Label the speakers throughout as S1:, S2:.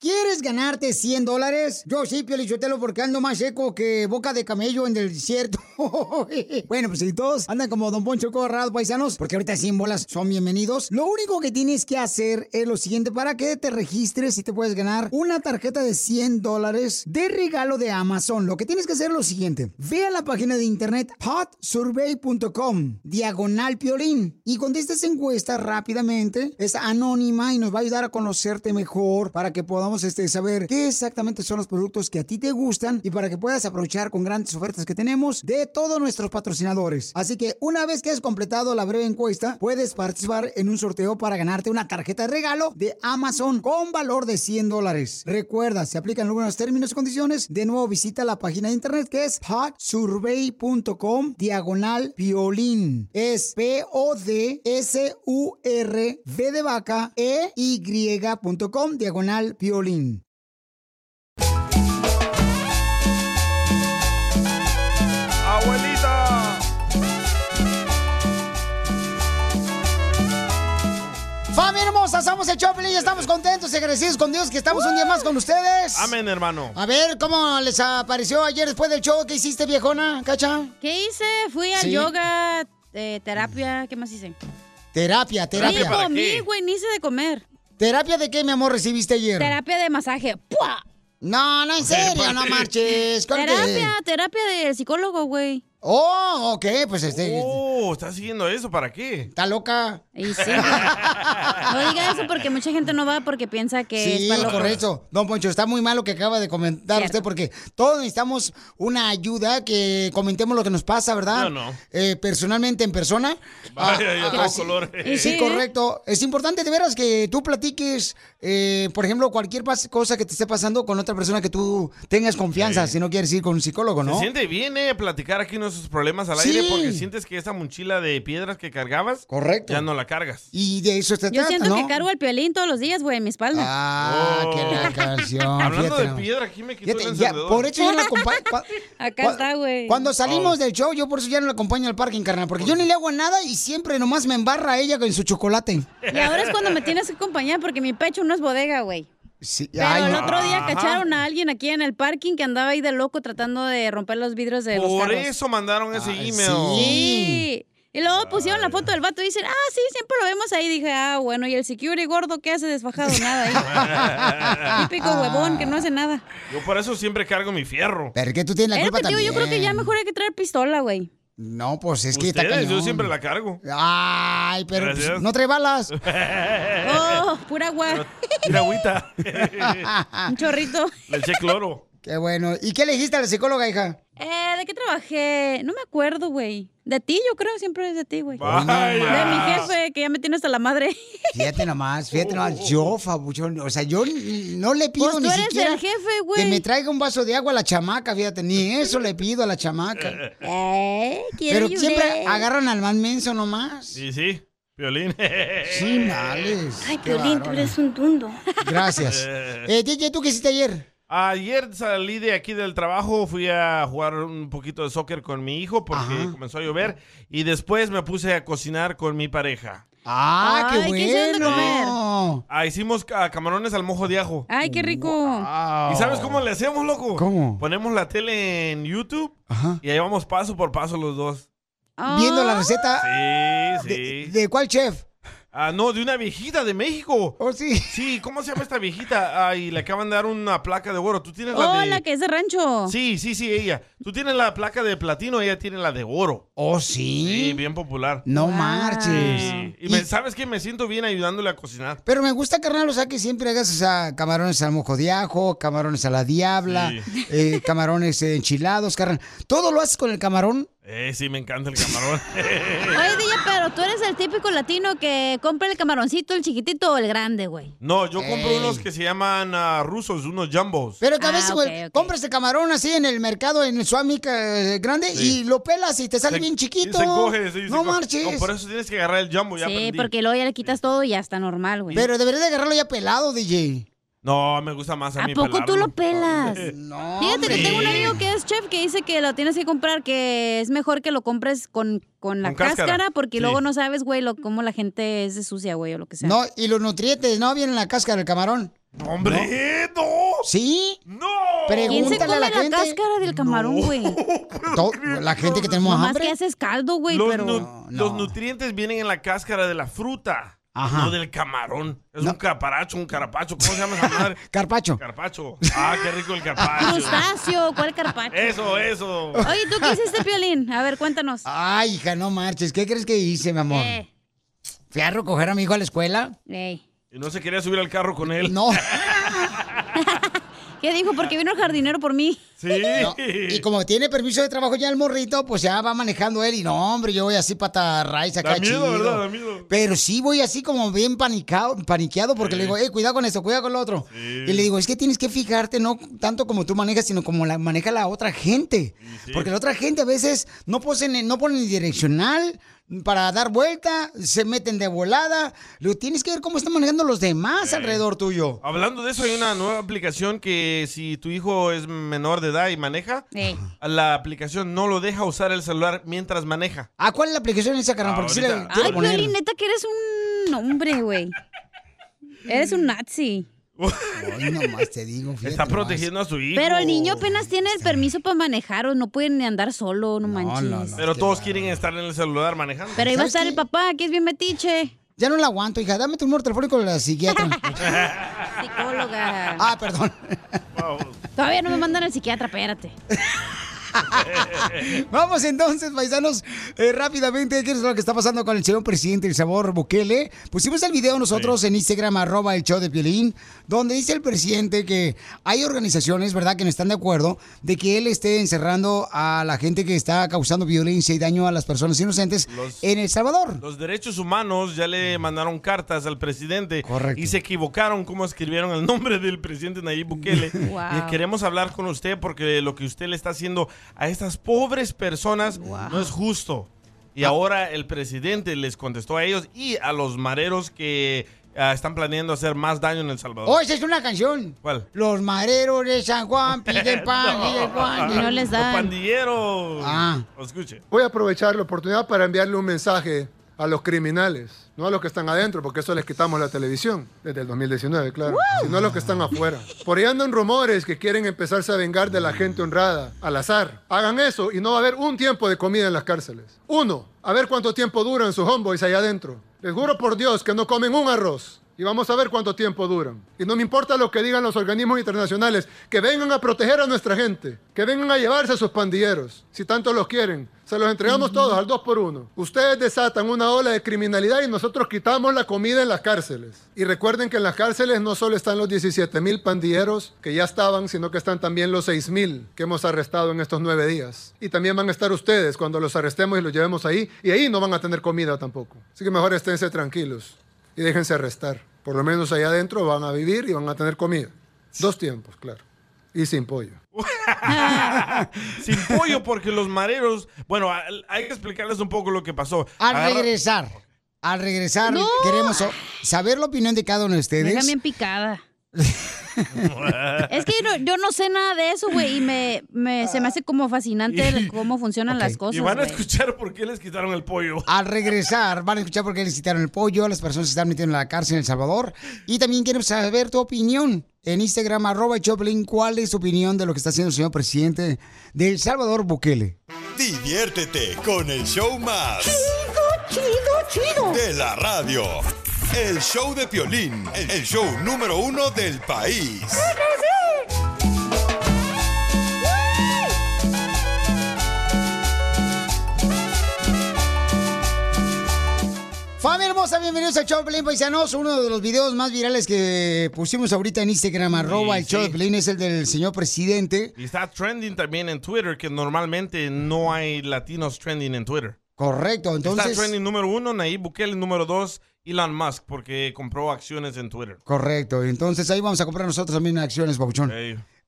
S1: ¿Quieres ganarte 100 dólares? Yo sí, Piolichotelo, porque ando más seco que boca de camello en el desierto. bueno, pues si todos andan como Don Poncho Corrado, paisanos, porque ahorita 100 bolas son bienvenidos. Lo único que tienes que hacer es lo siguiente, para que te registres y te puedes ganar una tarjeta de 100 dólares de regalo de Amazon. Lo que tienes que hacer es lo siguiente. Ve a la página de internet hotsurvey.com, diagonal piolín, y contesta esa encuesta rápidamente. Es anónima y nos va a ayudar a conocerte mejor para que podamos este, saber qué exactamente son los productos que a ti te gustan y para que puedas aprovechar con grandes ofertas que tenemos de todos nuestros patrocinadores. Así que una vez que has completado la breve encuesta, puedes participar en un sorteo para ganarte una tarjeta de regalo de Amazon con valor de 100 dólares. Recuerda, se aplican algunos términos y condiciones. De nuevo, visita la página de internet que es hotsurvey.com diagonal violín. Es P-O-D-S-U-R-V de vaca E E-Y.com diagonal violín.
S2: Abuelita.
S1: ¡Familia hermosa! Somos el Choplin y estamos contentos y agradecidos con Dios que estamos un día más con ustedes.
S2: Amén, hermano.
S1: A ver, ¿cómo les apareció ayer después del show que hiciste, viejona, cacha?
S3: ¿Qué hice? Fui a
S1: Sí.
S3: yoga, eh, terapia, ¿qué más hice?
S1: Terapia, terapia.
S3: Sí, comí, güey, ni hice de comer.
S1: ¿Terapia de qué, mi amor, recibiste ayer?
S3: Terapia de masaje. ¡Pua!
S1: No, no, en serio, no marches. ¿Cuál qué?
S3: Terapia, terapia del psicólogo, güey.
S1: Oh, ok, pues este.
S2: Oh, ¿estás siguiendo eso? ¿Para qué?
S1: Está loca. Ah,
S3: Y sí. No diga eso porque mucha gente no va porque piensa que es
S1: Sí,
S3: para locos.
S1: correcto. Don Poncho, está muy mal lo que acaba de comentar
S3: Cierto.
S1: usted porque todos necesitamos una ayuda que comentemos lo que nos pasa, ¿verdad?
S2: Yo no.
S1: Eh, personalmente, en persona. Ah,
S2: Vaya, yo tengo
S1: sí.
S2: colores.
S1: Sí,
S3: Sí, ¿eh?
S1: correcto. Es importante de veras que tú platiques, eh, por ejemplo, cualquier pas- cosa que te esté pasando con otra persona que tú tengas confianza, si no quieres ir con un psicólogo, ¿no?
S2: Se siente bien, ¿eh? Platicar aquí nuestros problemas al
S1: Sí.
S2: aire porque sientes que esa mochila de piedras que cargabas,
S1: Correcto.
S2: ya no la cargas.
S1: Y de eso se
S3: Yo
S1: trata,
S3: siento
S1: ¿no?
S3: que cargo el piolín todos los días, güey, en mi espalda.
S1: Ah,
S2: Oh.
S1: qué la canción.
S2: Hablando
S1: Ah, fíjate
S2: de
S1: nomás.
S2: piedra, aquí me quitó el
S1: Fíjate, ya,
S2: encendedor.
S1: por eso yo no la acompa- cua-
S3: Acá
S1: cua-
S3: está, güey.
S1: Cuando
S2: Oh.
S1: salimos del show, yo por eso ya no la acompaño al parking, carnal, porque yo ni le hago nada y siempre nomás me embarra ella con su chocolate.
S3: Y ahora es cuando me tienes que acompañar porque mi pecho no es bodega, güey.
S1: Sí,
S3: Pero
S1: ay,
S3: el
S1: no.
S3: otro día
S2: Ajá.
S3: cacharon a alguien aquí en el parking que andaba ahí de loco tratando de romper los vidrios de los
S2: Por
S3: carros.
S2: eso mandaron ese
S1: Ah,
S2: email.
S3: Sí. Y luego pusieron la foto del vato y dicen, ah, sí, siempre lo vemos ahí. Dije, ah, bueno, y el security gordo que hace desfajado nada ahí. Típico huevón que no hace nada.
S2: Yo por eso siempre cargo mi fierro.
S1: Pero que tú tienes la
S3: Era lo
S1: culpa
S3: que te digo,
S1: también.
S3: yo creo que ya mejor hay que traer pistola, güey.
S1: No, pues es que está
S2: Ustedes, yo
S1: cañón.
S2: siempre la cargo.
S1: Ay, pero pues,
S2: Gracias.
S1: no trae balas.
S3: Oh, pura agua,
S2: Mira, agüita.
S3: un chorrito.
S2: Le eché cloro.
S1: Qué bueno. ¿Y qué le dijiste a la psicóloga, hija?
S3: Eh, ¿de qué trabajé? No me acuerdo, güey. De ti, yo creo, siempre es de ti, güey. De mi
S2: Vaya.
S3: jefe, que ya me tiene hasta la madre.
S1: Fíjate nomás, fíjate
S2: Oh.
S1: nomás. Yo, Fabuchón, o sea, yo n- no le pido
S3: Pues tú
S1: ni
S3: eres
S1: siquiera
S3: el jefe,
S1: que
S3: güey.
S1: me traiga un vaso de agua a la chamaca, fíjate. Ni eso le pido a la chamaca.
S3: Eh,
S1: Pero
S3: quiero
S1: siempre agarran al más menso nomás. Sí,
S2: Sí, sí. Violín.
S1: males.
S4: Ay,
S1: Qué
S4: Piolín, tú
S1: bárbaro.
S4: eres un dundo.
S1: Gracias. Eh, DJ, ¿tú qué hiciste ayer?
S2: Ayer salí de aquí del trabajo, fui a jugar un poquito de soccer con mi hijo porque
S1: Ajá.
S2: comenzó a llover y después me puse a cocinar con mi pareja.
S1: Ah, qué
S3: Ay, ¿qué hicieron de
S1: bueno.
S2: Ah, hicimos ca- camarones al mojo de ajo.
S3: Ay, qué rico.
S2: ¿Y sabes cómo le hacemos, loco?
S1: Oh. ¿Cómo?
S2: Ponemos la tele en YouTube
S1: Ajá.
S2: y ahí vamos paso por paso los dos.
S1: Viendo la
S3: Ah,
S1: receta
S2: Sí,
S1: de,
S2: sí.
S1: de cuál chef.
S2: Ah, no, de una viejita de México.
S1: Oh, sí.
S2: Sí, ¿cómo se llama esta viejita? Ay, le acaban de dar una placa de oro. Tú tienes la
S3: Oh,
S2: de...
S3: la que es de rancho.
S2: Sí, sí, sí, ella. Tú tienes la placa de platino, ella tiene la de oro.
S1: Oh,
S2: Sí,
S1: sí.
S2: bien popular.
S1: No
S3: Wow.
S1: marches.
S2: Sí. Y,
S1: Y-
S2: me- sabes que me siento bien ayudándole a cocinar.
S1: Pero me gusta, carnal, o sea, que siempre hagas, o sea, camarones al mojo de ajo, camarones a la diabla,
S2: Sí.
S1: eh, camarones eh, enchilados, carnal. Todo lo haces con el camarón
S2: Eh, sí, me encanta el camarón.
S3: Oye, DJ, pero tú eres el típico latino que compra el camaroncito, el chiquitito o el grande, güey.
S2: No, yo compro
S3: Ey.
S2: unos que se llaman ah, rusos, unos jumbos.
S1: Pero que a
S3: Ah,
S1: veces, güey, compras el camarón así en el mercado, en el Suami eh, grande,
S2: Sí.
S1: y lo pelas y te sale
S2: Se-
S1: bien chiquito.
S2: Se coge, sí, se
S1: no
S2: coge.
S1: marches.
S2: No, por eso tienes que agarrar el jumbo, ya
S3: sí,
S2: aprendí.
S3: porque luego ya le quitas todo y ya está normal, güey.
S1: Pero deberías de agarrarlo ya pelado, DJ.
S2: No, me gusta más a,
S3: ¿A
S2: mí
S3: poco tú
S2: pelarlo.
S3: lo pelas?
S1: No.
S3: Fíjate que
S2: hombre.
S3: tengo un amigo que es chef que dice que lo tienes que comprar, que es mejor que lo compres con, con la
S1: Con
S3: cáscara,
S1: cáscara,
S3: porque
S1: sí.
S3: luego no sabes, güey, lo, cómo la gente es de sucia, güey, o lo que sea.
S1: No, y los nutrientes no vienen en la cáscara del camarón.
S2: ¡Hombre, no!
S1: ¿Sí?
S2: ¡No!
S3: ¿Quién se
S1: Pregúntale
S3: come
S1: a la
S3: la,
S1: gente.
S3: cáscara del camarón, güey?
S1: To- la gente que tenemos
S3: Nomás
S1: hambre.
S3: que haces caldo, güey,
S2: los,
S3: pero...
S2: nu- los nutrientes vienen en la cáscara de la fruta.
S1: Ajá.
S2: No del camarón. Es un caparacho, un carapacho. ¿Cómo se llama esa madre?
S1: Carpacho.
S2: Carpacho. Ah, qué rico el carpacho.
S3: Crustáceo, ¿cuál carpacho?
S2: Eso, eso.
S3: Oye, ¿tú qué hiciste, Piolín? A ver, cuéntanos.
S1: Ay, hija, no marches. ¿Qué crees que hice, mi amor?
S3: Eh,
S1: Fui a recoger a mi hijo a la escuela.
S3: ey.
S2: Y no se quería subir al carro con él.
S1: No.
S3: ¿Qué dijo? Porque vino el jardinero por mí.
S2: Sí.
S1: No, Y como tiene permiso de trabajo ya el morrito, pues ya va manejando él. Y no, hombre, yo voy así pata raíz acá
S2: Da miedo,
S1: chido.
S2: ¿verdad? Da miedo.
S1: Pero sí voy así como bien panicado, paniqueado porque le digo, eh, cuidado con esto, cuidado con lo otro. Y le digo, es que tienes que fijarte no tanto como tú manejas, sino como la maneja la otra gente. Porque la otra gente a veces no, posen, no ponen ni direccional para dar vuelta, se meten de volada. Lo tienes que ver cómo están manejando los demás alrededor tuyo.
S2: Hablando de eso, hay una nueva aplicación que si tu hijo es menor de edad y maneja,
S3: Ey.
S2: la aplicación no lo deja usar el celular mientras maneja.
S1: ¿A cuál es la aplicación esa, carnal? Ah, Porque sí la
S2: Ahorita.
S1: quiero
S3: Ay,
S1: poner.
S3: Piolín, neta que eres un hombre, güey. Eres un nazi.
S1: Ay, nomás te digo, fíjate
S2: Está
S1: nomás.
S2: protegiendo a su hijo.
S3: Pero el niño apenas tiene el permiso para manejar o no pueden ni andar solo, no manches.
S2: Pero todos quieren estar en el celular manejando.
S3: Pero ahí va a estar el papá, que es bien metiche.
S1: Ya no la aguanto, hija. Dame tu número telefónico de la psiquiatra.
S3: Psicóloga.
S1: ah, perdón.
S3: Todavía no me mandan al psiquiatra, espérate.
S1: Vamos entonces, paisanos, eh, rápidamente, ¿qué es lo que está pasando con el señor presidente El Sabor Bukele? Pusimos el video nosotros en Instagram, arroba el show de Piolín, donde dice el presidente que hay organizaciones, ¿verdad?, que no están de acuerdo de que él esté encerrando a la gente que está causando violencia y daño a las personas inocentes
S2: Los-
S1: en El Salvador.
S2: Los derechos humanos ya le mandaron cartas al presidente y se equivocaron cómo escribieron el nombre del presidente Nayib Bukele.
S4: Wow.
S2: Y queremos hablar con usted porque lo que usted le está haciendo a estas pobres personas no es justo. Y ahora el presidente les contestó a ellos y a los mareros que ah, están planeando hacer más daño en El Salvador.
S1: Oh, esa es una canción.
S2: ¿Cuál?
S1: Los mareros de San Juan piden pan,
S2: No.
S1: piden pan.
S2: Los pandilleros. Lo escuche.
S5: Ah. Voy a aprovechar la oportunidad para enviarle un mensaje a los criminales, no a los que están adentro, porque eso les quitamos la televisión desde el 2019, claro, sino a los que están afuera. Por ahí andan rumores que quieren empezarse a vengar de la gente honrada, al azar. Hagan eso y no va a haber un tiempo de comida en las cárceles. Uno, a ver cuánto tiempo duran sus homeboys allá adentro. Les juro por Dios que no comen un arroz. Y vamos a ver cuánto tiempo duran. Y no me importa lo que digan los organismos internacionales, que vengan a proteger a nuestra gente, que vengan a llevarse a sus pandilleros, si tanto los quieren. Se los entregamos todos al 2 por 1 Ustedes desatan una ola de criminalidad y nosotros quitamos la comida en las cárceles. Y recuerden que en las cárceles no solo están los 17 mil pandilleros que ya estaban, sino que están también los 6 mil que hemos arrestado en estos nueve días. Y también van a estar ustedes cuando los arrestemos y los llevemos ahí. Y ahí no van a tener comida tampoco. Así que mejor esténse tranquilos y déjense arrestar. Por lo menos allá adentro van a vivir y van a tener comida. Dos tiempos, claro. Y sin pollo.
S2: Sin pollo porque los mareros... Bueno, al- hay que explicarles un poco lo que pasó.
S1: Al
S2: Agarra-
S1: regresar, al regresar,
S3: No.
S1: queremos so- saber la opinión de cada uno de
S3: Me
S1: ustedes.
S3: dejan bien picada. Es que yo no, yo no sé nada de eso, güey, y me, me- se me hace como fascinante el- cómo funcionan las
S2: Y
S3: cosas,
S2: van a
S3: güey.
S2: escuchar por qué les quitaron el pollo.
S1: Al regresar, van a escuchar por qué les quitaron el pollo, las personas que están metiendo en la cárcel en El Salvador. Y también queremos saber tu opinión en Instagram, arroba Choplin, cuál es tu opinión de lo que está haciendo el señor presidente de El Salvador, Bukele.
S6: Diviértete con el show más. Chido, chido, chido. De la radio. El show de Piolín, el show número uno del país.
S1: Familia hermosa, bienvenidos al show de Pelín Paisanos. Uno de los videos más virales que pusimos ahorita en Instagram, arroba el
S2: sí.
S1: show de Pelín, es el del señor presidente.
S2: Y está trending también en Twitter, que normalmente no hay latinos trending en Twitter.
S1: Correcto, entonces.
S2: Está trending número uno, Nayib Bukele, número dos, Elon Musk, porque compró acciones en Twitter.
S1: Correcto, entonces ahí vamos a comprar nosotros también acciones, Pabuchón.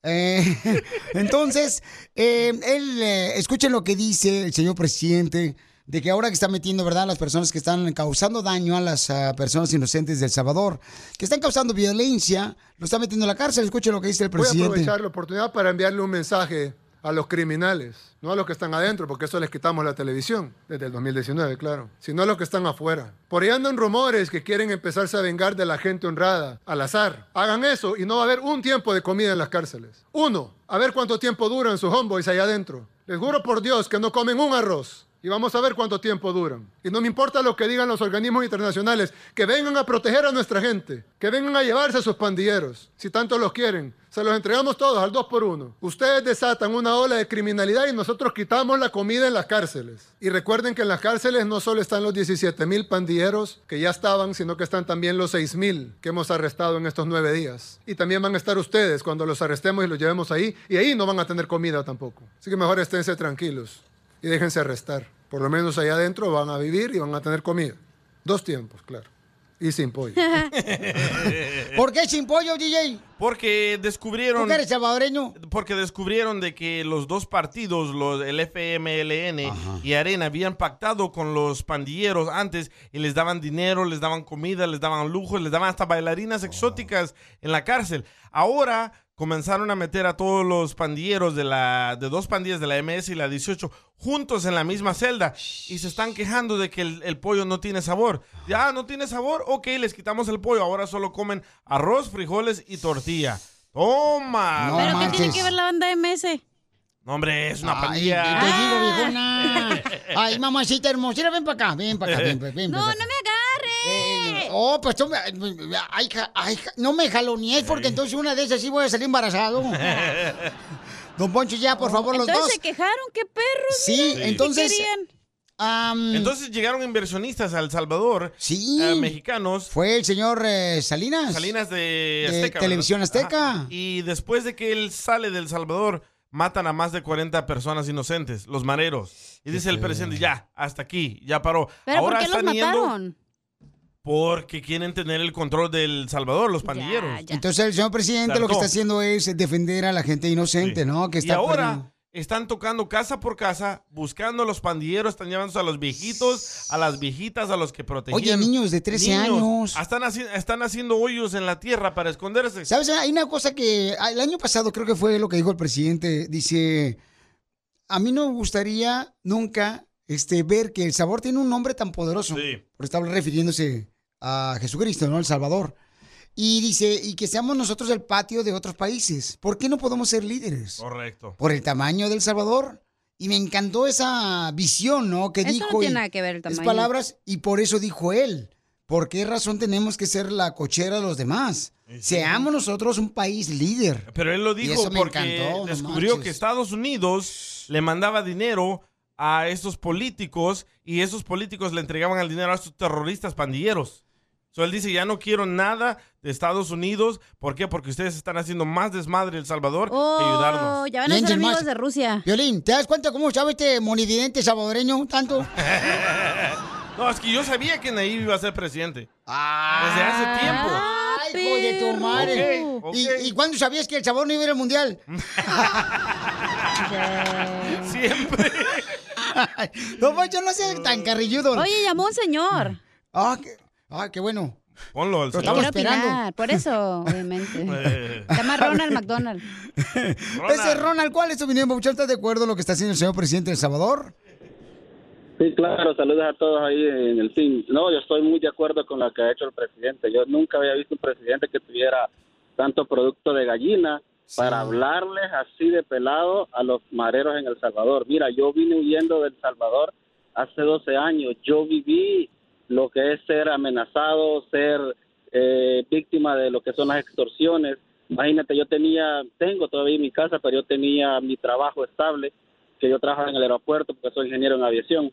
S1: Eh, entonces, eh, él, eh, escuchen lo que dice el señor presidente, de que ahora que está metiendo, ¿verdad?, las personas que están causando daño a las ah, personas inocentes de El Salvador, que están causando violencia, lo está metiendo en la cárcel. Escuchen lo que dice el
S5: Voy a
S1: presidente.
S5: aprovechar la oportunidad para enviarle un mensaje a los criminales, no a los que están adentro, porque eso les quitamos la televisión desde el 2019, claro, sino a los que están afuera. Por ahí andan rumores que quieren empezarse a vengar de la gente honrada, al azar. Hagan eso y no va a haber un tiempo de comida en las cárceles. Uno, a ver cuánto tiempo duran sus homeboys allá adentro. Les juro por Dios que no comen un arroz. Y vamos a ver cuánto tiempo duran. Y no me importa lo que digan los organismos internacionales, que vengan a proteger a nuestra gente, que vengan a llevarse a sus pandilleros, si tanto los quieren. Se los entregamos todos al 2 por 1 Ustedes desatan una ola de criminalidad y nosotros quitamos la comida en las cárceles. Y recuerden que en las cárceles no solo están los 17 mil pandilleros que ya estaban, sino que están también los 6 mil que hemos arrestado en estos nueve días. Y también van a estar ustedes cuando los arrestemos y los llevemos ahí. Y ahí no van a tener comida tampoco. Así que mejor esténse tranquilos y déjense arrestar. Por lo menos allá adentro van a vivir y van a tener comida. Dos tiempos, claro. Y sin pollo.
S1: ¿Por qué sin pollo, DJ?
S2: Porque descubrieron...
S1: ¿Tú que eres salvadoreño?
S2: Porque descubrieron de que los dos partidos, los, el FMLN y Arena, habían pactado con los pandilleros antes y les daban dinero, les daban comida, les daban lujo, les daban hasta bailarinas exóticas en la cárcel. Ahora comenzaron a meter a todos los pandilleros de, la, de dos pandillas de la MS y la 18 juntos en la misma celda y se están quejando de que el, el pollo no tiene sabor. Ya, no tiene sabor, ok, les quitamos el pollo, ahora solo comen arroz, frijoles y tortilla. Toma.
S3: ¿Pero qué tiene que ver la banda MS?
S2: No, hombre, es una
S1: Ay,
S2: pandilla.
S1: te digo, viejona.
S3: Ah.
S1: Ay, mamacita hermosa, ven para acá, ven para acá, ven, ven, ven
S3: No,
S1: pa'
S3: no me
S1: acá.
S3: agarre.
S1: Oh, pues tú me- ay, ja- ay, ja- no me jalonees porque entonces una de esas sí voy a salir embarazado. Don Poncho, ya, por favor, los
S3: Entonces
S1: dos.
S3: se quejaron, qué perros.
S1: Sí,
S3: mira, ¿qué
S1: entonces,
S3: querían?
S1: Am,
S2: Entonces llegaron inversionistas a El Salvador,
S1: Sí.
S2: eh, mexicanos,
S1: fue el señor eh, Salinas.
S2: Salinas de
S1: De
S2: Azteca.
S1: Televisión
S2: ¿verdad?
S1: Azteca.
S2: Ajá. Y después de que él sale del Salvador, matan a más de 40 personas inocentes, los mareros. Y dice el presidente, ya, hasta aquí, ya paró.
S3: ¿Pero
S2: Ahora
S3: por qué los
S2: están yendo
S3: mataron?
S2: Porque quieren tener el control del Salvador, los pandilleros.
S3: ya.
S1: Entonces el señor presidente lo que
S2: Saltó.
S1: está haciendo es defender a la gente inocente,
S2: Sí.
S1: ¿no? Que
S2: Y
S1: está
S2: ahora
S1: perdiendo.
S2: están tocando casa por casa, buscando a los pandilleros, están llevándose a los viejitos, a las viejitas, a los que protegían. Ah,
S1: Oye, niños de 13 años.
S2: Están, haci- están haciendo hoyos en la tierra para esconderse.
S1: ¿Sabes? Hay una cosa que ah, el año pasado creo que fue lo que dijo el presidente. Dice, a mí no me gustaría nunca este, ver que el sabor tiene un nombre tan poderoso.
S2: Sí.
S1: Porque estaba refiriéndose a Jesucristo, ¿no? El Salvador. Y dice, y que seamos nosotros el patio de otros países. ¿Por qué no podemos ser líderes?
S2: Correcto.
S1: Por el tamaño del Salvador. Y me encantó esa visión, ¿no? Que
S3: Eso
S1: dijo.
S3: no
S1: y-
S3: tiene nada que ver el
S1: es
S3: tamaño.
S1: palabras y por eso dijo él. ¿Por qué razón tenemos que ser la cochera de los demás? Seamos nosotros un país líder.
S2: Pero él lo
S1: Y
S2: dijo
S1: eso me
S2: porque
S1: encantó, no
S2: descubrió
S1: manches.
S2: que Estados Unidos le mandaba dinero a estos políticos y esos políticos le entregaban el dinero a estos terroristas pandilleros. So, él dice, ya no quiero nada de Estados Unidos. ¿Por qué? Porque ustedes están haciendo más desmadre El Salvador que
S3: Oh,
S2: ayudarnos.
S3: ya van a
S1: Piensen
S3: ser amigos
S1: más.
S3: de Rusia.
S1: Violín, ¿te das cuenta cómo sabe este monividente salvadoreño tanto?
S3: Ah,
S2: No, es que yo sabía que Nayib iba a ser presidente. Desde
S1: Ah,
S2: hace tiempo.
S1: ¡Ay, hijo de tu madre!
S2: Ok, ok.
S1: ¿Y, y cuándo sabías que el sabor no iba a ir al mundial?
S2: Siempre.
S1: no, pues yo no sé tan carrilludo.
S3: Oye, llamó un señor.
S1: Ah, qué, ah, qué bueno.
S2: Ponlo al
S1: Pero
S2: señor.
S1: estamos-
S3: Quiero
S1: esperando.
S3: opinar, por eso, obviamente.
S2: Eh,
S3: Llama a Ronald McDonald.
S2: Ronald.
S1: Ese Ronald, ¿cuál es tu opinión, Pabuchón? ¿Estás de acuerdo en lo que está haciendo el señor presidente del Salvador?
S4: Sí, claro, saludos a todos ahí en el team. No, yo estoy muy de acuerdo con lo que ha hecho el presidente. Yo nunca había visto un presidente que tuviera tanto producto de gallina para hablarles así de pelado a los mareros en El Salvador. Mira, yo vine huyendo del Salvador hace 12 años. Yo viví lo que es ser amenazado, ser eh, víctima de lo que son las extorsiones. Imagínate, yo tenía, tengo todavía mi casa, pero yo tenía mi trabajo estable, que yo trabajaba en el aeropuerto porque soy ingeniero en aviación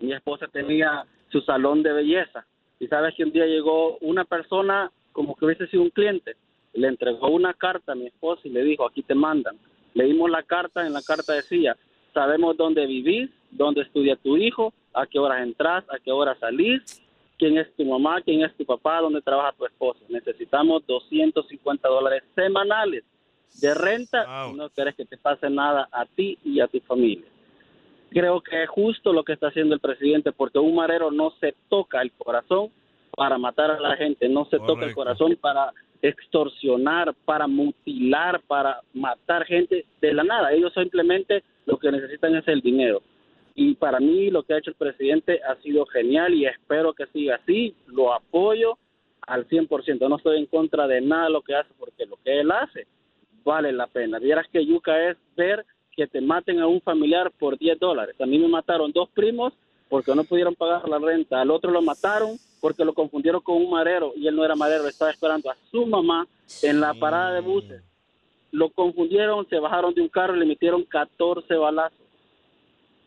S4: mi esposa tenía su salón de belleza Y sabes que un día llegó una persona como que hubiese sido un cliente. Le entregó una carta a mi esposa y le dijo, aquí te mandan. Leímos la carta, en la carta decía, sabemos dónde vivís, dónde estudia tu hijo, a qué horas entras, a qué horas salís, quién es tu mamá, quién es tu papá, dónde trabaja tu esposa. Necesitamos 250 dólares semanales de renta y no querés que te pase nada a ti y a tu familia. Creo que es justo lo que está haciendo el presidente porque un marero no se toca el corazón para matar a la gente, no se toca el
S7: Correcto.
S4: corazón para extorsionar, para mutilar, para matar gente de la nada. Ellos simplemente lo que necesitan es el dinero. Y para mí lo que ha hecho el presidente ha sido genial y espero que siga así. Lo apoyo al 100%. No estoy en contra de nada de lo que hace porque lo que él hace vale la pena. Vieras que yuca es ver que te maten a un familiar por 10 dólares. A mí me mataron dos primos porque no pudieron pagar la renta. Al otro lo mataron porque lo confundieron con un marero y él no era marero, estaba esperando a su mamá en la parada de buses. Lo confundieron, se bajaron de un carro y le metieron 14 balazos.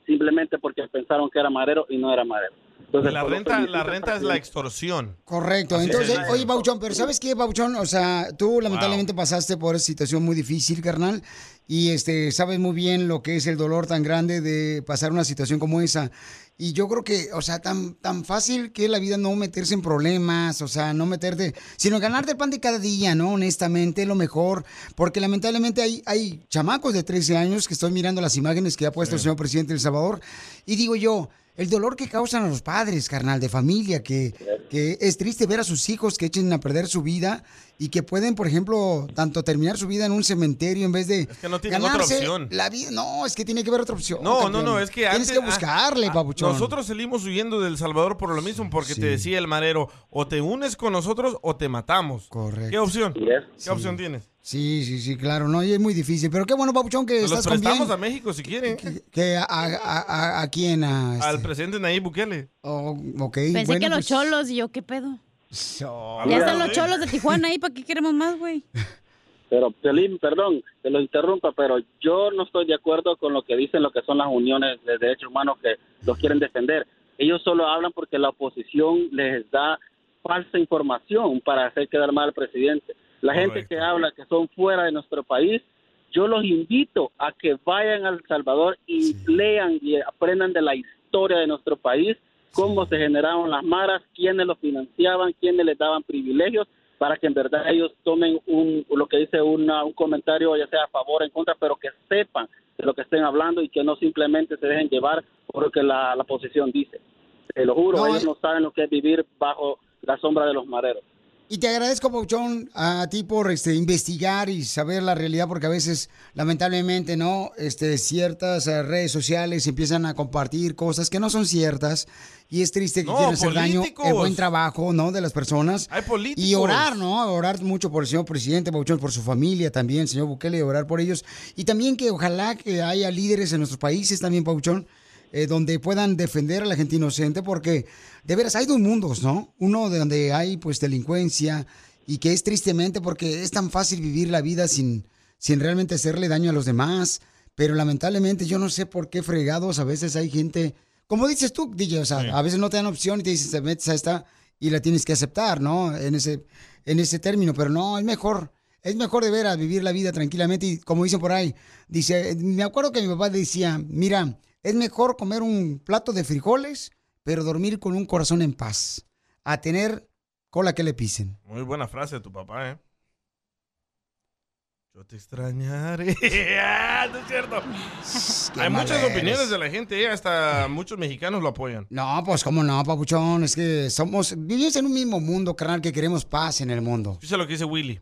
S4: Simplemente porque pensaron que era marero y no era marero. Entonces,
S2: La
S4: por lo
S2: renta,
S4: que me
S2: la
S4: dice
S2: renta es la
S4: presidente-
S2: extorsión.
S1: Correcto.
S2: Así
S1: Entonces,
S2: es.
S1: oye, Bauchón, pero ¿sabes qué, Bauchón? O sea, tú lamentablemente pasaste por esa situación muy difícil, carnal. Y este, sabes muy bien lo que es el dolor tan grande de pasar una situación como esa. Y yo creo que, o sea, tan, tan fácil que es la vida no meterse en problemas, o sea, no meterte, sino ganarte el pan de cada día, ¿no? Honestamente, lo mejor. Porque lamentablemente hay, hay chamacos de 13 años que estoy mirando las imágenes que ha puesto el señor presidente de El Salvador. Y digo yo, el dolor que causan a los padres, carnal, de familia, que, que es triste ver a sus hijos que echen a perder su vida y que pueden, por ejemplo, tanto terminar su vida en un cementerio en vez de
S2: que no tienen otra
S1: ganarse
S2: opción.
S1: La vida, no, es que tiene que haber otra opción.
S2: No, no,
S1: campeón.
S2: no, es que
S1: tienes
S2: antes-
S1: que buscarle,
S2: ah,
S1: papuchón.
S2: Nosotros salimos huyendo del Salvador por lo mismo, porque
S1: sí.
S2: te decía el marero, o te unes con nosotros o te matamos.
S1: Correcto.
S2: ¿Qué opción? ¿Qué
S1: Sí.
S2: opción tienes?
S1: Sí, sí, sí, claro, no, y es muy difícil. Pero qué bueno, papuchón, que
S2: Nos los
S1: estás con bien.
S2: prestamos a México si quieren. ¿eh?
S1: Que a, a, a- a- a quién, a este-
S2: Al presidente Nayib Bukele.
S1: oh, ok,
S3: Pensé
S1: bueno,
S3: que los
S1: pues,
S3: cholos y yo, ¿qué pedo?
S1: so-
S3: Ya
S4: Mira,
S3: están
S2: ¿eh?
S3: los
S4: güey.
S3: cholos de Tijuana ahí, ¿para qué queremos más, güey?
S4: Pero, Piolín, perdón, te lo interrumpa, pero yo no estoy de acuerdo con lo que dicen lo que son las uniones de derechos humanos que los quieren defender. Ellos solo hablan porque la oposición les da falsa información para hacer quedar mal al presidente. La gente que habla que son fuera de nuestro país, yo los invito a que vayan al Salvador y lean y aprendan de la historia de nuestro país, cómo se generaron las maras, quiénes los financiaban, quiénes les daban privilegios, para que en verdad ellos tomen un, lo que dice una- un comentario, ya sea a favor o en contra, pero que sepan de lo que estén hablando y que no simplemente se dejen llevar por lo que la, la posición dice. Te lo juro,
S1: No,
S4: ellos
S1: eh.
S4: no saben lo que es vivir bajo la sombra de los mareros.
S1: Y te agradezco, Pauchón, a ti por este, investigar y saber la realidad, porque a veces, lamentablemente, ¿no? Este, ciertas eh, redes sociales empiezan a compartir cosas que no son ciertas y es triste que
S2: No,
S1: quieran hacer daño el
S2: políticos.
S1: buen trabajo, ¿no? De las personas.
S2: Hay políticos.
S1: Y orar, ¿no? Orar mucho por el señor presidente, Pauchón, por su familia también, señor Bukele, orar por ellos. Y también que ojalá que haya líderes en nuestros países también, Pauchón, eh, donde puedan defender a la gente inocente, porque de veras hay dos mundos, ¿no? Uno de donde hay pues delincuencia y que es tristemente porque es tan fácil vivir la vida sin, sin realmente hacerle daño a los demás. Pero lamentablemente yo no sé por qué fregados a veces hay gente, como dices tú, DJ, o sea, a veces no te dan opción y te dicen, te metes a esta y la tienes que aceptar, ¿no? En ese, en ese término, pero no, es mejor. Es mejor de veras vivir la vida tranquilamente y como dicen por ahí, dice, me acuerdo que mi papá decía, mira, es mejor comer un plato de frijoles, pero dormir con un corazón en paz, a tener cola que le pisen.
S2: Muy buena frase de tu papá, ¿eh? Yo te extrañaré. Ah, no es cierto. Hay
S1: malo
S2: muchas
S1: eres.
S2: opiniones de la gente, ¿eh? hasta muchos mexicanos lo apoyan.
S1: No, pues cómo no, papuchón, es que somos, vivimos en un mismo mundo, carnal, que queremos paz en el mundo.
S2: Escucha lo que dice Willy.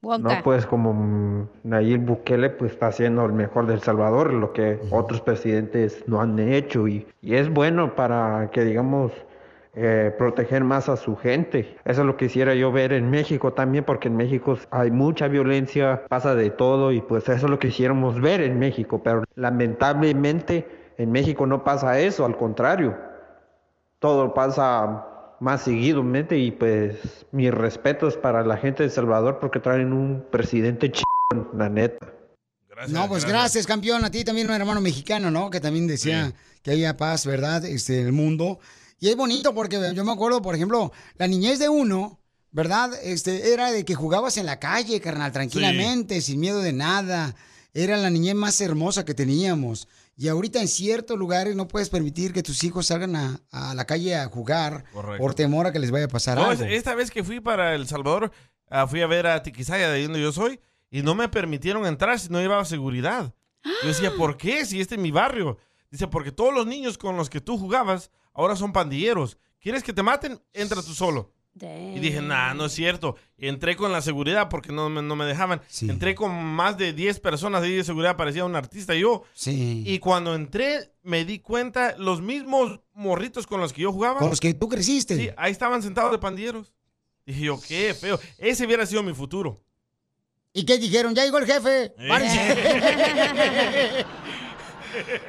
S8: No, pues como mm, Nayib Bukele pues está haciendo el mejor del Salvador, lo que otros presidentes no han hecho y, y es bueno para que digamos eh, proteger más a su gente. Eso es lo que quisiera yo ver en México también, porque en México hay mucha violencia, pasa de todo y pues eso es lo que quisiéramos ver en México, pero lamentablemente en México no pasa eso, al contrario, todo pasa más seguidamente y pues mis respetos para la gente de El Salvador porque traen un presidente chingón, la neta.
S1: no, pues gracias. campeón. A ti también, un hermano mexicano, ¿no? Que también decía que había paz, ¿verdad? Este, en el mundo. Y es bonito porque yo me acuerdo, por ejemplo, la niñez de uno, ¿verdad? Este, era de que jugabas en la calle, carnal, tranquilamente, sin miedo de nada. Era la niñez más hermosa que teníamos. Y ahorita en ciertos lugares no puedes permitir que tus hijos salgan a, a la calle a jugar
S2: Correcto.
S1: por temor a que les vaya a pasar
S2: No, es- eh.
S1: algo.
S2: esta vez que fui para El Salvador, ah, fui a ver a Tiquisaya, de ahí donde yo soy, y no me permitieron entrar si no llevaba seguridad. Yo decía, ¿por qué? Si este es mi barrio. Dice, porque todos los niños con los que tú jugabas ahora son pandilleros. ¿Quieres que te maten? Entra tú solo. Y dije, nah, no es cierto. Entré con la seguridad porque no, me- no me dejaban. Entré con más de 10 personas ahí de seguridad, parecía un artista yo.
S1: Sí.
S2: Y cuando entré, me di cuenta, los mismos morritos con los que yo jugaba.
S1: Con los que tú creciste.
S2: Sí, ahí estaban sentados de pandilleros. Dije yo, qué feo. Ese hubiera sido mi futuro.
S1: ¿Y qué dijeron? Ya llegó el jefe. párense".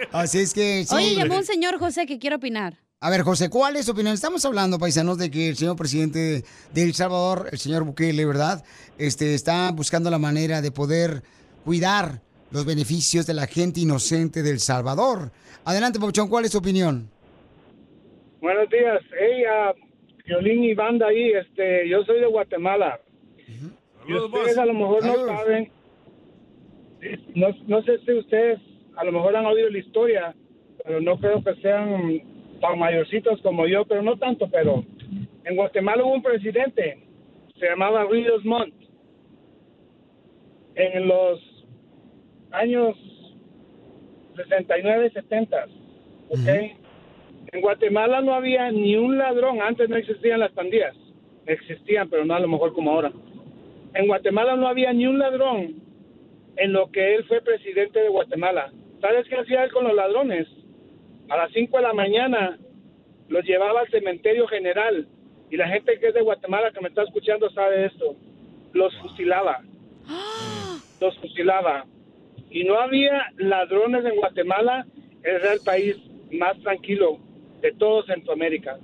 S1: Así es que... sí.
S3: Oye, llamó un señor José que quiere opinar.
S1: A ver, José, ¿cuál es tu opinión? Estamos hablando, paisanos, de que el señor presidente de El Salvador, el señor Bukele, ¿verdad? Este, está buscando la manera de poder cuidar los beneficios de la gente inocente del Salvador. Adelante, Pauchón, ¿cuál es tu opinión?
S9: Buenos días. Hey, ah, Piolín y banda ahí, este, yo soy de Guatemala. Y ustedes a lo mejor no saben, no, no sé si ustedes a lo mejor han oído la historia, pero no creo que sean tan mayorcitos como yo, pero no tanto, pero en Guatemala hubo un presidente, se llamaba Ríos Montt. En los años 69, 70, ¿ok? En Guatemala no había ni un ladrón, antes no existían las pandillas, existían, pero no a lo mejor como ahora. En Guatemala no había ni un ladrón en lo que él fue presidente de Guatemala. ¿Sabes qué hacía él con los ladrones? A las 5 de la mañana los llevaba al cementerio general y la gente que es de Guatemala que me está escuchando sabe esto. Los fusilaba. Los fusilaba. Y no había ladrones en Guatemala, era el país más tranquilo de todo Centroamérica.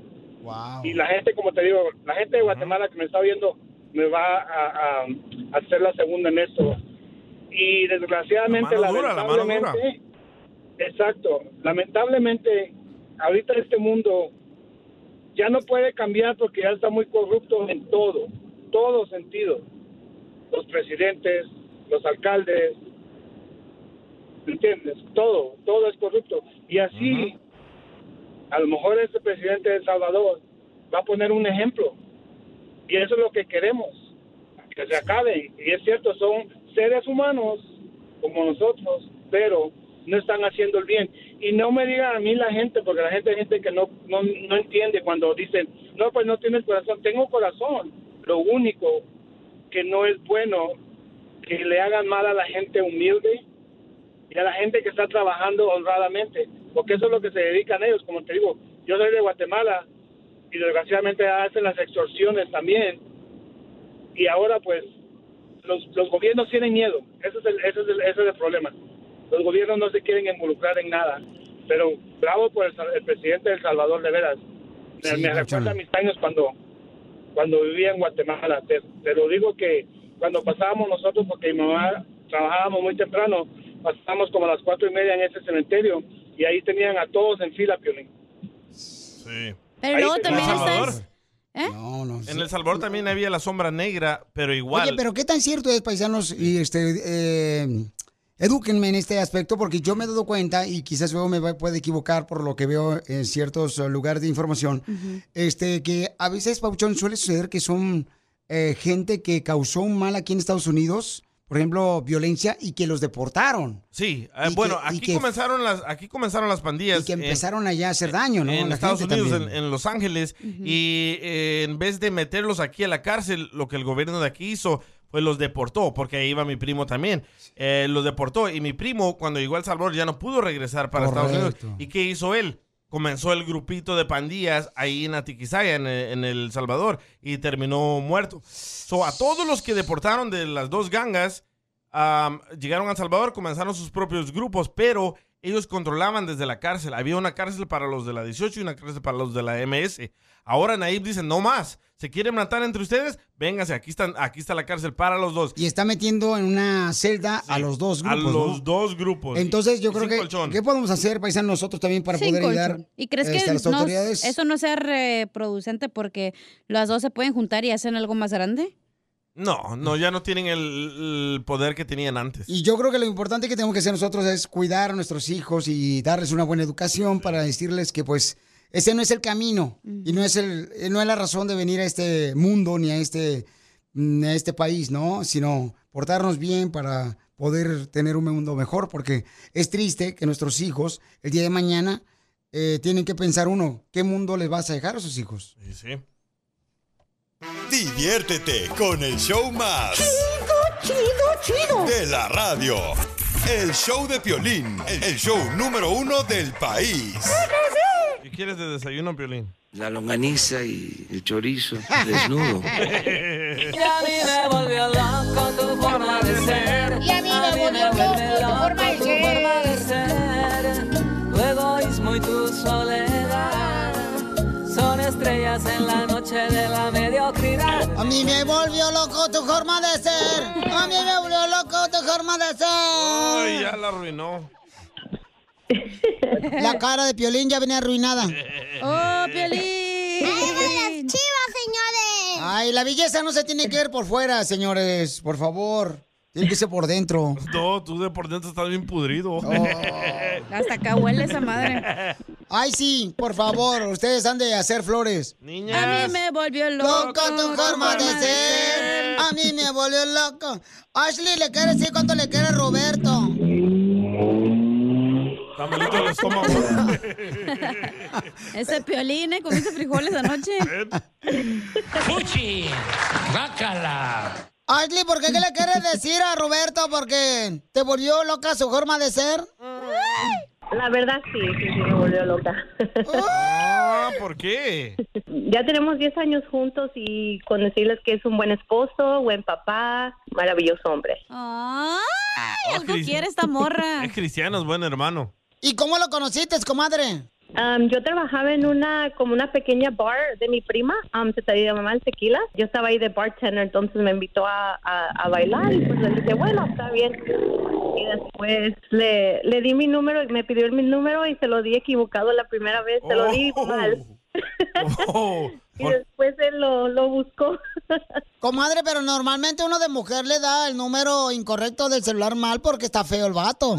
S9: Y la gente, como te digo, la gente de Guatemala que me está viendo me va a, a- a hacer la segunda en esto. Y desgraciadamente,
S2: La mano dura, la mano dura.
S9: lamentablemente, exacto, lamentablemente, ahorita este mundo ya no puede cambiar porque ya está muy corrupto en todo, todo sentido. Los presidentes, los alcaldes, ¿me entiendes? Todo, todo es corrupto. Y así, a lo mejor este presidente de El Salvador va a poner un ejemplo. Y eso es lo que queremos, que se acabe. Y es cierto, son seres humanos como nosotros, pero no están haciendo el bien. Y no me digan a mí la gente, porque la gente es gente que no, no, no entiende cuando dicen, no, pues no tienes corazón. Tengo corazón. Lo único que no es bueno que le hagan mal a la gente humilde y a la gente que está trabajando honradamente, porque eso es lo que se dedican ellos, como te digo, yo soy de Guatemala y desgraciadamente hacen las extorsiones también, y ahora pues los, los gobiernos tienen miedo, ese es, el, ese, es el, ese es el problema, los gobiernos no se quieren involucrar en nada, pero bravo por el, Sal- el presidente de El Salvador, de veras, me,
S10: Sí,
S9: me recuerda a mis años cuando, cuando vivía en Guatemala, te, te lo digo que cuando pasábamos nosotros, porque mi mamá trabajábamos muy temprano, pasamos como a las cuatro y media en ese cementerio y ahí tenían a todos en fila, Piolín.
S2: Sí.
S3: Pero
S9: Ahí
S3: luego
S9: te-
S3: también ¿eh?
S9: ¿En El
S3: está...
S9: Salvador?
S1: No, no.
S2: En El Salvador también había la sombra negra, pero igual.
S1: Oye, pero ¿qué tan cierto es, paisanos? Y este, eh, edúquenme en este aspecto porque yo me he dado cuenta y quizás luego me va- puede equivocar por lo que veo en ciertos eh, lugares de información, este, que a veces, Pauchón, suele suceder que son eh, gente que causó un mal aquí en Estados Unidos, por ejemplo, violencia, y que los deportaron.
S2: Sí, eh,
S1: Y
S2: bueno,
S1: que- y
S2: aquí
S1: que-
S2: comenzaron las aquí comenzaron las pandillas. eh,
S1: Y que
S2: en-
S1: empezaron allá a hacer daño, ¿no? A
S2: en
S1: la
S2: Estados
S1: gente
S2: Unidos, en,
S1: también.
S2: en Los Ángeles, y eh, en vez de meterlos aquí a la cárcel, lo que el gobierno de aquí hizo pues los deportó, porque ahí iba mi primo también. Eh, los deportó y mi primo cuando llegó al Salvador ya no pudo regresar para Estados
S1: Correcto.
S2: Unidos. ¿Y qué hizo él? Comenzó el grupito de pandillas ahí en Atiquizaya, en, eh, en El Salvador, y terminó muerto. So, a todos los que deportaron de las dos gangas, am, llegaron a El Salvador, comenzaron sus propios grupos, pero ellos controlaban desde la cárcel. Había una cárcel para los de la 18 y una cárcel para los de la MS. Ahora Naib dice, no más. ¿Se quieren matar entre ustedes? Vénganse, aquí, están, aquí está la cárcel para los dos.
S1: Y está metiendo en una celda a los dos
S2: A
S1: grupos. ¿no?
S2: los dos grupos.
S1: Entonces yo
S2: Y
S1: creo
S2: sin
S1: que
S2: colchón.
S1: ¿qué podemos hacer, paisanos, nosotros también para
S3: Sin
S1: poder
S3: colchón.
S1: ayudar
S3: ¿Y crees
S1: este,
S3: que
S1: a las
S3: no-
S1: autoridades?
S3: eso no sea reproducente porque las dos se pueden juntar y hacen algo más grande?
S2: No, no, ya no tienen el, el poder que tenían antes.
S1: Y yo creo que lo importante que tenemos que hacer nosotros es cuidar a nuestros hijos y darles una buena educación para decirles que pues ese no es el camino y no es el eh, no es la razón de venir a este mundo ni a este mm, a este país, ¿no? Sino portarnos bien para poder tener un mundo mejor porque es triste que nuestros hijos el día de mañana eh, tienen que pensar uno, ¿qué mundo les vas a dejar a sus hijos?
S2: Sí, sí.
S6: Diviértete con el show más. Chido, chido, chido. De la radio. El show de Piolín. El el show número uno del país.
S2: ¿Qué quieres de desayuno, Piolín?
S11: La longaniza y el chorizo desnudo.
S12: Y a mí me volvió loco tu forma de ser.
S13: Y a mí me volvió
S12: vuelve
S13: loco tu forma de
S12: loco tu
S13: ser.
S12: forma de ser. Tu egoísmo y tu soledad son estrellas en la noche de la mediocridad.
S1: A mí me volvió loco tu forma de ser. A mí me volvió loco tu forma de
S2: Ay,
S1: ser.
S2: ya la arruinó.
S1: La cara de Piolín ya venía arruinada.
S3: ¡Oh, Piolín!
S1: las chivas, señores! Ay, la belleza no se tiene que ver por fuera, señores. Por favor. Tiene que ser por dentro.
S2: No, tú de por dentro estás bien pudrido.
S3: Hasta acá huele esa madre.
S1: Ay, sí, por favor. Ustedes han de hacer flores.
S3: A mí me volvió loco,
S1: Loco tu forma de ser. A mí me volvió loco. Ashley le quiere decir cuánto le quiere Roberto.
S2: Está malito el estómago.
S3: Ese Piolín, ¿eh? ¿Comiste frijoles anoche?
S12: ¡Puchi! ¡Bácala!
S1: Ashley, ¿por qué, qué le quieres decir a Roberto? Porque te volvió loca su forma de ser.
S14: Mm. La verdad sí, sí, sí, me volvió loca.
S2: Ah, ¿por qué?
S14: Ya tenemos 10 años juntos y con decirles que es un buen esposo, buen papá, maravilloso hombre.
S3: ¡Ay!
S2: Oh,
S3: Algo
S2: Cris-
S3: quiere esta morra.
S2: Es cristiano, es buen hermano.
S1: ¿Y cómo lo conociste, comadre?
S14: yo trabajaba en una como una pequeña bar de mi prima, um, se te mamá el tequila. Yo estaba ahí de bartender, entonces me invitó a, a- a bailar y pues le dije, bueno, está bien. Y después le, le di mi número, y me pidió mi número y se lo di equivocado la primera vez, se lo di
S12: Oh.
S14: mal.
S2: Oh,
S14: Y después él lo, lo buscó.
S1: Comadre, pero normalmente uno de mujer le da el número incorrecto del celular mal porque está feo el vato.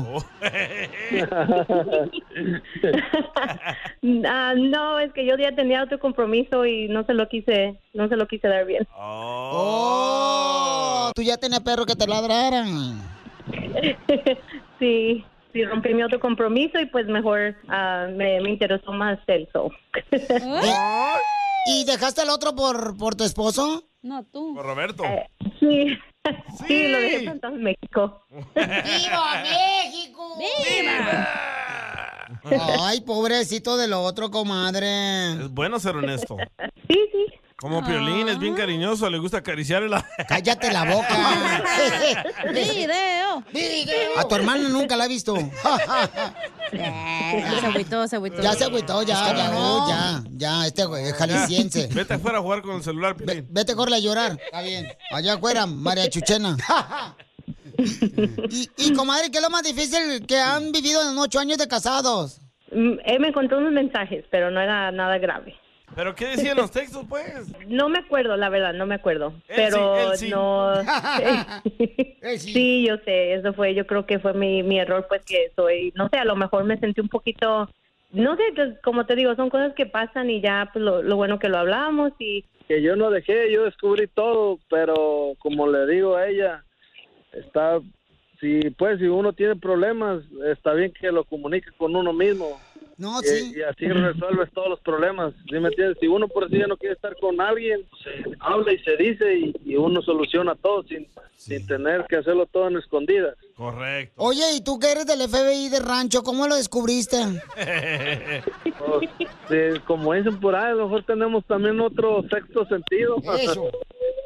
S14: Ah, no, es que yo ya tenía otro compromiso y no se lo quise, no se lo quise dar bien.
S1: Oh, tú ya tenías perro que te ladraran.
S14: sí, sí rompí mi otro compromiso y pues mejor ah, me, me interesó más el show.
S1: ¿Eh? ¿Y dejaste al otro por, por tu esposo?
S3: No, tú.
S2: Por Roberto.
S14: Sí. Sí, lo dejé plantado en México.
S1: ¡Viva México! ¡Viva! Ay, pobrecito del otro, comadre.
S2: Es bueno ser honesto.
S14: Sí, sí.
S2: Como Piolín, es bien cariñoso, le gusta acariciar la...
S1: Cállate la boca. Este
S3: ¡Video!
S1: ¡Video! A tu hermana nunca la he visto.
S3: se agüitó, se agüitó.
S1: Ya se agüitó, ya, ya,
S2: no.
S1: ya, ya, este güey es jalisciense.
S2: Vete afuera a jugar con el celular, Piolín.
S1: Vete, corre a llorar. Está bien. Allá afuera, María Chuchena. y, y, comadre, ¿qué es lo más difícil que han vivido en ocho años de casados?
S14: Mm, Él me encontró unos mensajes, pero no era nada grave.
S2: ¿Pero qué decían los textos, pues?
S14: No me acuerdo, la verdad, no me acuerdo.
S2: Él
S14: pero
S2: sí, él sí.
S14: no.
S1: sí.
S14: sí, yo sé, eso fue, yo creo que fue mi, mi error, pues que soy, no sé, a lo mejor me sentí un poquito, no sé, pues, como te digo, son cosas que pasan y ya, pues lo, lo bueno que lo hablamos y.
S4: Que yo no dejé, yo descubrí todo, pero como le digo a ella, está, si pues si uno tiene problemas, está bien que lo comunique con uno mismo.
S1: No,
S4: Y-
S1: sí.
S4: Y, así resuelves todos los problemas. ¿sí me entiendes? Si uno por sí ya no quiere estar con alguien, pues, se habla y se dice y, y uno soluciona todo sin, sin tener que hacerlo todo en escondidas.
S2: Correcto.
S1: Oye, ¿y tú que eres del FBI de rancho? ¿Cómo lo descubriste?
S4: Pues, sí, como dicen por ahí, a lo mejor tenemos también otro sexto sentido.
S1: Eso.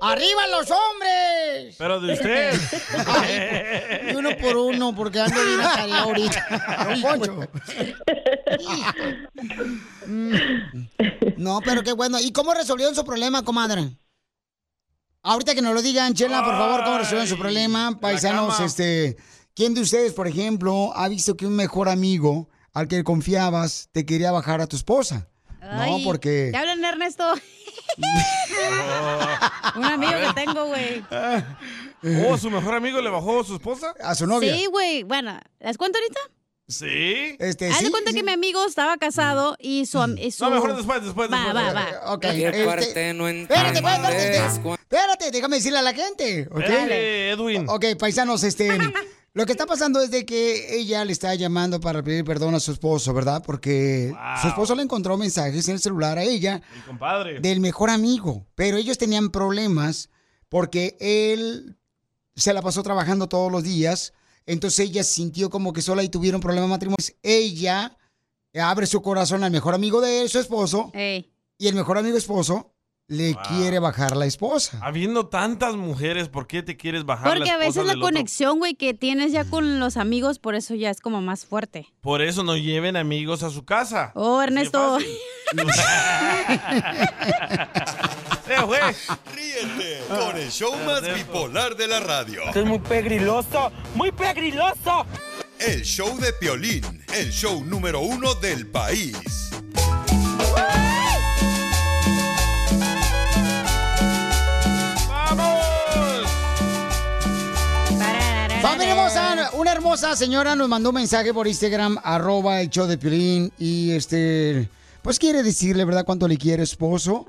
S1: ¡Arriba los hombres!
S2: Pero de usted.
S1: Y uno por uno, porque ando bien atareado ahorita. Don Poncho. Mm. No, pero qué bueno. ¿Y cómo resolvieron su problema, comadre? Ahorita que nos lo digan, Chela, por favor, cómo resolvieron su problema. Paisanos,
S13: cama.
S1: este, ¿quién de ustedes, por ejemplo, ha visto que un mejor amigo al que confiabas te quería bajar a tu esposa?
S3: Ay,
S1: no, porque...
S3: Te hablan, Ernesto. Un amigo que tengo, güey.
S2: ¿O Ah. Oh, su mejor amigo le bajó a su esposa?
S1: A
S3: Sí, güey. Bueno, ¿las cuento ahorita?
S2: Sí.
S3: Haz de cuenta que mi amigo estaba casado y su... am- y su-
S2: Mm. No, mejor después, después.
S3: Va,
S2: después.
S3: va, va.
S1: Ok, este- Espérate, pues, espérate, espérate, espérate, déjame decirle a la gente. ¿ok?
S2: Dale, Edwin.
S1: Ok, paisanos, este. Lo que está pasando es de que ella le está llamando para pedir perdón a su esposo, ¿verdad? Porque su esposo le encontró mensajes en el celular a ella
S2: Compadre.
S1: del mejor amigo. Pero ellos tenían problemas porque él se la pasó trabajando todos los días. Entonces ella sintió como que sola y tuvieron problemas matrimoniales. Ella abre su corazón al mejor amigo de él, su esposo. Y el mejor amigo esposo le quiere bajar la esposa.
S2: Habiendo tantas mujeres, ¿por qué te quieres bajar
S3: Porque
S2: la
S3: a veces
S2: esposa
S3: la
S2: del otro?
S3: conexión, güey, que tienes ya con los amigos, por eso ya es como más fuerte.
S2: Por eso no lleven amigos a su casa.
S3: Oh, Ernesto.
S2: ¡Eh, güey!
S6: Ríete con el show más bipolar de la radio.
S15: es muy pegriloso, muy pegriloso.
S6: El show de Piolín, el show número uno del país.
S1: Familia hermosa, una hermosa señora nos mandó un mensaje por Instagram, arroba el show de Piolín, y este, pues quiere decirle, ¿verdad?, cuánto le quiere esposo.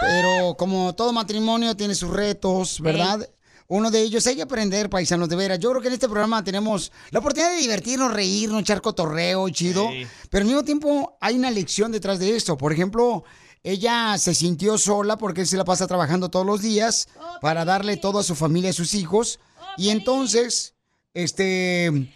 S1: Pero como todo matrimonio tiene sus retos, ¿verdad? Uno de ellos hay que aprender, paisanos, de veras. Yo creo que en este programa tenemos la oportunidad de divertirnos, reírnos, echar cotorreo, chido. Pero al mismo tiempo hay una lección detrás de esto. Por ejemplo, ella se sintió sola porque él se la pasa trabajando todos los días para darle todo a su familia, a sus hijos. Y entonces, este, e-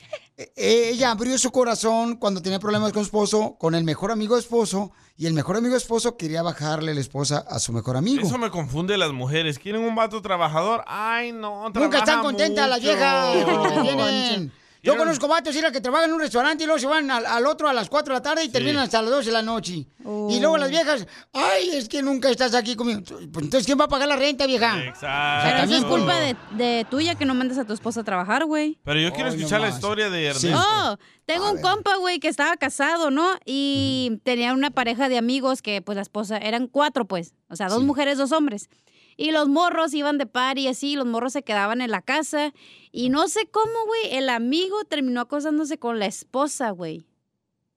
S1: ella abrió su corazón cuando tenía problemas con su esposo, con el mejor amigo de esposo, y el mejor amigo de esposo quería bajarle la esposa a su mejor amigo.
S2: Eso me confunde las mujeres. ¿Quieren un vato trabajador? Ah, Ay, no.
S1: Nunca
S2: trabaja
S1: están contentas las
S2: mucho.
S1: viejas. que tienen. Yo conozco vatos mira, que trabajan en un restaurante y luego se van al, al otro a las 4 de la tarde y terminan hasta las 12 de la noche.
S3: Oh.
S1: Y luego las viejas, ay, es que nunca estás aquí conmigo. Pues, entonces, ¿quién va a pagar la renta, vieja?
S2: Exacto.
S3: Pero eso es culpa de, de tuya que no mandes a tu esposa a trabajar, güey.
S2: Pero yo quiero escuchar la historia de Ernesto.
S3: Oh, tengo un compa, güey, que estaba casado, ¿no? Y tenía una pareja de amigos que, pues, la esposa, eran cuatro, pues. O sea, dos mujeres, dos hombres. Y los morros iban de par y así, los morros se quedaban en la casa. Y no sé cómo, güey, el amigo terminó acosándose con la esposa, güey.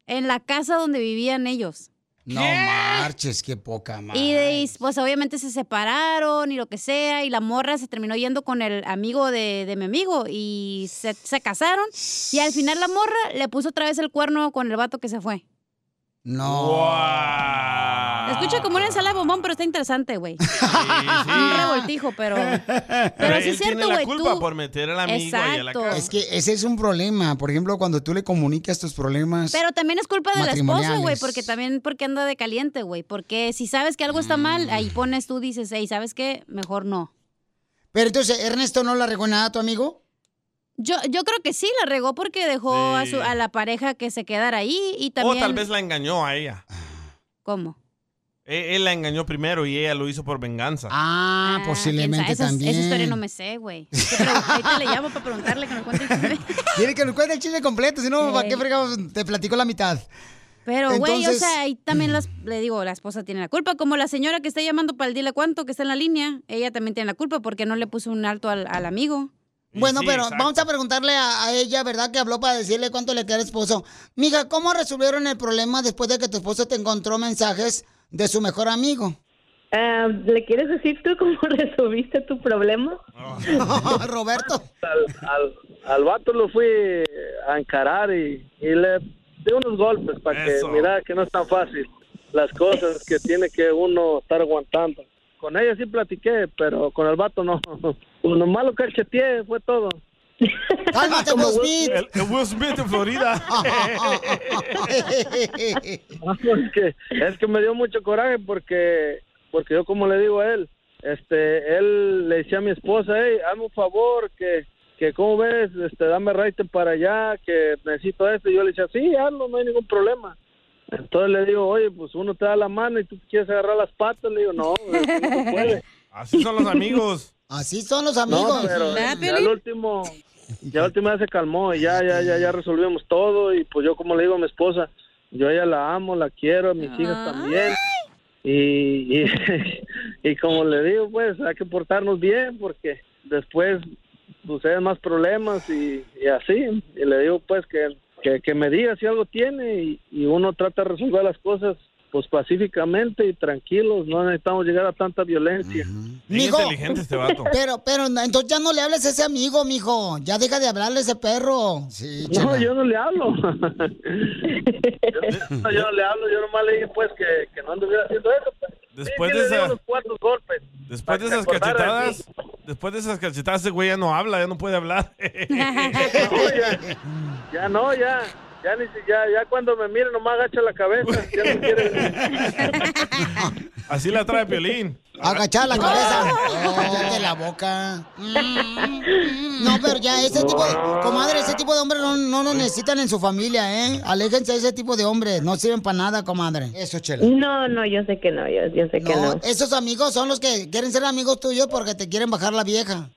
S3: En la casa donde vivían ellos.
S1: No marches, qué poca madre.
S3: Y de- y, pues obviamente se separaron y lo que sea, y la morra se terminó yendo con el amigo de, de mi amigo y se, se casaron. Y al final la morra le puso otra vez el cuerno con el vato que se fue.
S1: No.
S3: Escucha como una ensalada de bombón, pero está interesante, güey. Un revoltijo, pero...
S2: Pero
S3: sí es
S2: él tiene
S3: cierto,
S2: la
S3: güey,
S2: culpa
S3: tú-
S2: por meter al amigo ahí a la
S3: Exacto.
S2: casa.
S1: Es que ese es un problema. Por ejemplo, cuando tú le comunicas tus problemas.
S3: Pero también es culpa del esposo, güey,
S1: Matrimoniales.
S3: porque también porque anda de caliente, güey. Porque si sabes que algo está mal,
S1: Mm.
S3: ahí pones tú, dices, hey, ¿sabes qué? Mejor no.
S1: Pero entonces, ¿Ernesto no la regó nada a tu amigo?
S3: Yo, yo creo que sí, la regó porque dejó
S2: Sí.
S3: a, su, a la pareja que se quedara ahí y también...
S2: O tal vez la engañó a ella.
S3: ¿Cómo?
S2: Eh, Él la engañó primero y ella lo hizo por venganza.
S1: Ah,
S3: Esa, esa- esa historia no me sé, güey. Hay que pregun- Ahorita le llamo para preguntarle que nos cuente.
S1: Tiene que nos cuente el chile completo, si no, ¿para qué fregamos? Te platico la mitad.
S3: Pero, güey,
S1: Entonces-
S3: o sea, ahí también las, le digo, la esposa tiene la culpa. Como la señora que está llamando para el dile cuánto, que está en la línea, ella también tiene la culpa porque no le puso un alto al, al amigo.
S1: Bueno, pero vamos a preguntarle a, a ella, ¿verdad? Que habló para decirle cuánto le queda al esposo. Mija, ¿cómo resolvieron el problema después de que tu esposo te encontró mensajes de su mejor amigo?
S14: Ah, ¿Le quieres decir tú cómo resolviste tu problema?
S1: Roberto.
S4: Al, al- al vato lo fui a encarar y, y le di unos golpes para que
S9: Eso.
S4: mira que no es tan fácil las cosas que tiene que uno estar aguantando. Con ella sí platiqué, pero con el vato no. Pues nomás lo cacheteé, fue todo. Ah,
S1: ¡Cálmate, Will Smith!
S2: El, el Will Smith en Florida.
S13: Ah,
S4: No, es, que, es que me dio mucho coraje porque porque yo como le digo a él,
S13: este, él le decía a mi esposa, hey, hazme un favor, que, que como ves, este, dame raite para allá, que necesito esto. Y yo le decía, sí, hazlo, no hay ningún problema. Entonces le digo, oye, pues uno te da la mano y tú quieres agarrar las patas. Le digo, no, no se puede.
S2: Así son los amigos.
S1: Así son los
S13: No,
S1: amigos.
S13: pero ya al último, ya al último ya se calmó y ya, ya, ya, ya resolvimos todo y pues yo como le digo a mi esposa, yo a ella la amo, la quiero, a mis hijas también y, y, y como le digo pues hay que portarnos bien porque después suceden más problemas y, y así y le digo pues que, que, que me diga si algo tiene y, y uno trata de resolver las cosas pues pacíficamente y tranquilos, no necesitamos llegar a tanta violencia.
S1: Mijo. inteligente este vato. Pero, pero, entonces ya no le hables a ese amigo, mijo. Ya deja de hablarle a ese perro. Sí,
S13: No, yo no le hablo. yo, no, yo no le hablo, yo nomás le dije pues que, que no anduviera haciendo eso. pues.
S2: Después
S13: Sí,
S2: de
S13: sí, le di
S2: esa-
S13: unos cuantos golpes.
S2: Después de
S13: Para que
S2: esas
S13: se acordara de mí.
S2: cachetadas, después de esas cachetadas, ese güey ya no habla, ya no puede hablar.
S13: No, ya, ya no, ya. Ya, ni, si- ya, ya cuando me mire nomás agacha la cabeza. Ya no quiere
S2: Así la trae Piolín.
S1: Agachar la cabeza. Oh, Cállate la boca. Mm. No, pero ya ese tipo de... Comadre, ese tipo de hombres no, no nos necesitan en su familia, ¿eh? Aléjense de ese tipo de hombres. No sirven para nada, comadre. Eso, chela.
S14: No, no, yo sé que no, yo, yo sé que
S1: No, eh,
S14: no.
S1: esos amigos son los que quieren ser amigos tuyos porque te quieren bajar la vieja.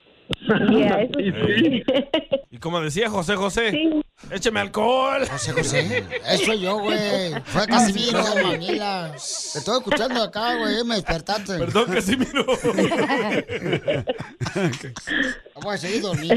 S2: Y como decía José José, écheme alcohol.
S1: José José, eso yo, güey. Fue Casimiro, mamila. Te estoy escuchando acá, güey. Me despertaste.
S2: Perdón, Casimiro.
S1: Voy a seguir dormido.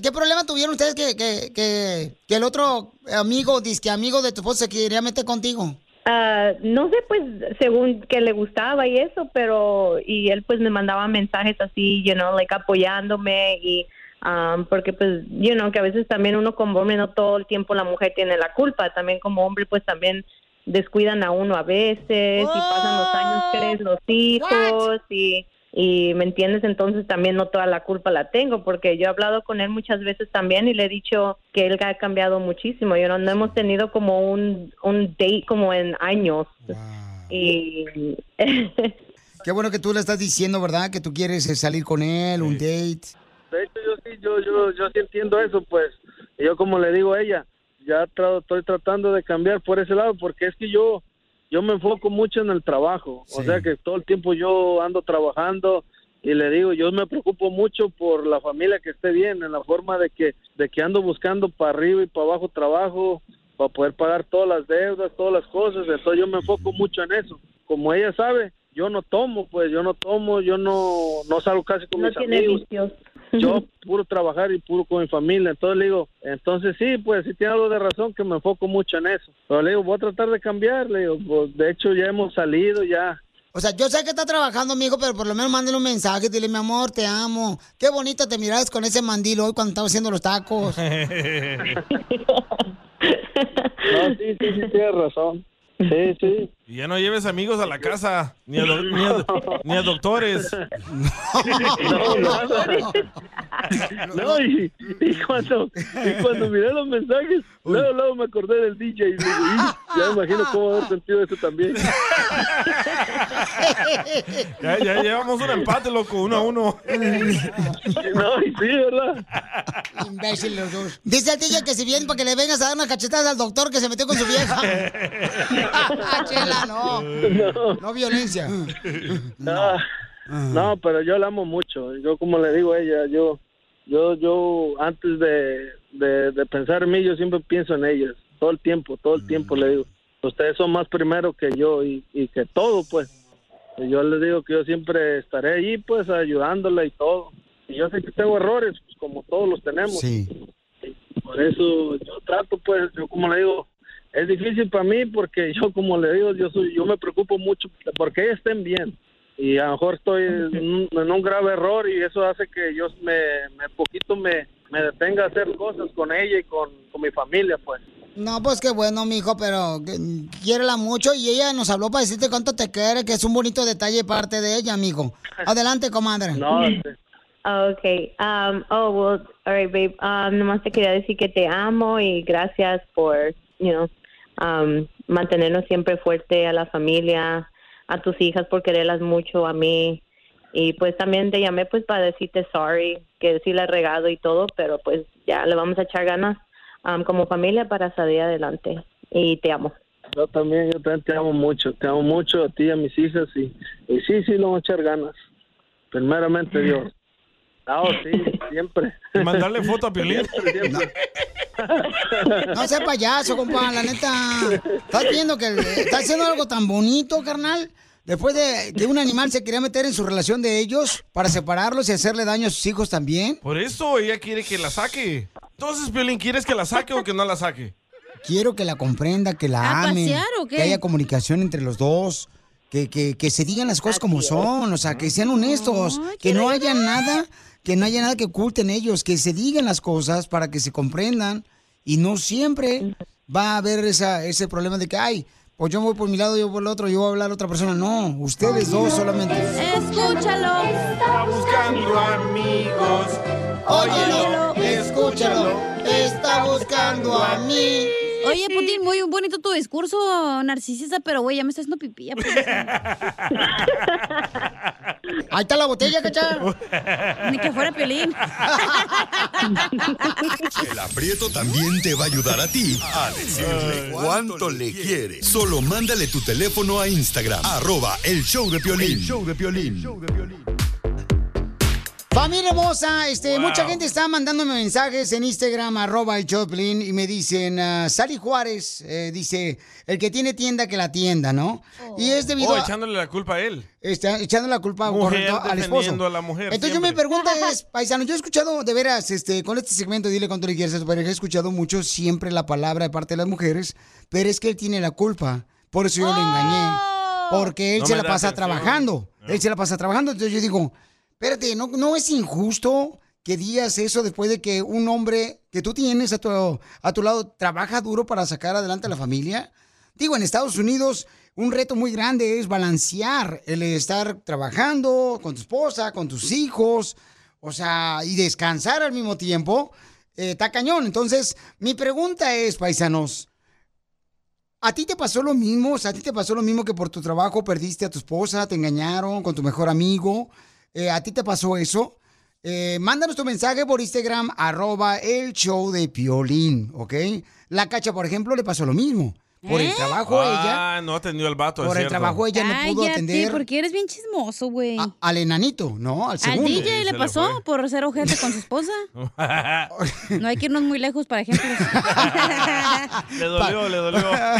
S1: ¿Qué problema tuvieron ustedes que, que, que, que el otro amigo, disque amigo de tu esposo, se quería meter contigo?
S14: Ah, no sé, pues, según que le gustaba y eso, pero, y él pues me mandaba mensajes así, you know, like apoyándome y, um, porque pues, you know, que a veces también uno como hombre no todo el tiempo la mujer tiene la culpa, también como hombre pues también descuidan a uno a veces y pasan los años, crees los hijos y, y, ¿me entiendes? Entonces también no toda la culpa la tengo porque yo he hablado con él muchas veces también y le he dicho que él ha cambiado muchísimo, yo no, no hemos tenido como un, un date como en años y...
S1: Qué bueno que tú le estás diciendo, ¿verdad? Que tú quieres eh, salir con él, un date.
S13: De hecho, yo sí, yo, yo, yo sí entiendo eso, pues. Y Yo, como le digo a ella, ya tra- estoy tratando de cambiar por ese lado, porque es que yo, yo me enfoco mucho en el trabajo. O sea que todo el tiempo yo ando trabajando y le digo, yo me preocupo mucho por la familia que esté bien, en la forma de que, de que ando buscando para arriba y para abajo trabajo, para poder pagar todas las deudas, todas las cosas. Entonces, yo me enfoco mucho en eso. Como ella sabe, yo no tomo, pues yo no tomo, yo no, no salgo casi con
S14: No
S13: mis
S14: tiene
S13: amigos
S14: vicios.
S13: yo puro trabajar y puro con mi familia. Entonces le digo, entonces sí, pues sí tiene algo de razón que me enfoco mucho en eso. Pero le digo, voy a tratar de cambiar. Le digo, pues, de hecho ya hemos salido, ya.
S1: O sea, yo sé que está trabajando, mijo, pero por lo menos mándale un mensaje. Dile, mi amor, te amo. Qué bonita te mirabas con ese mandil hoy cuando estaba haciendo los tacos.
S13: No, sí, sí, sí, tienes razón. Sí, sí.
S2: Y ya no lleves amigos a la casa, ni a, do- ni a- ni a doctores.
S13: No, nada. No, y, y cuando, y cuando miré los mensajes, luego, luego me acordé del DJ y le digo, "Y, ya me imagino cómo haber sentido eso también.
S2: Ya, ya llevamos un empate, loco, uno a uno.
S13: No, y sí, ¿verdad?
S1: Imbécil los dos. Dice el DJ que si bien para que le vengas a dar unas cachetadas al doctor que se metió con su vieja. Ah, Chela, no.
S13: No.
S1: No violencia.
S13: No. no, pero yo la amo mucho. Yo, como le digo a ella, yo, yo, yo, antes de, de, de pensar en mí, yo siempre pienso en ellas. Todo el tiempo, todo el tiempo le digo. Ustedes son más primero que yo y, y que todo, pues. Y yo les digo que yo siempre estaré ahí, pues, ayudándola y todo. Y yo sé que tengo errores, pues, como todos los tenemos. Por eso yo trato, pues, yo como le digo, es difícil para mí porque yo como le digo, yo soy, yo me preocupo mucho porque ellos estén bien. Y a lo mejor estoy en un, en un grave error y eso hace que yo me, me poquito me, me detenga a hacer cosas con ella y con, con mi familia, pues.
S1: No, pues qué bueno, mijo, pero que- quiérela mucho y ella nos habló para decirte cuánto te quiere, que es un bonito detalle de parte de ella, amigo. Adelante, comadre.
S14: Ah, Ok. Um, oh, well, all right, babe. Um, nomás te quería decir que te amo y gracias por, you know, um, mantenernos siempre fuerte a la familia, a tus hijas por quererlas mucho, a mí. Y pues también te llamé pues para decirte sorry, que sí la he regado y todo, pero pues ya le vamos a echar ganas um, como familia para salir adelante. Y te amo.
S13: Yo también, yo también te amo mucho, te amo mucho a ti y a mis hijas y, y sí, sí, lo vamos a echar ganas. Primeramente Dios. Ah, oh, sí, siempre.
S2: Mandarle foto a Piolín.
S1: No seas payaso, compa, la neta. Estás viendo que está haciendo algo tan bonito, carnal. Después de que un animal se quería meter en su relación de ellos para separarlos y hacerle daño a sus hijos también.
S2: Por eso ella quiere que la saque. Entonces, Piolín, ¿quieres que la saque o que no la saque?
S1: Quiero que la comprenda, que la
S3: ¿A
S1: ame,
S3: pasear o qué?
S1: que haya comunicación entre los dos, que, que, que se digan las cosas como son, o sea, que sean honestos, que no haya nada, que no haya nada que oculten ellos, que se digan las cosas para que se comprendan y no siempre va a haber esa, ese problema de que, ay, pues yo voy por mi lado, yo por el otro, yo voy a hablar a otra persona. No, ustedes dos solamente.
S3: Escúchalo.
S2: Está buscando amigos.
S1: Óyelo, escúchalo. Está buscando a mí.
S3: Oye, Putin, muy bonito tu discurso narcisista, pero güey, ya me estás haciendo pipí. ya, pues.
S1: Ahí está la botella, cacha.
S3: Ni que fuera Piolín.
S6: El aprieto también te va a ayudar a ti a decirle cuánto le quieres. Solo mándale tu teléfono a Instagram, arroba el show de Piolín. show de
S1: Familia hermosa, este,
S6: Wow.
S1: mucha gente está mandándome mensajes en Instagram, arroba el Choplin, y me dicen, ah, Sally Juárez, eh, dice, el que tiene tienda que la tienda, ¿no? Y es debido
S2: Oh,
S1: a...
S2: echándole la culpa a él.
S1: Está echando la culpa
S2: Mujer
S1: correcto, al esposo.
S2: defendiendo a la mujer,
S1: Entonces yo mi pregunta es, paisano, yo he escuchado de veras, este, con este segmento, dile cuánto le quieres a tu pareja, he escuchado mucho siempre la palabra de parte de las mujeres, pero es que él tiene la culpa, por eso yo lo engañé,
S2: Ah.
S1: porque él
S9: No
S1: se
S9: me
S1: la
S9: da
S1: pasa
S9: atención. Ah.
S1: trabajando, él se la pasa trabajando, entonces yo digo, espérate, no, no es injusto que digas eso después de que un hombre que tú tienes a tu, a tu lado trabaja duro para sacar adelante a la familia. Digo, en Estados Unidos un reto muy grande es balancear el estar trabajando con tu esposa, con tus hijos, o sea, y descansar al mismo tiempo. Eh, Está cañón. Entonces, mi pregunta es, paisanos, ¿a ti te pasó lo mismo? O sea, ¿a ti te pasó lo mismo que por tu trabajo perdiste a tu esposa, te engañaron con tu mejor amigo? Eh, ¿A ti te pasó eso? Eh, mándanos tu mensaje por Instagram, arroba el show de Piolín, ¿ok? La Cacha, por ejemplo, le pasó lo mismo. Por
S3: ¿Eh?
S1: el trabajo ella
S2: Ah, no atendió al vato, es
S1: por el
S2: cierto.
S1: trabajo ella no pudo
S3: Cállate,
S1: atender Ah,
S3: porque eres bien chismoso, güey.
S1: al enanito, ¿no? Al
S3: Al
S1: segundo.
S3: DJ le pasó por ser ojete con su esposa. No hay que irnos muy lejos, para ejemplo.
S2: Le dolió, le dolió.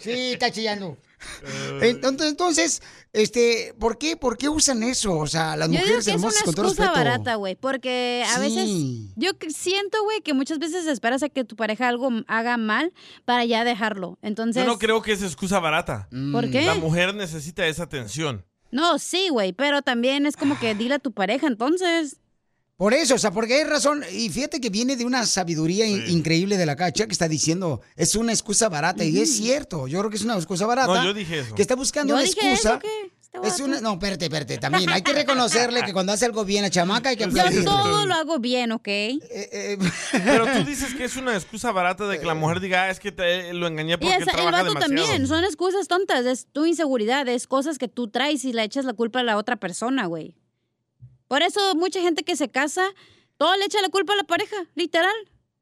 S1: sí, está chillando. Entonces, entonces, este, ¿por qué, por qué usan eso? O sea, las
S3: Yo digo
S1: mujeres
S3: que es una
S1: hermosas con todo
S3: excusa
S1: respeto.
S3: barata, güey, porque a veces
S1: Sí.
S3: yo que- siento, güey, que muchas veces esperas a que tu pareja algo haga mal para ya dejarlo. Entonces,
S2: Yo no creo que es excusa barata.
S1: Mm.
S3: ¿Por qué?
S2: La mujer necesita esa atención.
S3: no, sí, güey, pero también es como que dile a tu pareja, entonces.
S1: Por eso, o sea, porque hay razón. Y fíjate que viene de una sabiduría in- increíble de la cacha que está diciendo, es una excusa barata. Y es
S3: Ujú.
S1: cierto, yo creo que es una excusa barata.
S2: No, yo dije eso.
S1: Que está buscando
S3: Yo
S1: una
S3: dije
S1: excusa.
S3: eso, ¿qué?
S1: Es una, no, espérate, espérate, también. Hay que reconocerle que cuando hace algo bien a chamaca hay que
S3: Yo
S1: aplaudirle.
S3: todo lo hago bien, ¿ok?
S1: Eh,
S2: Pero tú dices que es una excusa barata de que la mujer diga, "Ah, es que te- lo engañé
S3: Y
S2: porque él
S3: esa- el
S2: trabaja
S3: vato
S2: demasiado.
S3: también, son excusas tontas, es tu inseguridad, es cosas que tú traes y le echas la culpa a la otra persona, güey. Por eso mucha gente que se casa, todo le echa la culpa a la pareja, literal.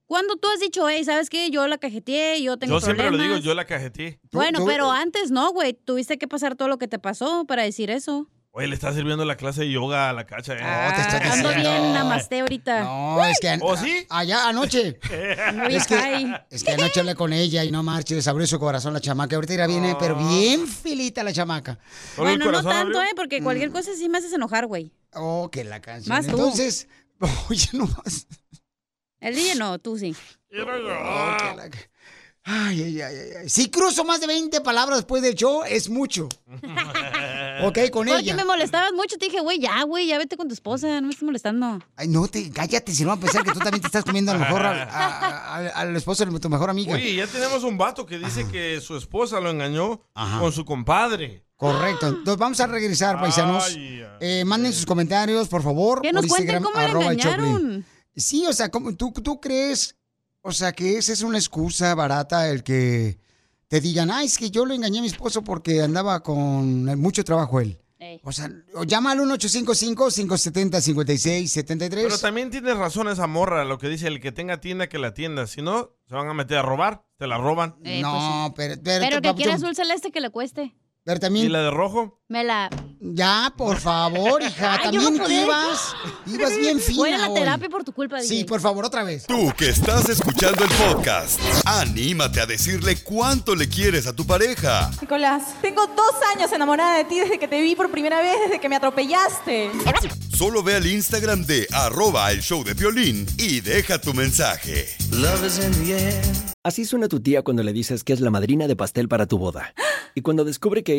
S3: Cuando tú has dicho, hey, ¿sabes qué? Yo la cajeteé, yo tengo
S2: Yo siempre lo
S3: problemas.
S2: digo, yo eh, la cajeté.
S3: Bueno, pero antes no, güey, tuviste que pasar todo lo que te pasó para decir eso.
S2: Oye, le está sirviendo la clase de yoga a la cacha, ¿eh? No,
S1: Oh, te estoy
S3: Ah, Ando bien namaste ahorita.
S1: No, es que an-
S2: ¿O sí?
S1: a- allá anoche. es,
S3: high.
S1: que, es que anoche hablé con ella y no marches, abrió su corazón la chamaca. Ahorita irá viene, pero
S2: Ah.
S1: bien filita la chamaca. Mm.
S3: Bueno, no tanto, ¿eh? Porque cualquier cosa sí me haces enojar, güey.
S1: Oh, que la canción.
S3: Más tú.
S1: Entonces, oye, no más.
S3: El día no, tú sí.
S1: Ay, ay, ay, ay, ay. Si cruzo más de 20 palabras después del show, es mucho. Ok, con
S3: Porque
S1: ella.
S3: me molestabas mucho, te dije, güey, ya, güey, ya vete con tu esposa, no me estés molestando.
S1: Ay, no, te, cállate, si no va a pensar que tú también te estás comiendo a lo mejor ah, al,
S2: Ah.
S1: a- a- al- al esposo de tu mejor amiga.
S2: Oye, ya tenemos un vato que dice que su esposa lo engañó con su compadre.
S1: Correcto. Entonces vamos a regresar, paisanos. Eh, manden sus comentarios, por favor.
S2: Que nos
S1: por
S2: cuenten
S1: Instagram,
S2: cómo la
S1: arroba el Choplin.
S2: engañaron.
S1: Sí, o sea, ¿cómo- tú, ¿tú crees? O sea, que esa es una excusa barata el que te digan, ay, es que yo lo engañé a mi esposo porque andaba con eh, mucho trabajo él. O sea, o llama al 1-855-570-5673.
S2: Pero también tienes razón esa morra, lo que dice el que tenga tienda que la tienda. Si no, se van a meter a robar, te la roban.
S3: Eh,
S1: No, pero, pero,
S3: Pero que
S1: papuchón,
S3: quiera azul celeste que le cueste.
S1: pero también.
S2: ¿Y la de rojo?
S3: Me la.
S1: Ya, por favor, hija.
S3: Ay, yo
S1: también
S3: no
S1: que
S3: podía.
S1: ibas. Ibas bien fina.
S3: Voy a la
S1: hoy.
S3: terapia por tu culpa.
S1: Sí,
S3: DJ.
S1: por favor, otra vez.
S6: Tú que estás escuchando el podcast, anímate a decirle cuánto le quieres a tu pareja.
S9: Nicolás, tengo dos años enamorada de ti desde que te vi por primera vez, desde que me atropellaste.
S6: Solo ve al Instagram de arroba el show de violín y deja tu mensaje.
S16: Así suena tu tía cuando le dices que es la madrina de pastel para tu boda. Y cuando descubre que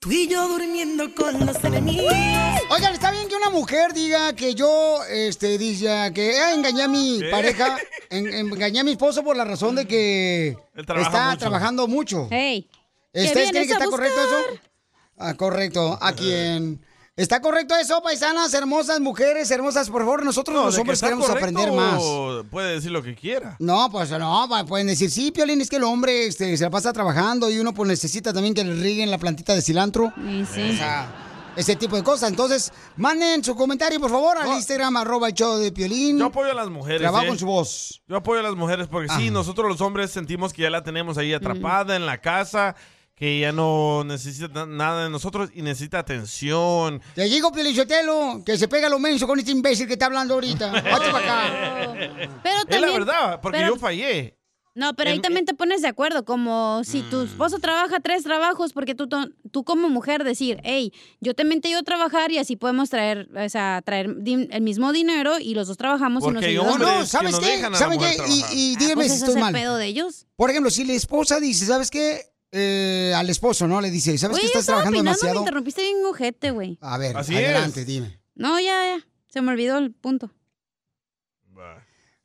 S1: Tú y yo durmiendo con los enemigos. Oigan, está bien que una mujer diga que yo, este, diga que eh, engañé a mi
S12: ¿Qué?
S1: pareja, en- engañé a mi esposo por la razón de que
S12: Él trabaja
S1: está
S12: mucho.
S1: trabajando mucho.
S12: ¿Qué vienes
S1: ¿Ustedes creen que
S12: a
S1: está correcto
S12: buscar?
S1: eso? Ah, correcto.
S2: Eh.
S1: ¿A quién? ¿Está correcto eso, paisanas, hermosas, mujeres, hermosas? Por favor, nosotros
S2: No, de
S1: los
S2: que
S1: hombres
S2: está
S1: queremos
S2: correcto,
S1: aprender más.
S2: Puede decir lo que quiera.
S1: No, pues no, pa- pueden decir, sí, Piolín, es que el hombre este, se la pasa trabajando y uno pues necesita también que le rieguen la plantita de cilantro.
S3: sí.
S1: O sea, ese tipo de cosas. Entonces, manden su comentario, por favor, al Instagram, arroba el show de Piolín.
S2: Yo apoyo a las mujeres.
S1: Trabajo
S2: ¿eh?
S1: con su voz. Ah.
S2: Yo apoyo a las mujeres porque sí, nosotros los hombres sentimos que ya la tenemos ahí atrapada en la casa, que ya no necesita na- nada de nosotros y necesita atención.
S1: Te digo, Piolichotelo, que se pega lo menso con este imbécil que está hablando ahorita. Vete pa' acá.
S3: Pero
S2: es la
S3: también-
S2: verdad, porque
S3: pero-
S2: yo fallé.
S3: No, pero ahí
S1: e
S3: también te pones de acuerdo, como si
S1: Mm.
S3: tu esposo trabaja tres trabajos, porque tú, to- tú como mujer decir, hey, yo también te ayudo a trabajar y así podemos traer, o sea, traer din- el mismo dinero y los dos trabajamos y nos
S1: Porque hay
S3: ayudamos.
S1: hombres No, ¿sabes que no qué? dejan a la ¿Saben mujer qué? Y- trabajar. y dígame
S3: Ah, pues
S1: si
S3: ese
S1: estoy
S3: es
S1: mal.
S3: el pedo de ellos.
S1: Por ejemplo, si la esposa dice, ¿sabes qué? Eh, al esposo, ¿no? Le dice, ¿sabes
S3: Güey,
S1: que
S3: yo
S1: estás
S3: estaba
S1: trabajando
S3: opinando,
S1: demasiado?
S3: Me interrumpiste bien ojete, güey.
S1: A ver,
S12: Así
S1: adelante,
S12: es.
S1: dime.
S3: No, ya, ya. Se me olvidó el punto.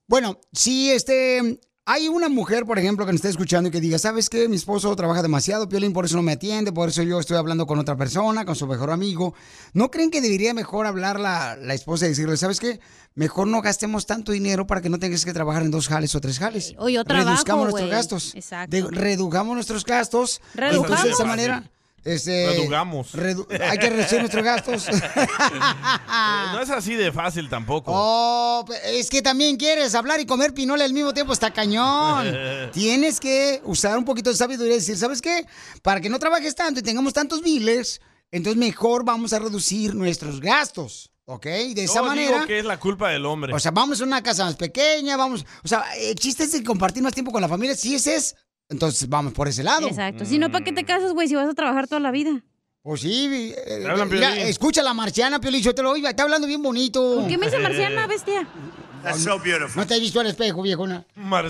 S1: Bueno, si este hay una mujer, por ejemplo, que nos está escuchando y que diga, ¿sabes qué? Mi esposo trabaja demasiado, Piolín, por eso no me atiende, por eso yo estoy hablando con otra persona, con su mejor amigo. ¿No creen que debería mejor hablar la, la esposa y decirle, ¿sabes qué? Mejor no gastemos tanto dinero para que no tengas que trabajar en dos jales o tres jales.
S3: O yo trabajo,
S1: Reduzcamos
S3: güey.
S1: nuestros gastos.
S3: Exacto.
S1: De- redujamos nuestros gastos.
S3: Redujamos.
S1: Entonces, de esa manera... Este,
S2: Redugamos.
S1: redu- hay que reducir nuestros gastos.
S2: Eh, no es así de fácil tampoco.
S1: Oh, pe- es que también quieres hablar y comer pinola al mismo tiempo, está cañón. Tienes que usar un poquito de sabiduría y decir, ¿sabes qué? Para que no trabajes tanto y tengamos tantos miles, entonces mejor vamos a reducir nuestros gastos, ¿ok? De esa
S2: Yo
S1: manera...
S2: digo que es la culpa del hombre.
S1: O sea, vamos a una casa más pequeña, vamos... O sea, el chiste es de compartir más tiempo con la familia, si ese es... Entonces vamos por ese lado.
S3: Exacto. Si no, ¿para qué te casas, güey, si vas a trabajar toda la vida?
S1: Pues sí, eh,
S3: Te hablan,
S1: mira,
S3: Piolín.
S1: escucha a la marciana, Piolín, yo te lo oigo, está hablando bien bonito.
S3: ¿Por qué me dice marciana, bestia?
S2: That's so beautiful.
S1: No te he visto al espejo, viejona.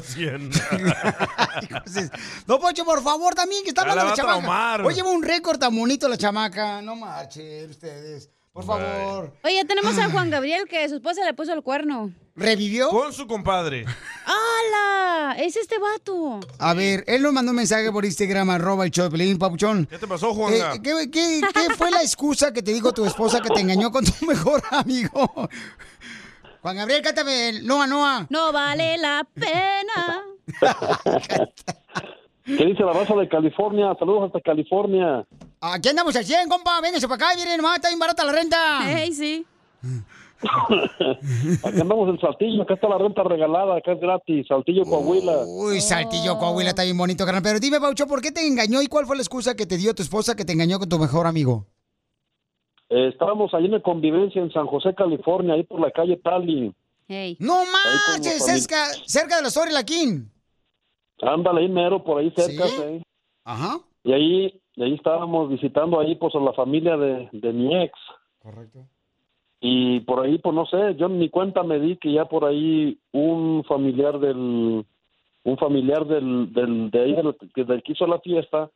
S2: Marciana.
S1: No, Pocho, por favor, también, que está
S2: Ya la
S1: hablando la
S2: va a traumar.
S1: chamaca. Hoy lleva un récord tan bonito la chamaca. No marchen ustedes. Por favor.
S3: Oye, tenemos a Juan Gabriel que su esposa le puso el cuerno.
S1: ¿Revivió?
S2: Con su compadre.
S3: ¡Hala! Es este vato.
S1: A ver, él nos mandó un mensaje por Instagram, arroba el show de Pelín, papuchón.
S2: ¿Qué te pasó, Juanga?
S1: Eh, ¿qué, qué, qué fue la excusa que te dijo tu esposa que te engañó con tu mejor amigo? Juan Gabriel, cántame Noa Noa.
S3: No vale la pena.
S17: ¿Qué dice la raza de California? Saludos hasta California.
S1: Aquí andamos al 100, compa. Véngase para acá, miren, nomás está bien barata la renta.
S3: Ey, sí.
S17: Acá andamos en Saltillo, acá está la renta regalada, acá es gratis, Saltillo Coahuila.
S1: Uy, Saltillo, Coahuila, está bien bonito, carnal. Pero dime, Baucho, ¿por qué te engañó y cuál fue la excusa que te dio tu esposa que te engañó con tu mejor amigo?
S17: Eh, estábamos allí en la convivencia en San José, California, ahí por la calle Tallinn.
S1: ¡No
S17: Ahí con la
S1: marches!
S17: familia.
S1: Cerca, cerca de la Sorilaquín.
S17: Ándale ahí mero, por ahí cerca, sí.
S1: Ajá.
S17: Y ahí, y ahí estábamos visitando ahí, pues, a la familia de, de mi ex.
S1: Correcto.
S17: Y por ahí, pues, no sé, yo en mi cuenta me di que ya por ahí un familiar del... Un familiar del, del, de ahí, del, que- del que hizo la fiesta,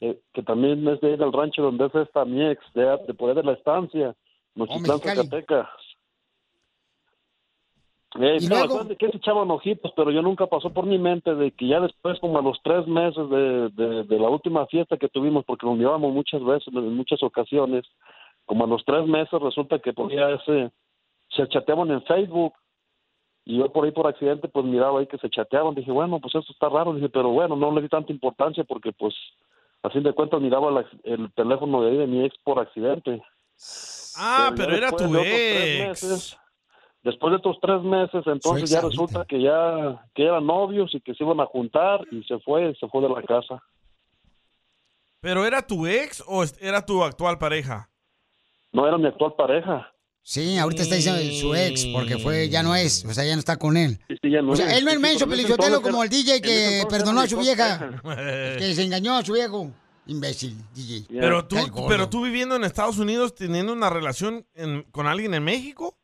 S17: eh, que también es de ahí del rancho donde es esta mi ex, de, de por ahí de la estancia, Mochitlán,
S18: Mexicali.
S17: Zacatecas. Eh,
S18: ¿Y
S17: estaba
S18: luego?
S17: acuerdo de que se echaban ojitos, pero yo nunca pasó por mi mente de que ya después, como a los tres meses de, de- de la última fiesta que tuvimos, porque nos llevamos muchas veces, en muchas ocasiones, como a los tres meses resulta que pues, ya se, se chateaban en Facebook. Y yo por ahí por accidente pues miraba ahí que se chateaban, dije, bueno, pues esto está raro, dije, pero bueno, no le di tanta importancia porque pues a fin de cuentas miraba la- el teléfono de ahí de mi ex por accidente.
S2: Ah,
S17: Pero
S2: pero,
S17: Pues ya
S2: era
S17: después
S2: tu
S17: de otros tres
S2: ex.
S17: meses, Después de estos tres meses, entonces ya resulta que ya que eran novios y que se iban a juntar y se fue, se fue de la casa.
S2: ¿Pero era tu ex o est- era tu actual pareja?
S17: No era mi actual pareja.
S1: Sí, ahorita está diciendo su ex, porque fue, ya no es, o sea, ya no está con él. O sea, él no es menso, Pelichotelo, como el DJ que perdonó a su vieja, que se engañó a su viejo. Imbécil, DJ.
S2: Pero tú,
S1: Tal gordo.
S2: pero tú viviendo en Estados Unidos teniendo una relación en- con alguien en México.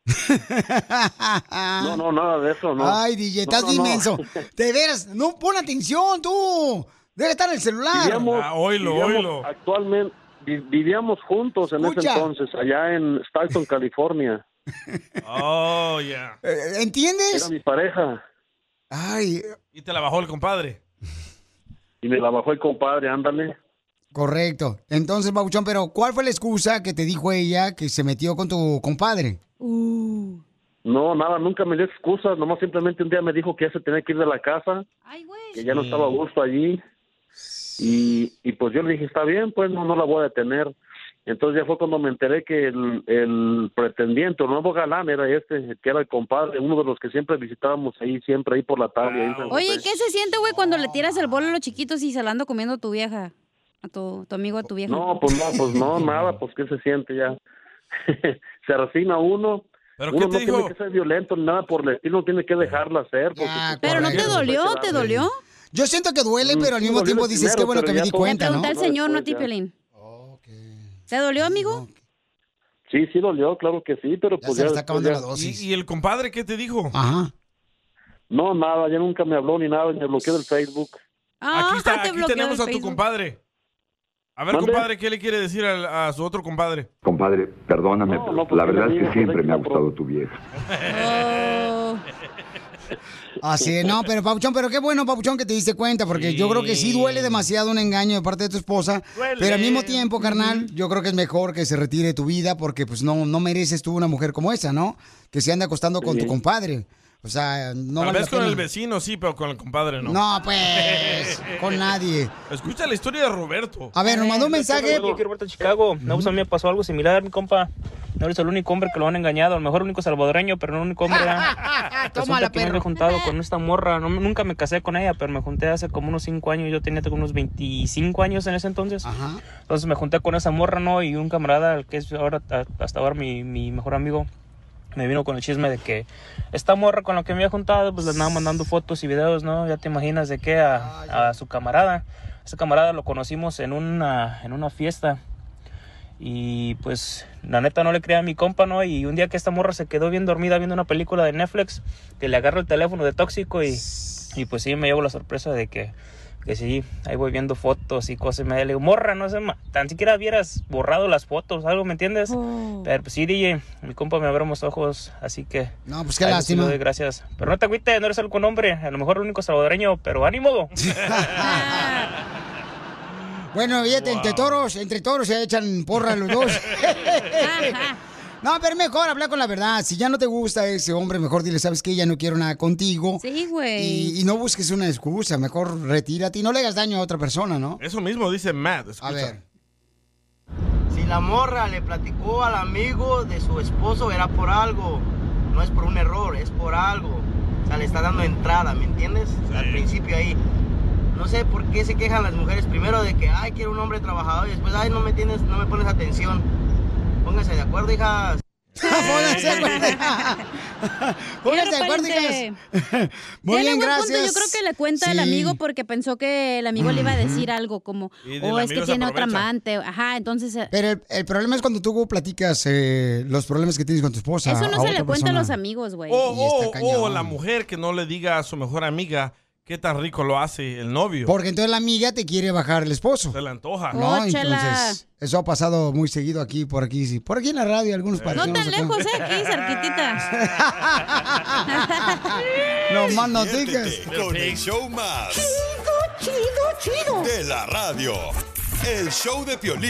S17: No, no, nada de eso, no.
S1: Ah. Ay, DJ, estás
S17: No,
S1: bien
S17: no, no.
S1: menso. De veras, no pon atención, tú. Debe estar en el celular.
S17: Vivíamos,
S2: ah,
S17: vivíamos Actualmente vi- vivíamos juntos en
S1: Escucha.
S17: ese entonces, allá en Stockton, California.
S2: Oh, ya.
S17: Era
S1: Eh, ¿Entiendes?
S17: mi pareja
S1: Ay,
S2: Y te la bajó el compadre.
S17: y me la bajó el compadre, ándale.
S1: correcto. Entonces, Babuchón, pero ¿cuál fue la excusa que te dijo ella que se metió con tu compadre?
S17: No, nada, nunca me dio excusas, nomás simplemente un día me dijo que ya se tenía que ir de la casa, que ya no estaba a gusto allí, y, y pues yo le dije, está bien, pues no, no la voy a detener. Entonces ya fue cuando me enteré que el, el pretendiente, el nuevo galán era este, el que era el compadre, uno de los que siempre visitábamos ahí, siempre ahí por la tarde. ahí en San
S3: Oye,
S17: José.
S3: ¿qué se siente, güey, cuando le tiras el bolo a los chiquitos y se la ando comiendo a tu vieja? A tu, tu amigo, a tu vieja.
S17: No, pues no, pues no, nada, pues qué se siente ya. se arracina uno.
S2: ¿Pero
S17: uno
S2: qué te
S17: no
S2: dijo?
S17: tiene que ser violento ni nada por el estilo, tiene que dejarla hacer. porque pues, si
S3: Pero no te
S17: quieres,
S3: dolió,
S17: hay que
S3: te
S17: darle.
S3: dolió.
S1: Yo siento que duele,
S17: Ah, Mm,
S1: pero al
S17: sí,
S1: mismo
S17: dolió
S1: tiempo
S17: primero,
S1: dices, qué bueno
S17: pero
S1: que me
S17: ya
S1: di
S17: todo-
S1: cuenta, ¿no?
S3: Pregunta al señor, no a ti,
S17: después ya.
S3: Piolín. ¿Te dolió, amigo?
S17: Sí, sí dolió, claro que sí, pero pues
S2: se le está
S17: ya después
S2: acabando
S17: ya-
S2: la dosis. ¿Y, y el compadre qué te dijo?
S1: Ajá.
S17: No, nada, ya nunca me habló ni nada, me bloqueó del Facebook.
S2: Aquí, está,
S17: Ah, te
S2: aquí
S17: bloqueó
S2: tenemos
S17: el
S2: a tu
S17: Facebook.
S2: compadre. A ver,
S17: ¿Mande?
S2: compadre, ¿qué le quiere decir al- a, su otro compadre?
S19: Compadre, perdóname,
S2: No,
S19: pero
S2: no, pues,
S19: la
S2: ¿qué le
S19: verdad es
S2: digo?
S19: que
S2: Pues,
S19: siempre
S2: aquí
S19: me ha
S2: la pro-
S19: gustado tu vieja.
S1: Oh. Así es, no, pero Papuchón, pero qué bueno, Papuchón, que te diste cuenta, porque yo creo que sí duele demasiado un engaño de parte de tu esposa.
S20: Duele.
S1: Pero al mismo tiempo, carnal, yo creo que es mejor que se retire de tu vida, porque pues no, no mereces tú una mujer como esa, ¿no? Que se anda acostando con tu compadre. O sea, no
S2: Tal
S1: vale
S2: vez
S1: la
S2: con el
S1: pena.
S2: vecino sí, pero con el compadre no.
S1: No, pues, con nadie.
S2: Escucha la historia de Roberto.
S1: A ver, nos mandó un mensaje.
S21: Yo quiero verte en Chicago. No, pues a mí me pasó algo similar, mi compa. No eres el único hombre que lo han engañado. A lo mejor el único salvadoreño, pero no el único hombre.
S10: Ah,
S1: Tómala,
S21: ¿verdad? Resulta que me
S1: perro.
S21: he juntado con esta morra. No, nunca me casé con ella, pero me junté hace como unos 5 años. Yo tenía como unos 25 años en ese entonces. Entonces me junté con esa morra, ¿no? Y un camarada, el que es ahora, a- hasta ahora mi, mi mejor amigo, me vino con el chisme de que esta morra con la que me había juntado, pues le andaba mandando fotos y videos, ¿no? Ya te imaginas de qué a, a su camarada. Ese camarada lo conocimos en una, en una fiesta. Y pues la neta no le creía a mi compa, ¿no? Y un día que esta morra se quedó bien dormida viendo una película de Netflix, que le agarro el teléfono de tóxico y, y pues sí, me llevo la sorpresa de que, que sí, ahí voy viendo fotos y cosas y me le digo, morra, no sé, ma- tan siquiera hubieras borrado las fotos, algo, ¿me entiendes? Pero pues sí, DJ, mi compa me abrió los ojos, así que...
S1: No, pues qué
S21: a él sí
S1: lástima.
S21: le doy gracias. Pero no te agüites, no eres el con hombre, a lo mejor el único salvadoreño, pero ánimo.
S1: Bueno, fíjate, entre toros, entre toros se echan porra los dos. No, pero mejor hablar con la verdad. Si ya no te gusta ese hombre, mejor dile, ¿sabes qué? Ya no quiero nada contigo.
S3: Sí, güey.
S1: Y, y no busques una excusa. Mejor retírate y no le hagas daño a otra persona, ¿no?
S2: Eso mismo dice Matt.
S1: A ver.
S18: Si la morra le platicó al amigo de su esposo, era por algo. No es por un error, es por algo. O sea, le está dando entrada, ¿me entiendes? Al principio ahí. No sé por qué se quejan las mujeres primero de que, ay, quiero un hombre trabajador y después, ay, no me tienes, no me pones atención. Pónganse de acuerdo, hijas.
S1: Ah, Pónganse de acuerdo. Pónganse de acuerdo,
S3: repente-
S1: hijas. Muy
S3: Tiene
S1: bien,
S3: buen punto.
S1: gracias.
S3: Yo creo que le cuenta al
S1: Sí.
S3: amigo porque pensó que el amigo le iba a decir algo como,
S1: Y del
S3: oh, es que
S1: amigo se
S3: tiene otra
S1: aprovecha.
S3: amante. Ajá, entonces. eh,
S1: Pero el, el problema es cuando tú platicas eh, los problemas que tienes con tu esposa.
S3: eso
S1: a
S3: no se
S1: otra
S3: le cuenta a
S1: persona.
S3: los amigos, güey.
S2: O, o Oh, la mujer que no le diga a su mejor amiga qué tan rico lo hace el novio.
S1: Porque entonces la amiga te quiere bajar el esposo.
S2: Se le antoja.
S1: No, entonces. Eso ha pasado muy seguido aquí, por aquí, sí. Por aquí en la radio, algunos
S3: No
S1: paisanos
S3: tan
S1: acá.
S3: lejos, ¿eh? Aquí, cerquitita.
S1: No más no digas.
S6: Con el show más. Chido, chido, chido. De la radio. El show de Piolín.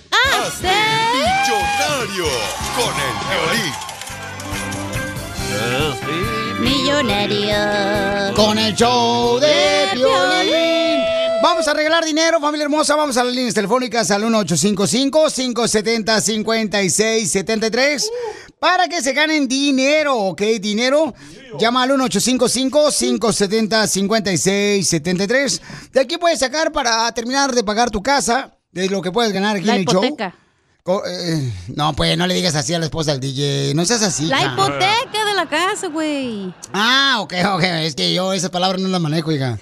S6: ¡Hazte millonario con el violín.
S3: este, Millonario.
S1: Con el show de
S3: De
S1: Piolín. Vamos a regalar dinero, familia hermosa. Vamos a las líneas telefónicas al 1855-570-5673 para que se ganen dinero, ¿ok? Dinero. Llama al 1855-570-5673. De aquí puedes sacar para terminar de pagar tu casa, de lo que puedes ganar aquí
S3: La
S1: en el
S3: hipoteca.
S1: show. Co- eh, no, pues no le digas así a la esposa del DJ. No seas así.
S3: La
S1: hija.
S3: hipoteca de la casa, güey.
S1: Ah, ok, ok. Es que yo esas palabras no las manejo, hija.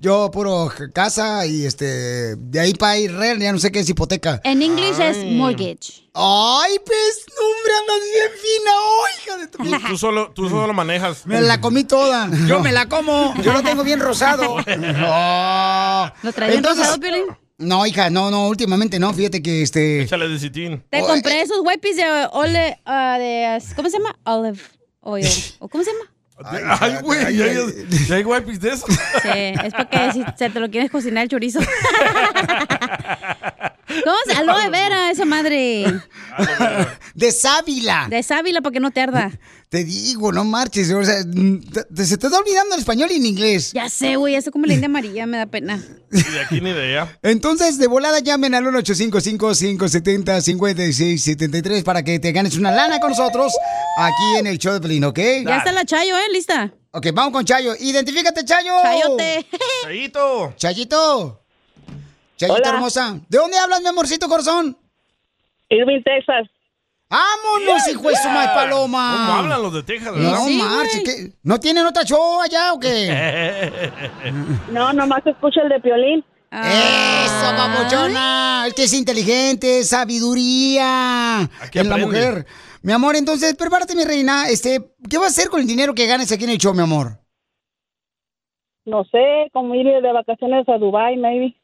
S1: Yo puro j- casa y este de ahí para ir real, ya no sé qué es hipoteca.
S3: En inglés es mortgage.
S1: Ay, pues, hombre, andas bien fina, hoy, hija de tu
S2: Tú solo, tú solo lo manejas.
S1: Me la comí toda. Yo me la como. Yo lo tengo bien rosado. No.
S3: ¿Lo traes bien
S1: Entonces-
S3: rosado, Piolín?
S1: No, hija, no, no, últimamente no. Fíjate que este.
S2: Échale de citín.
S3: Te compré esos wipes de ole, ah, de, ah, ¿cómo se llama? Olive oil. ¿O cómo se llama?
S2: Ay, güey, ya, ya- ya hay wipes de eso.
S3: Sí, es porque si se te lo quieres cocinar el chorizo. ¿Cómo se Aloe vera, esa madre.
S1: De sábila.
S3: De sábila, porque no te arda.
S1: Te digo, no marches. O sea, te- te- se te está olvidando el español y en inglés.
S3: Ya sé, güey, eso como la India amarilla me da pena.
S2: Y de aquí ni de allá.
S1: Entonces, de volada llamen al 1-855-570-5673 para que te ganes una lana con nosotros aquí en el show de Pelín, ¿ok?
S3: Ya está la Chayo, ¿eh? Lista.
S1: Ok, vamos con Chayo. Identifícate, Chayo.
S3: Chayote.
S2: Chayito.
S1: Chayito. Chayito
S20: Hola.
S1: hermosa. ¿De dónde hablas, mi amorcito corazón?
S20: Irving, Texas.
S1: ¡Vámonos,
S20: Yeah,
S1: hijo de su
S20: yeah.
S1: madre paloma!
S2: ¿Cómo hablan los de Texas?
S1: No,
S2: verdad?
S1: marches, ¿qué? ¿No tienen otra show allá o qué?
S20: No, nomás escucho el de Piolín.
S2: Ah.
S1: ¡Eso, papuchona! Es que es inteligente, sabiduría
S20: Aquí
S1: en la
S20: aprende.
S1: mujer. Mi amor, entonces, prepárate, mi reina. Este, ¿qué vas a hacer con el dinero que ganes aquí en el show, mi amor?
S20: No sé, como ir de vacaciones a Dubai, maybe.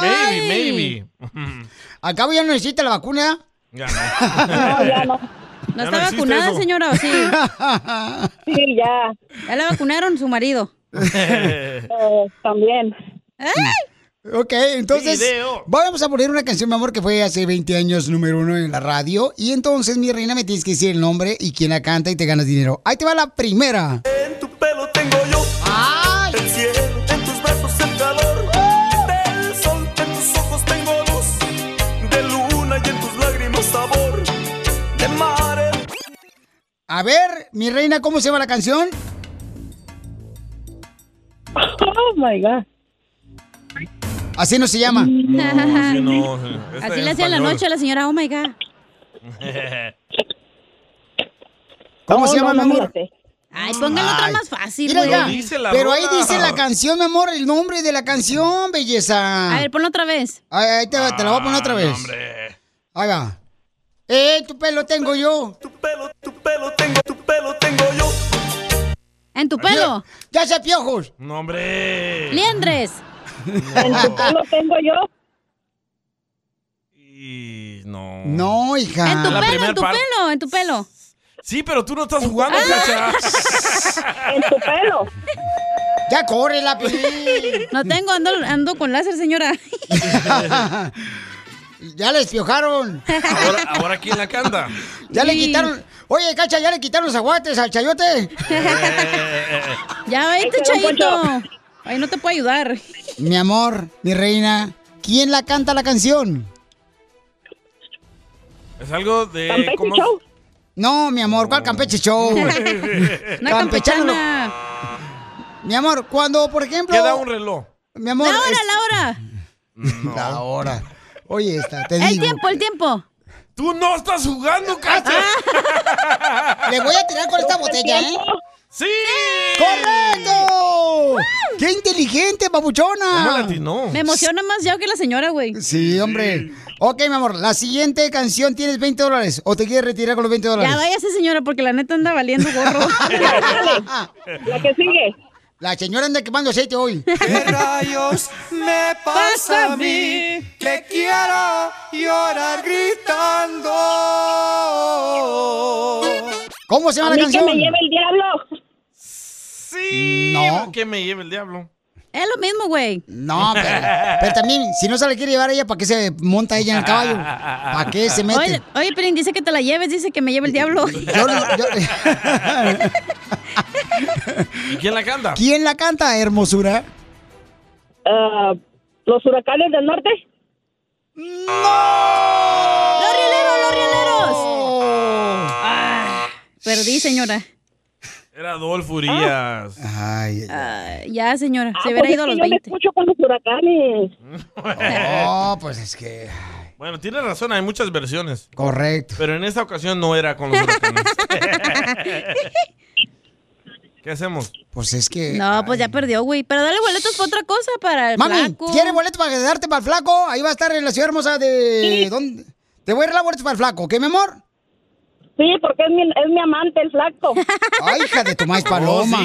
S2: Maybe, maybe.
S1: Acabo ya no necesita la vacuna.
S2: Ya
S20: No, ya no.
S3: ¿No
S1: Ya
S3: está
S1: no existe
S3: vacunada,
S1: eso.
S3: señora, o sí?
S20: Sí, ya.
S3: Ya la vacunaron su marido.
S20: Eh, también.
S1: Ok, entonces
S20: Video.
S1: vamos a poner una canción, mi amor, que fue hace 20 años número uno en la radio. Y entonces, mi reina, me tienes que decir el nombre y quién la canta y te ganas dinero. Ahí te va la primera.
S10: pelo tengo yo. El cielo, en tus brazos el calor. Del sol, en tus ojos tengo luz. De luna y en tus lágrimas sabor. De mares.
S1: A ver, mi reina, ¿cómo se llama la canción?
S20: Oh my God.
S1: Así no se llama.
S2: así no, está
S3: Así
S2: en
S3: le hacía en la
S2: español.
S3: noche a la señora, oh my God.
S1: ¿Cómo se llama, mi amor?
S3: Ay, póngalo otra
S1: Ay.
S3: más fácil,
S1: Mira
S3: güey.
S1: ya. Pero ahí dice la canción, mi amor, el nombre de la canción, belleza.
S3: A ver, ponlo otra vez.
S1: Ahí, ahí te, va, te la voy a poner
S2: Ah,
S1: otra vez. Ahí va. Eh, tu pelo tengo yo. Tu pelo, tu pelo tengo, tu pelo tengo yo.
S3: En tu pelo.
S1: Ya se piojos.
S2: No, hombre.
S3: Liendres.
S20: En tu pelo tengo yo.
S1: No, hija.
S3: En tu
S2: La
S3: pelo,
S2: primer
S3: en tu
S2: par-
S3: pelo, en tu pelo.
S2: Sí, pero tú no estás jugando, Cacha.
S3: Ah.
S20: En tu pelo.
S1: Ya corre la
S3: No tengo, ando, ando con láser, señora.
S1: ya les piojaron.
S2: Ahora, ahora quién la canta.
S1: Ya le quitaron. Oye, cacha, ya le quitaron los aguates al chayote.
S2: Eh,
S3: ya vete,
S1: Ahí te va,
S3: Chayito. Ay, no te puedo ayudar.
S1: Mi amor, mi reina, ¿quién la canta la canción?
S2: es algo de. ¿cómo? Ah.
S1: No, mi amor, ¿cuál Campeche Show?
S2: Una
S1: Campechano lo- Mi amor, cuando, por ejemplo.
S2: Queda un reloj.
S1: Mi amor.
S3: La hora,
S1: es-
S3: la hora.
S1: La hora. Oye, esta, te
S3: el
S1: digo.
S3: tiempo, el tiempo.
S2: Tú no estás jugando, Cacha.
S1: Ah. Le voy a tirar con esta botella, ¿eh?
S2: ¡Sí!
S1: ¡Correcto! ¡Qué inteligente, papuchona!
S2: ¿Cómo latinó?
S3: Me emociona más yo que la señora, güey.
S1: Sí, hombre. Ok, mi amor, la siguiente canción tienes 20 dólares. ¿O te quieres retirar con los 20 dólares?
S3: Ya váyase, señora, porque la neta anda valiendo gorro.
S1: La que sigue. La señora anda quemando aceite hoy.
S10: Dios me pasa a mí que quiero llorar gritando.
S1: ¿Cómo
S20: se llama A la mí que canción? me lleve el
S3: diablo.
S2: Sí. Que me lleve el diablo.
S3: Es lo mismo, güey.
S1: No, pero, pero también, si no se la quiere llevar ella, ¿para qué se monta ella en el caballo? ¿Para qué se mete?
S3: Oye, oye Pelín, dice que te la lleves, dice que me lleve el diablo.
S2: ¿Y quién la canta?
S1: ¿Quién la canta, hermosura?
S20: Ah, Los huracanes del norte.
S3: ¡Los rieleros, los rieleros! Perdí, señora.
S2: Era Adolfo Urias.
S1: Ay,
S3: Ah, ya, señora.
S20: Ah,
S3: se hubiera
S20: pues
S3: ido
S20: es
S3: a
S20: que
S3: los
S20: yo me
S3: 20.
S20: escucho con los huracanes.
S1: No, pues es que.
S2: Bueno, tienes razón, hay muchas versiones.
S1: Correcto.
S2: Pero en esta ocasión no era con los huracanes. ¿Qué hacemos?
S1: Pues es que.
S3: No, pues ya perdió, güey. Pero dale boletos para otra cosa, para el
S1: Mami,
S3: flaco.
S1: ¿quieres boleto para quedarte para el flaco? Ahí va a estar en la ciudad hermosa de. ¿Dónde? Te voy a regalar boletos para el flaco, ¿qué, mi amor?
S20: Sí, porque es mi, es mi amante, el flaco.
S1: Ay, hija de tu maíz paloma.
S2: Oh,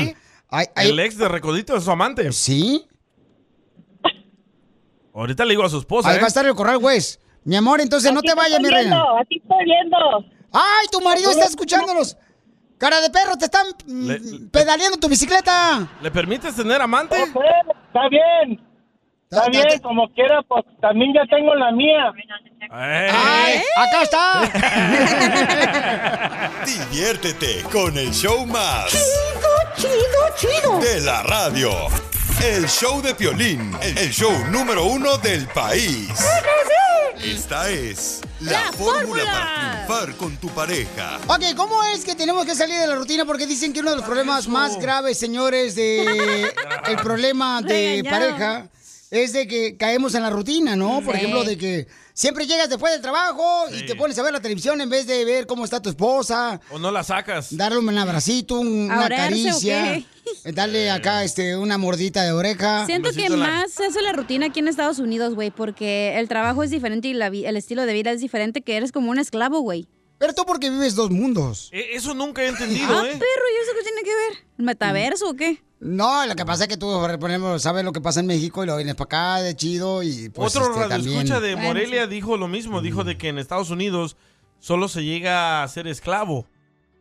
S2: sí. El ex de Recodito es su amante.
S1: ¿Sí?
S2: Ahorita le digo a su esposa.
S1: Ahí
S2: ¿eh?
S1: va a estar el corral, güey. Mi amor, entonces no
S20: Aquí
S1: te
S20: te
S1: vayas, mi
S20: estoy
S1: reina.
S20: viendo,
S1: Aquí estoy viendo. ¡Ay, tu marido está escuchándolos! ¡Cara de perro, te están mm,
S2: Le- le-
S1: pedaleando tu bicicleta!
S2: ¿Le permites tener amante?
S7: Está bien. Está bien, como quiera, pues también ya tengo la mía.
S1: ¡Ay! ¡Acá está!
S6: Diviértete con el show más. Chido, chido, chido. De la radio. El show de Piolín. El show número uno del país. Esta es la,
S1: La
S6: fórmula
S1: fórmula.
S6: para triunfar con tu pareja.
S1: ok, ¿cómo es que tenemos que salir de la rutina? Porque dicen que uno de los problemas más graves, señores, de el problema de
S22: Regañado.
S1: pareja es de que caemos en la rutina, ¿no? Por
S22: Sí.
S1: ejemplo, de que siempre llegas después del trabajo y te pones a ver la televisión en vez de ver cómo está tu esposa,
S2: ¿O no la sacas?
S1: darle un abracito, un-
S3: ¿A
S1: una
S3: orarse o
S1: caricia,
S3: qué?
S1: eh, darle acá este una mordita de oreja. Pues
S3: Siento que más se hace la rutina aquí en Estados Unidos, güey, porque el trabajo es diferente y la vi- el estilo de vida es diferente, que eres como un esclavo, güey.
S1: Pero tú porque vives dos mundos.
S2: Eh, Eso nunca he entendido,
S3: Ah,
S2: ¿eh?
S3: perro, ¿y eso qué tiene que ver? ¿El metaverso o qué?
S1: No, lo que pasa es que tú, por ejemplo, sabes lo que pasa en México y lo vienes para acá de chido y pues
S2: Otro
S1: este,
S2: radioescucha de
S1: también.
S2: Morelia dijo lo mismo. Dijo de que en Estados Unidos solo se llega a ser esclavo.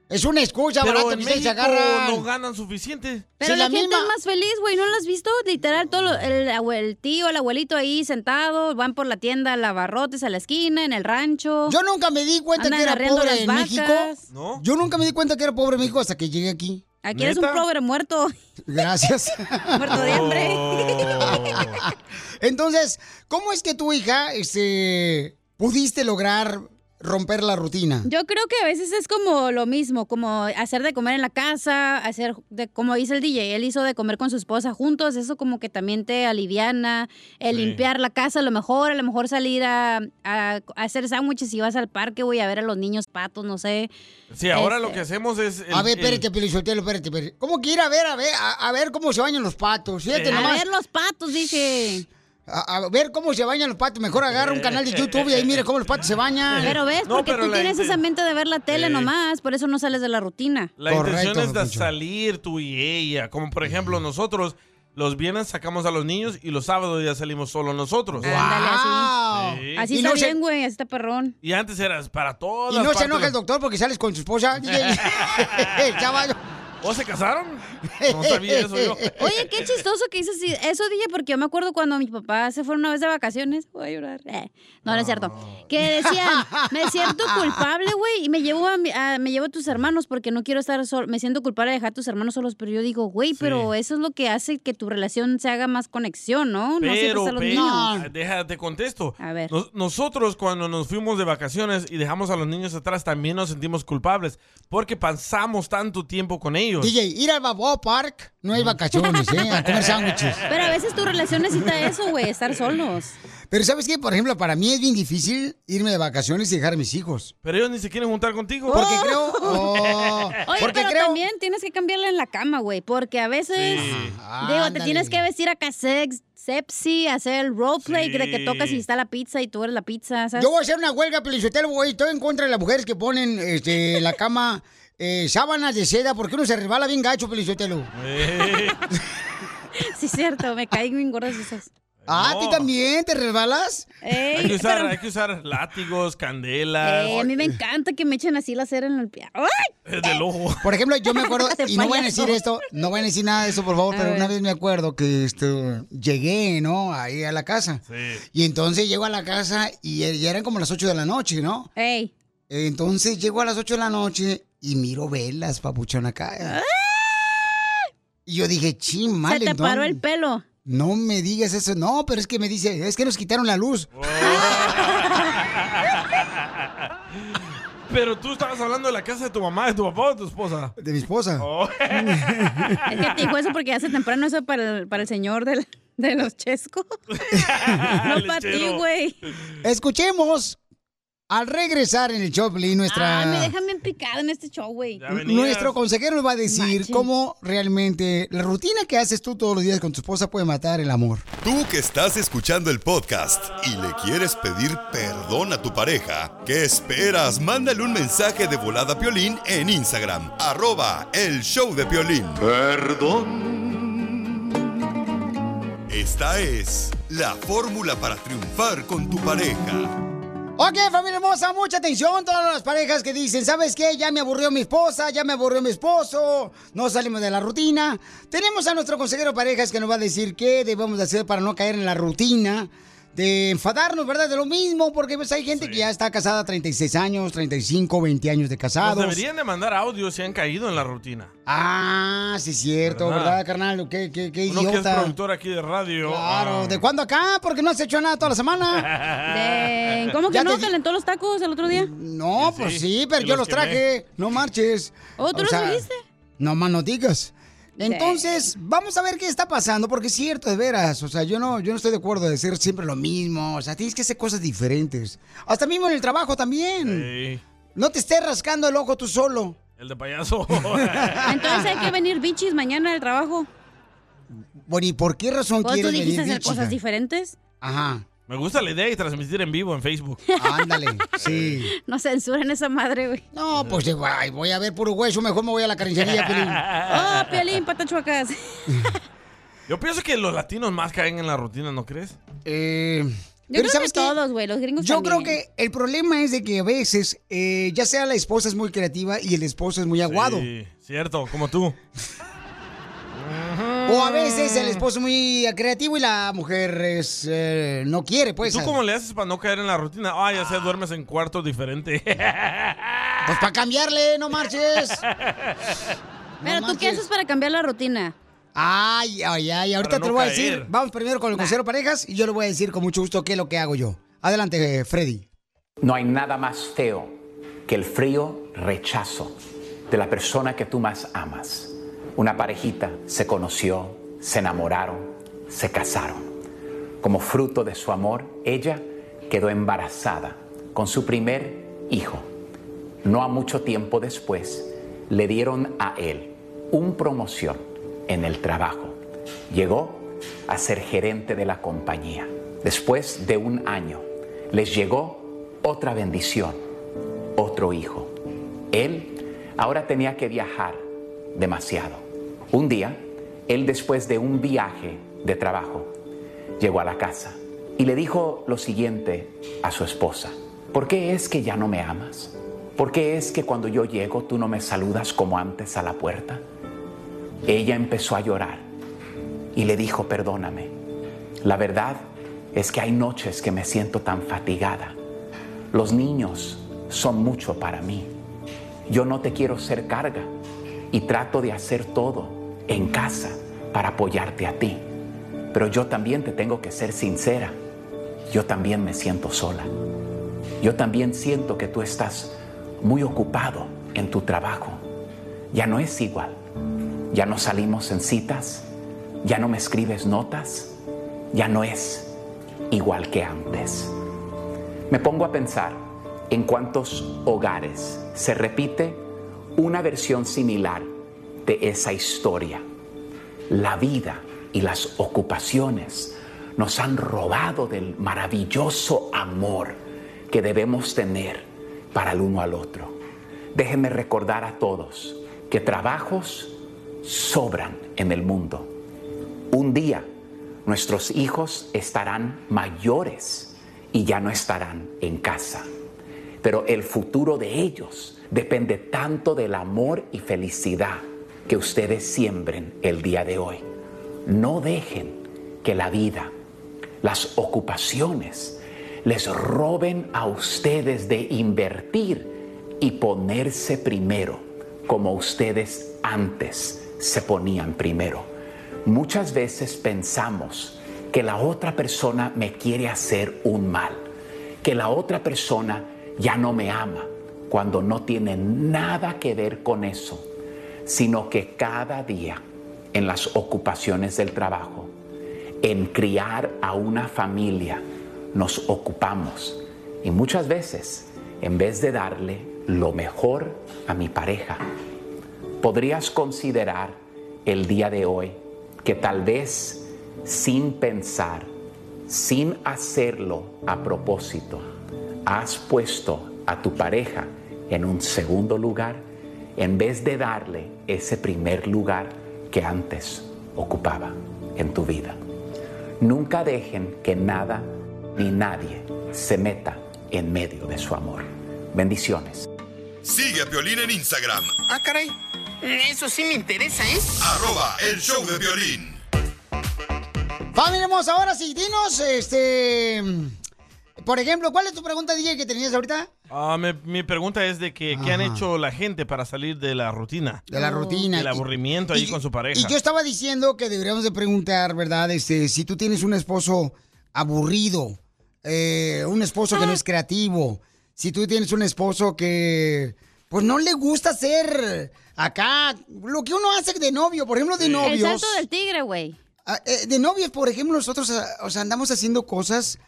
S1: Es una excusa
S2: Pero
S1: barata
S2: en
S1: que ustedes
S2: México
S1: pues, agarran.
S2: no ganan suficiente.
S3: Pero la, gente es más feliz, güey, ¿no lo has visto? Literal, todo lo- el, abue- el tío, el abuelito ahí sentado, van por la tienda, al abarrotes, a la esquina, en el rancho.
S1: Yo nunca me di cuenta que era pobre en México. Yo nunca me di cuenta que era pobre en México hasta que llegué aquí.
S3: Aquí eres un pobre muerto.
S1: Gracias.
S3: Muerto de hambre.
S1: Entonces, ¿cómo es que tu hija este, pudiste lograr romper la rutina?
S3: Yo creo que a veces es como lo mismo, como hacer de comer en la casa, hacer, de, como dice el DJ, él hizo de comer con su esposa juntos, eso como que también te aliviana, el
S22: Sí.
S3: limpiar la casa a lo mejor, a lo mejor salir a, a- a hacer sándwiches y vas al parque, voy a ver a los niños patos, no sé.
S2: Sí, ahora
S3: Este-
S2: lo que hacemos es... el-
S1: a ver,
S2: el-
S1: espérate, Pelichotelo, espérate, espérate. ¿Cómo que ir a ver, a ver, a, a ver cómo se bañan los patos? Fíjate
S3: A
S1: nomás.
S3: ver los patos, dije.
S1: A, a ver cómo se bañan los patos. Mejor agarra un canal de YouTube y ahí mire cómo los patos se bañan.
S3: Pero ves, porque tú tienes esa mente de ver la tele
S2: Sí.
S3: nomás, por eso no sales de la rutina.
S2: La intención es de salir tú y ella. Como por ejemplo nosotros, los viernes sacamos a los niños y los sábados ya salimos solo nosotros.
S3: Ándale, así.
S2: Sí.
S3: Así
S2: Y
S3: está
S2: no se-
S3: bien, güey, así está perrón.
S2: Y antes eras para todas
S1: Y no
S2: partes
S1: se enoja el doctor porque sales con su esposa. DJ. Chaval.
S2: ¿O se casaron? No sabía eso yo.
S3: Oye, qué chistoso que dices así- eso, dije, porque yo me acuerdo cuando mi papá se fue una vez de vacaciones. Voy a llorar. Eh, No, no es cierto. Que decían, me siento culpable, güey, y me llevo a, mi- a- me llevo a tus hermanos porque no quiero estar solo. Me siento culpable de dejar a tus hermanos solos, pero yo digo, güey, pero eso es lo que hace que tu relación se haga más conexión, ¿no? no siempre
S2: Pero,
S3: están los
S2: pero,
S3: niños.
S2: déjate contesto.
S3: A ver.
S2: Nos- nosotros cuando nos fuimos de vacaciones y dejamos a los niños atrás también nos sentimos culpables porque pasamos tanto tiempo con ellos.
S1: DJ, ir al Babó Park no hay vacaciones, ¿eh? A comer sándwiches.
S3: Pero a veces tu relación necesita eso, güey, estar solos.
S1: Pero ¿sabes qué? Por ejemplo, para mí es bien difícil irme de vacaciones y dejar a mis hijos.
S2: Pero ellos ni se quieren juntar contigo.
S1: Porque creo... oh,
S3: Oh. Oye,
S1: porque
S3: pero
S1: creo...
S3: también tienes que cambiarle en la cama, güey, porque a veces,
S1: Sí.
S3: digo,
S1: Ándale.
S3: te tienes que vestir acá sex, sepsi, hacer el roleplay
S1: Sí.
S3: de que tocas y está la pizza y tú eres la pizza, ¿sabes?
S1: Yo voy a hacer una huelga, Pelichotelo, güey. Estoy en contra de las mujeres que ponen este, en la cama eh, sábanas de seda porque uno se resbala bien gacho, Pelichotelo.
S3: Sí, es cierto, me caen bien gordas esas.
S1: Ah, ¿tú
S2: No.
S1: también te resbalas?
S3: Ey,
S2: Hay que, usar,
S3: pero-
S2: hay que usar látigos, candelas,
S3: Ey, Eh, a mí me encanta que me echen así la cera en el pie. ¡Ay!
S2: eh, del ojo.
S1: Por ejemplo, yo me acuerdo,
S3: De
S1: y no van a
S3: payaso.
S1: decir esto, no van a decir nada de eso, por favor,
S3: A
S1: pero una
S3: ver.
S1: vez me acuerdo que este, llegué, ¿no? Ahí a la casa. Y entonces llego a la casa y eh, ya eran como las 8 de la noche, ¿no?
S3: Ey.
S1: Entonces llego a las 8 de la noche y miro velas, papuchón, acá. Y yo dije, ching,
S3: ¡Ah! Se
S1: mal.
S3: te paró el pelo.
S1: No me digas eso. No, pero es que me dice, es que nos quitaron la luz.
S2: Pero tú estabas hablando de la casa de tu mamá, de tu papá o de tu esposa. Oh.
S1: De mi esposa. Mm,
S3: Es que te dijo eso porque hace temprano eso para el, para el señor del- de los chescos. no para ti, güey.
S1: Escuchemos al regresar en el Choplin nuestra...
S3: Ah, me dejan bien picada en este show, güey.
S1: Nuestro consejero nos va a decir cómo realmente la rutina que haces tú todos los días con tu esposa puede matar el amor.
S6: Tú que estás escuchando el podcast y le quieres pedir perdón a tu pareja, ¿qué esperas? Mándale un mensaje de volada a Piolín en Instagram, arroba el show de Piolín. Perdón. Esta es la fórmula para triunfar con tu pareja.
S1: Ok, familia hermosa, mucha atención. Todas las parejas que dicen, ¿sabes qué? Ya me aburrió mi esposa, ya me aburrió mi esposo, no salimos de la rutina. Tenemos a nuestro consejero de parejas que nos va a decir qué debemos de hacer para no caer en la rutina. De enfadarnos, ¿verdad? De lo mismo, porque pues, hay gente que ya está casada 36 años, 35, 20 años de
S2: Nos
S1: casados.
S2: deberían de mandar audio si han caído en la rutina.
S1: Ah, sí, es cierto,
S2: ¿Verdad?
S1: ¿verdad, carnal? ¿Qué, qué, qué
S2: Uno que es
S1: idiota?
S2: productor aquí de radio.
S1: Claro,
S2: ah.
S1: ¿de cuándo acá? Porque no has hecho nada toda la semana.
S3: De- ¿Cómo que
S1: Ya
S3: no?
S1: te di-
S3: ¿Calentó los tacos el otro día?
S1: No, pues sí, pero yo los traje. No marches.
S3: Oh, ¿tú los trajiste?
S1: No más no digas. Entonces, vamos a ver qué está pasando, porque es cierto, de veras. O sea, yo no, yo no estoy de acuerdo de decir siempre lo mismo. O sea, tienes que hacer cosas diferentes. Hasta mismo en el trabajo también.
S2: Sí,
S1: No te estés rascando el ojo tú solo.
S2: el de payaso.
S3: Entonces hay que venir bichis mañana al trabajo.
S1: Bueno, ¿y por qué razón
S3: ¿Vos tú
S1: quieres
S3: dijiste
S1: venir
S3: hacer
S1: bichita?
S3: cosas diferentes?
S1: Ajá.
S2: Me gusta la idea y transmitir en vivo en Facebook.
S1: Ándale, sí.
S3: No censuren esa madre, güey.
S1: No, pues eh, ay, voy a ver puro hueso, mejor me voy a la carnicería, Pelín.
S3: Oh, Piolín, patachuacas.
S2: Yo pienso que los latinos más caen en la rutina, ¿no crees?
S3: Yo
S1: Eh, Pero
S3: creo que
S1: ¿sabes qué?
S3: todos, güey, los gringos
S1: Yo creo
S3: también.
S1: que el problema es de que a veces, eh, ya sea la esposa es muy creativa y el esposo es muy aguado.
S2: Sí, cierto, como tú.
S1: O a veces el esposo es muy creativo y la mujer es, eh, no quiere, pues.
S2: ¿Tú cómo le haces para no caer en la rutina? Ah, ya sé, duermes en cuarto diferente.
S1: Pues para cambiarle, no marches.
S3: Pero tú, ¿qué haces para cambiar la rutina?
S1: Ay, ay, ay, ahorita
S3: Para no
S1: te lo voy a
S3: caer.
S1: decir. Vamos primero con el consejero parejas y yo le voy a decir con mucho gusto qué es lo que hago yo. Adelante, eh, Freddy.
S22: No hay nada más feo que el frío rechazo de la persona que tú más amas. Una parejita se conoció, se enamoraron, se casaron. Como fruto de su amor, ella quedó embarazada con su primer hijo. No a mucho tiempo después, le dieron a él un promoción en el trabajo. Llegó a ser gerente de la compañía. Después de un año, les llegó otra bendición, otro hijo. Él ahora tenía que viajar demasiado. Un día, él después de un viaje de trabajo, llegó a la casa y le dijo lo siguiente a su esposa. ¿Por qué es que ya no me amas? ¿Por qué es que cuando yo llego tú no me saludas como antes a la puerta? Ella empezó a llorar y le dijo, perdóname. La verdad es que hay noches que me siento tan fatigada. Los niños son mucho para mí. Yo no te quiero ser carga y trato de hacer todo en casa para apoyarte a ti. Pero yo también te tengo que ser sincera. Yo también me siento sola. Yo también siento que tú estás muy ocupado en tu trabajo. Ya no es igual. Ya no salimos en citas. Ya no me escribes notas. Ya no es igual que antes. Me pongo a pensar en cuántos hogares se repite una versión similar de esa historia. La vida y las ocupaciones nos han robado del maravilloso amor que debemos tener para el uno al otro. Déjenme recordar a todos que trabajos sobran en el mundo. Un día nuestros hijos estarán mayores y ya no estarán en casa. Pero el futuro de ellos depende tanto del amor y felicidad que ustedes siembren el día de hoy. No dejen que la vida, las ocupaciones, les roben a ustedes de invertir y ponerse primero, como ustedes antes se ponían primero. Muchas veces pensamos que la otra persona me quiere hacer un mal, que la otra persona ya no me ama, cuando no tiene nada que ver con eso, sino que cada día en las ocupaciones del trabajo, en criar a una familia, nos ocupamos. Y muchas veces, en vez de darle lo mejor a mi pareja, podrías considerar el día de hoy que tal vez sin pensar, sin hacerlo a propósito, has puesto a tu pareja en un segundo lugar en vez de darle ese primer lugar que antes ocupaba en tu vida. Nunca dejen que nada ni nadie se meta en medio de su amor. Bendiciones.
S6: Sigue a Violín en Instagram.
S5: Ah, caray. Eso sí me interesa, ¿eh?
S6: Arroba el show de violín.
S1: Familia hermosa, ahora sí, dinos, este... Por ejemplo, ¿cuál es tu pregunta, DJ, que tenías ahorita?
S2: Ah, me- mi pregunta es de que qué han
S1: Ajá.
S2: hecho la gente para salir de la rutina.
S1: De la rutina.
S2: Del
S1: Y-
S2: aburrimiento ahí con su pareja.
S1: Y yo estaba diciendo que deberíamos de preguntar, ¿verdad? Este, si tú tienes un esposo aburrido, eh, un esposo que
S3: Ah.
S1: no es creativo, si tú tienes un esposo que pues no le gusta ser acá, lo que uno hace de novio, por ejemplo, de
S3: El
S1: novios.
S3: salto del tigre, güey.
S1: Ah, eh, de novios, por ejemplo, nosotros ah, o sea, andamos haciendo cosas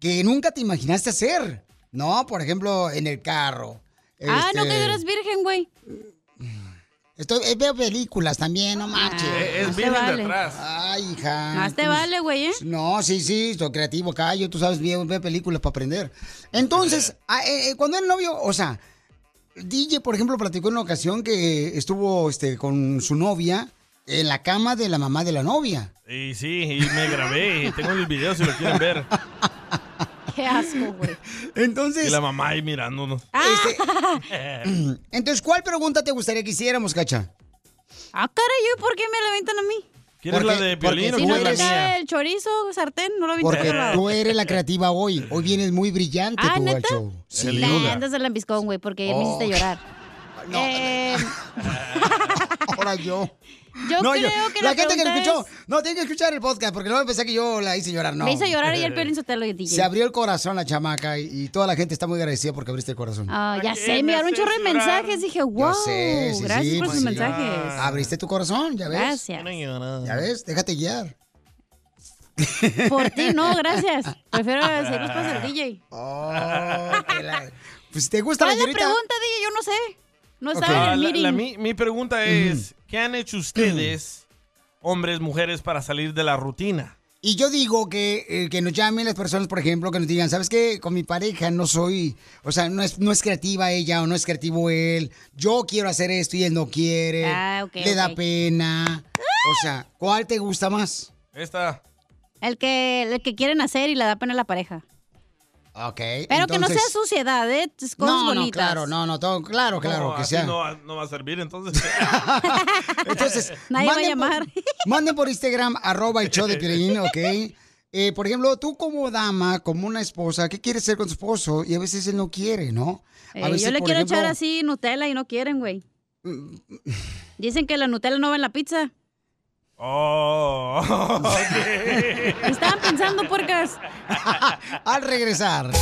S1: que nunca te imaginaste hacer. No, por ejemplo, en el carro.
S3: Ah, no,
S1: Este,
S3: que tú eres virgen, güey.
S1: Estoy, eh, veo películas también, no marches.
S3: Eh, es más te virgen de vale. atrás.
S1: Ay, hija.
S3: Más te
S1: Pues,
S3: vale, güey, ¿eh?
S1: No, sí, sí, soy creativo, callo, tú sabes, veo, veo películas para aprender. Entonces, ah, eh, eh, cuando el novio, o sea, DJ, por ejemplo, platicó en una ocasión que estuvo este, con su novia en la cama de la mamá de la novia.
S2: Y sí, y me grabé. y tengo el video si lo quieren ver.
S3: Qué asco, Ah. güey.
S1: Entonces. este,
S2: Y la mamá ahí mirándonos.
S1: Entonces, ¿cuál pregunta te gustaría que hiciéramos, Cacha?
S3: Ah, caray, ¿y por qué me la aventan a mí?
S2: ¿Quieres la de
S1: porque-
S2: violín o
S1: si
S2: quieres la
S1: no te
S2: mía?
S3: El chorizo, sartén, no lo aventan a
S1: Porque
S3: otro lado.
S1: tú eres la creativa hoy. Hoy vienes muy brillante
S3: Ah,
S1: tú al
S3: ¿neta? Ah,
S1: show. Sí.
S3: Nah, andas del lambiscón, güey, porque me
S1: Oh.
S3: hiciste llorar. Eh,
S1: ahora yo.
S3: Yo creo que la
S1: gente que lo
S3: pregunta
S1: escuchó,
S3: es-
S1: no, tiene que escuchar el podcast porque luego pensé que yo la hice llorar, no.
S3: Me hizo llorar y el Piolín Sotelo y DJ.
S1: Se abrió el corazón la chamaca y, y toda la gente está muy agradecida porque abriste el corazón.
S3: Ah, ya sé, me dieron un chorro de mensajes. Dije, wow,
S1: Ya sé, sí,
S3: gracias
S1: sí,
S3: por
S1: pues
S3: sus
S1: sí.
S3: mensajes.
S1: Abriste tu corazón, ya ves.
S3: Gracias.
S1: Ya ves, déjate guiar.
S3: Por ti no, gracias. Prefiero hacer los pasos al DJ.
S1: Oh. Pues te gusta
S3: ¿Cuál
S1: la
S3: es la
S1: señorita.
S3: pregunta, DJ? Yo no sé. No
S2: Ok.
S3: estaba en
S2: Ah,
S3: el
S2: la-
S3: meeting.
S2: la- mi, mi pregunta es, ¿qué han hecho ustedes, hombres, mujeres, para salir de la rutina?
S1: Y yo digo que, eh, que nos llamen las personas, por ejemplo, que nos digan, ¿sabes qué? Con mi pareja no soy, o sea, no es, no es creativa ella o no es creativo él. Yo quiero hacer esto y él no quiere.
S3: Ah, ok,
S1: Le da
S3: ok.
S1: pena. O sea, ¿cuál te gusta más?
S2: Esta.
S3: El que, el que quieren hacer y le da pena a la pareja.
S1: Ok.
S3: Pero que no sea
S1: E, entonces-
S3: suciedad, ¿eh? Tus Cosas
S1: No, no,
S3: bonitas.
S1: claro, no, no, todo, claro, Oh, claro,
S2: No,
S1: que
S2: así
S1: sea.
S2: No, va- no va a servir, entonces.
S1: Entonces,
S3: Nadie va a
S1: manden por-
S3: llamar.
S1: manden por Instagram, arroba el show de Piolín, ¿ok? Eh, por ejemplo, tú como dama, como una esposa, ¿qué quieres ser con tu esposo? Y a veces él no quiere, ¿no? A
S3: Eh,
S1: veces,
S3: yo le
S1: por
S3: quiero
S1: ejemplo,
S3: echar así Nutella y no quieren, güey. Dicen que la Nutella no va en la pizza.
S2: Oh,
S3: Estaban pensando, porcas.
S1: Al regresar.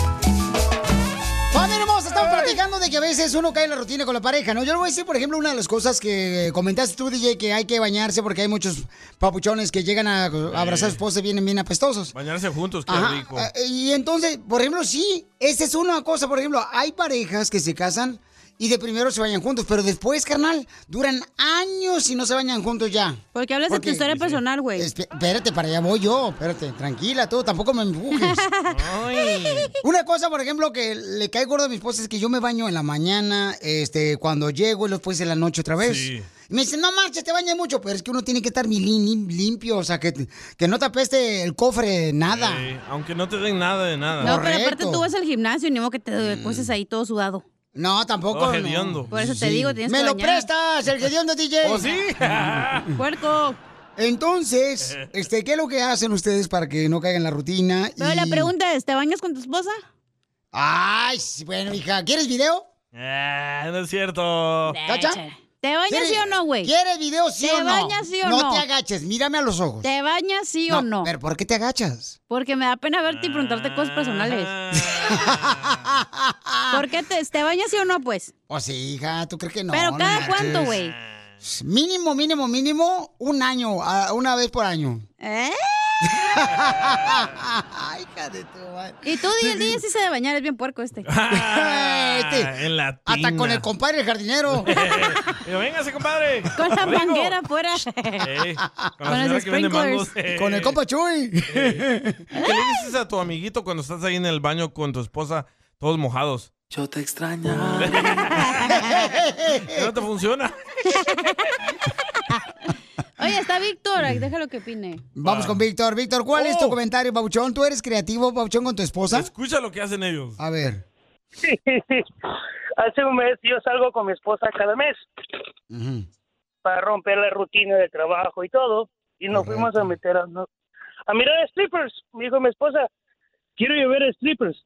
S1: Familia hermosa, estamos platicando de que a veces uno cae en la rutina con la pareja, ¿no? Yo le voy a decir, por ejemplo, una de las cosas que comentaste tú, DJ, que hay que bañarse porque hay muchos papuchones que llegan a abrazar a su esposa y vienen bien apestosos.
S2: Bañarse juntos, qué
S1: Ajá,
S2: rico.
S1: ah, Y entonces, por ejemplo, sí, esa es una cosa. Por ejemplo, hay parejas que se casan y de primero se bañan juntos, pero después, carnal, duran años y no se bañan juntos ya.
S3: Porque hablas de tu historia personal, güey.
S1: Espérate, para allá voy yo. Espérate, tranquila, tú tampoco me empujes. Una cosa, por ejemplo, que le cae gordo a mi esposa es que yo me baño en la mañana, este, cuando llego y después en la noche otra vez.
S8: Sí.
S1: Y me dicen, no marches, te bañas mucho, pero es que uno tiene que estar mi lim- limpio, o sea, que, que no te apeste el cofre, nada.
S2: Eh, aunque no te den nada de nada.
S3: No, pero aparte tú vas al gimnasio y ni modo que te pueses ahí todo sudado.
S1: Mm. No, tampoco.
S2: Todo no. hediondo.
S3: Por eso te
S1: Sí.
S3: digo, tienes
S1: ¡Me
S3: que
S1: lo
S3: bañar.
S1: prestas, el hediondo DJ!
S3: ¿Oh, sí? ¡Puerco!
S1: Entonces, este, ¿qué es lo que hacen ustedes para que no caigan en la rutina?
S3: Pero la pregunta es, ¿te bañas con tu esposa?
S1: Ay, sí, bueno, hija, ¿quieres video?
S2: Ah, no es cierto.
S1: ¿Cacha?
S3: ¿Te bañas sí o no, güey?
S1: ¿Quieres video sí
S3: ¿Te
S1: o no?
S3: bañas sí o no?
S1: No te agaches, mírame a los ojos.
S3: ¿Te bañas sí o no?
S1: ¿Pero por qué te agachas?
S3: Porque me da pena verte y preguntarte cosas personales.
S2: Ah.
S3: ¿Por qué te, te bañas sí o no, pues?
S1: O Ah. sí, hija, ¿tú crees que no?
S3: Pero
S1: No
S3: ¿cada
S1: marches.
S3: cuánto, güey?
S1: Mínimo, mínimo, mínimo, un año, a- una vez por año.
S3: ¿Eh?
S1: Ay, hija de tu madre.
S3: Y tú, día sí se de bañar, es bien puerco este.
S1: Este,
S2: Ah, en la
S1: hasta con
S2: tina.
S1: el compadre, el jardinero.
S2: Pero véngase, compadre.
S3: Con la
S2: Rico.
S3: manguera pues. afuera.
S2: Eh, con
S3: Con
S2: la señora
S3: los
S2: que vende mangos.
S3: sprinklers.
S1: Con el compa Chuy.
S2: Eh, ¿Qué le dices a tu amiguito cuando estás ahí en el baño con tu esposa, todos mojados? Yo te extraño. no te funciona.
S3: Oye, está Víctor, ay, déjalo que opine.
S1: Vamos con Víctor. Víctor, ¿cuál
S11: Oh.
S1: es tu comentario, Bauchón? ¿Tú eres creativo, Bauchón, con tu esposa?
S2: Escucha lo que hacen ellos.
S1: A ver.
S11: Hace un mes yo salgo con mi esposa cada mes para romper la rutina de trabajo y todo. Y nos fuimos a meter a, no- a mirar strippers. Me dijo mi esposa, quiero ir a ver strippers.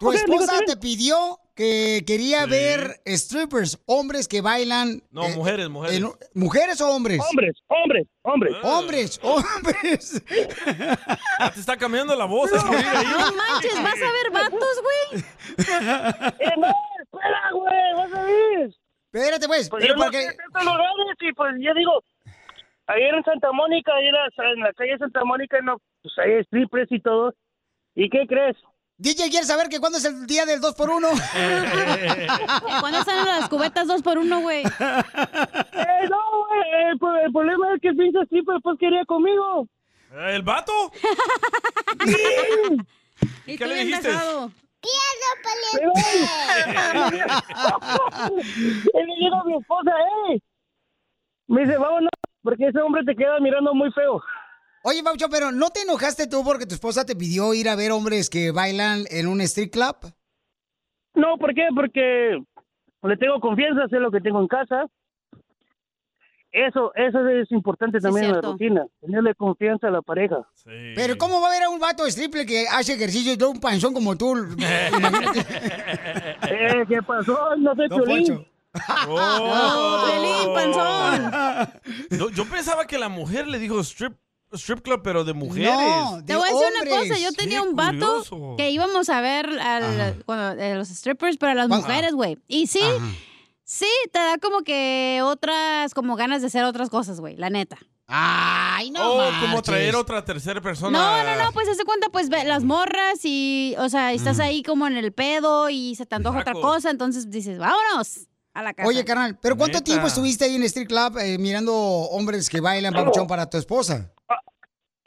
S1: Tu
S11: Ok, amigo,
S1: esposa
S11: está
S1: te
S11: bien.
S1: pidió que quería
S11: Sí.
S1: ver strippers, hombres que bailan.
S2: No, mujeres, mujeres.
S1: Eh, en- ¿Mujeres o hombres?
S11: Hombres, hombres, hombres.
S1: Hombres, hombres.
S2: Ah, te está cambiando la voz. es que vive ahí.
S3: No manches, vas a ver vatos, güey.
S11: Eh, no, espera, güey, vas a ver.
S1: Espérate, pues.
S11: Pues
S1: pero
S11: yo no
S1: porque-
S11: sé tantos lugares y pues yo digo, ayer en Santa Mónica, ahí en la, en la calle Santa Mónica, no, pues hay strippers y todo. ¿Y qué crees?
S1: DJ quiere saber que cuándo es el día del 2x1.
S3: ¿Cuándo salen las cubetas dos por uno, güey?
S11: Eh, no, güey, el, pro- el problema es que el pinche stripper pues quería conmigo. Eh,
S2: ¿El vato?
S3: ¿Y
S2: qué le dijiste?
S11: Y le digo a mi esposa, eh. Me dice, vámonos, porque ese hombre te queda mirando muy feo.
S1: Oye, Bauchón, pero ¿no te enojaste tú porque tu esposa te pidió ir a ver hombres que bailan en un street club?
S11: No, ¿por qué? Porque le tengo confianza, sé lo que tengo en casa. Eso, eso es importante también en la
S1: cierto.
S11: rutina, tenerle confianza a la pareja.
S1: Pero ¿cómo va a haber a un vato stripper que hace ejercicio y todo un panzón como tú?
S11: Eh, ¿Qué pasó? No soy
S1: Don
S11: Piolín.
S1: Poncho.
S10: ¡Oh!
S3: No,
S11: Oh.
S3: Piolín, panzón.
S2: Yo, yo pensaba que la mujer le dijo strip, strip club, pero de mujeres.
S3: te voy a decir una cosa, yo tenía
S2: Qué
S3: un vato
S2: curioso.
S3: que íbamos a ver al, bueno, eh, los strippers para las
S4: Ajá.
S3: mujeres, güey. Y sí, sí, te da como que otras, como ganas de hacer otras cosas, güey, la neta.
S1: Ay,
S2: oh, como traer otra tercera persona.
S3: No, no, no, pues hace cuenta, pues ve las morras y, o sea, estás
S2: Mm.
S3: ahí como en el pedo y se te antoja otra
S1: Exacto.
S3: cosa, entonces dices, vámonos a la casa.
S1: Oye, carnal, ¿pero cuánto
S3: Neta.
S1: tiempo estuviste ahí en el Street Club eh, mirando hombres que bailan papuchón para tu esposa?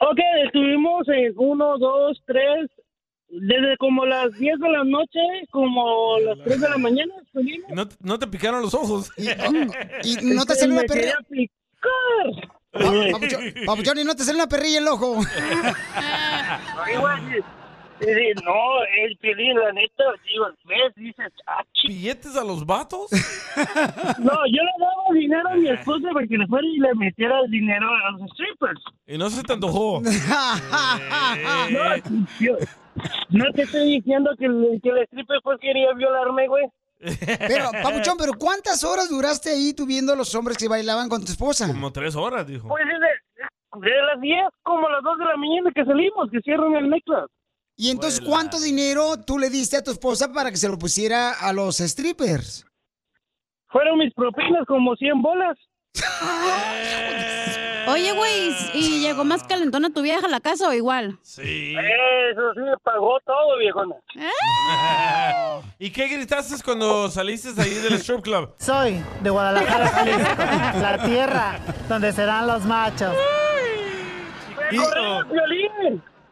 S11: Ok, estuvimos en uno, dos, tres, desde como las 10 de la noche, como las 3 de la mañana.
S2: Y No, te- no te picaron los ojos.
S1: ¿Y no te salió una perrilla?
S2: Ay.
S1: Pa- Papuchón, Papuchón, ¿y no te salió una perrilla en el ojo?
S11: Ay, güey, y- y- No, el Piolín, la neta, digo, ves, dices, "Ah,
S2: ¿Billetes a los vatos?
S11: No, yo le daba dinero a mi esposa para que le fuera y le metiera el dinero a los strippers.
S2: Y no se te antojó.
S11: No, yo- no te estoy diciendo que el, que el stripper pues quería violarme, güey.
S1: Pero, Papuchón, ¿pero cuántas horas duraste ahí tú viendo a los hombres que bailaban con tu esposa?
S2: Como tres horas, dijo.
S11: Pues desde, desde las 10 como a las 2 de la mañana que salimos, que cierran el nightclub.
S1: Y entonces, ¿cuánto dinero tú le diste a tu esposa para que se lo pusiera a los strippers?
S11: Fueron mis propinas como 100 bolas.
S3: Oye, güey, ¿y llegó más calentona tu vieja a la casa o igual?
S2: Sí.
S11: Eso sí, pagó todo, viejona.
S2: ¿Y qué gritaste cuando saliste de ahí del strip club?
S4: Soy de Guadalajara, Jalisco, la tierra donde serán los machos.
S1: O-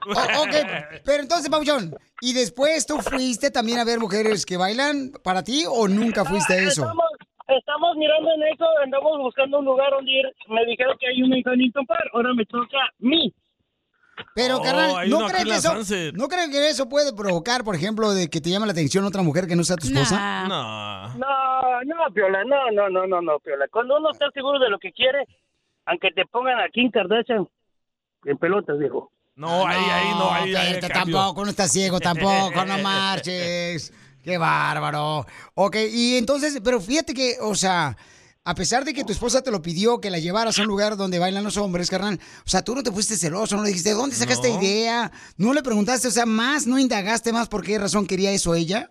S1: Oh, ok, pero entonces, Papuchón, ¿y después tú fuiste también a ver mujeres que bailan para ti o nunca fuiste a eso?
S11: Estamos, estamos mirando en eso, andamos buscando un lugar donde ir. Me dijeron que hay uno en Huntington Park, ahora me toca a mí.
S2: Oh,
S1: Pero, carnal, ¿no crees, que eso, ¿no crees que eso puede provocar, por ejemplo, de que te llame la atención otra mujer que no sea tu esposa?
S2: No.
S11: No, no, Piola, no, no, no, no, no, Piola. Cuando uno está seguro de lo que quiere, aunque te pongan a Kim Kardashian en pelotas, viejo.
S2: No, ahí, ahí, no, ahí, ahí.
S1: Espérate,
S2: cambio.
S1: este tampoco, no estás ciego, tampoco, no marches. Qué bárbaro. Ok, y entonces, pero fíjate que, o sea, a pesar de que tu esposa te lo pidió que la llevaras a un lugar donde bailan los hombres, carnal, o sea, tú no te fuiste celoso, no le dijiste, ¿dónde sacaste
S4: No.
S1: idea? No le preguntaste, o sea, más, no indagaste más por qué razón quería eso ella.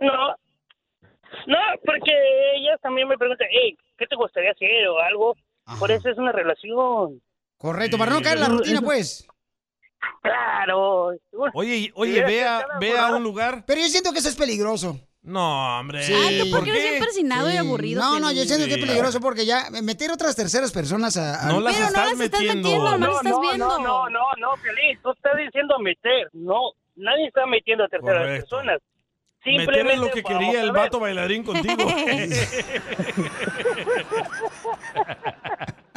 S11: No. No, porque ellas también me preguntan, hey, ¿qué te gustaría hacer o algo? Por eso es una relación.
S1: Correcto, para no caer en la rutina, pues.
S11: Claro.
S2: Oye, y- oye, ve a, ve a un lugar.
S1: Pero yo siento que eso es peligroso.
S2: No, hombre.
S1: Sí.
S3: persinado y aburrido,
S1: No, no,
S3: Piolín?
S1: yo siento que es
S2: Sí.
S1: peligroso porque ya meter otras terceras personas a... a-
S2: No las Pero no estás las estás metiendo. metiendo, nomás
S11: no,
S2: estás
S11: no,
S2: viendo.
S11: No, no, no, no, Piolín, tú estás diciendo meter. No, nadie está metiendo a terceras
S2: Correcto.
S11: personas.
S2: Meter es lo que
S11: vamos
S2: quería
S11: a
S2: el
S11: ver.
S2: vato bailarín contigo.
S11: Pues,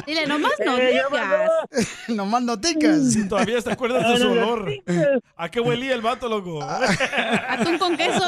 S3: Dile, nomás no
S1: Eh, ya
S3: digas.
S1: Nomás no ticas.
S2: Todavía te acuerdas
S1: Ah,
S2: de su olor. ¿A qué huelía el vato, loco?
S3: Atún con queso.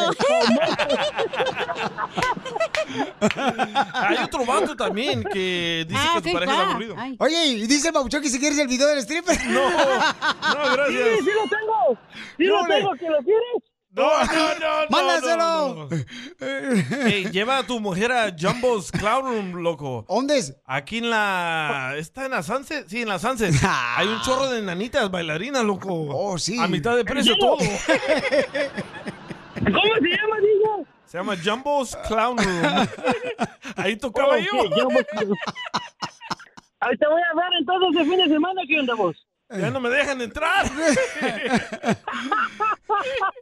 S2: Hay otro vato también que dice
S3: Ah,
S2: que su pareja es aburrido.
S1: Oye, y dice el Pabuchón que si quieres el video del stripper.
S2: No, no, gracias.
S11: Sí, sí lo tengo. Sí lo tengo, que lo quieres.
S2: No, no, no, no,
S1: ¡Mándaselo!
S2: no, no. Ey, lleva a tu mujer a Jumbo's Clown Room, loco.
S1: ¿Dónde es?
S2: Aquí en la... ¿Está en la Sunset? Sí, en la Sunset. Hay un chorro de nanitas bailarinas, loco.
S1: Oh, sí.
S2: A mitad de precio
S1: ¿En
S2: todo.
S1: serio?
S2: ¿Cómo se llama, niña? Se llama Jumbo's Clown Room. Ahí tocaba
S11: Oh,
S2: yo.
S11: sí, Jumbo's- Ahí te voy a ver entonces el fin de semana, ¿qué onda vos?
S2: Ya no me dejan entrar.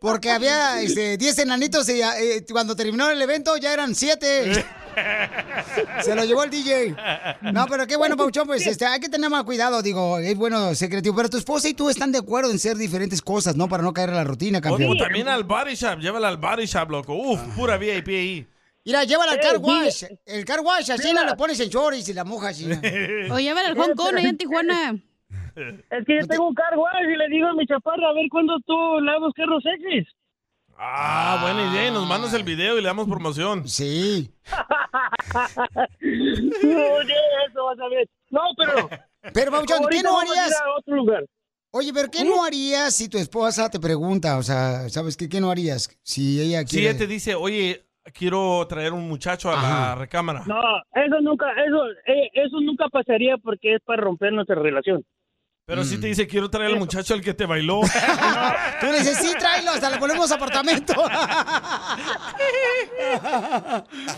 S1: Porque había este, 10 enanitos y eh, cuando terminó el evento ya eran 7. Se lo llevó el DJ. No, pero qué bueno, Pauchón, pues este, hay que tener más cuidado, digo, es bueno ser creativo. Pero tu esposa y tú están de acuerdo en ser diferentes cosas, ¿no? Para no caer en la rutina,
S2: O,
S1: campeón.
S2: o también al Body Shop. Llévala al Body Shop, loco. Uf, pura VIP ahí.
S1: Mira, llévala al
S2: Eh,
S1: car
S2: sí.
S1: wash. El car wash, así no la pones en shorts y la mojas.
S3: O llévala al Hong Kong, allá en Tijuana.
S11: Es que yo tengo un cargo y le digo a mi chaparra, a ver cuándo tú lavas carros sexys.
S2: Ah, buena idea. Y nos mandas el video y le damos promoción.
S1: Sí.
S11: Oye, eso vas a ver. No, pero...
S1: Pero, Pauchón, ¿qué
S11: Ahorita
S1: no
S11: vamos a ir
S1: harías?
S11: a otro lugar.
S1: Oye, pero ¿qué no harías si tu esposa te pregunta? O sea, ¿sabes qué? ¿Qué no harías si ella
S2: Si
S1: quiere?
S2: ella te dice, oye, quiero traer un muchacho a la recámara.
S8: No, eso nunca, eso, eh, eso nunca pasaría porque es para romper nuestra relación.
S2: Pero si te dice, quiero traer al muchacho al que te bailó.
S1: Tú le dices, sí, tráelo, hasta le ponemos apartamento.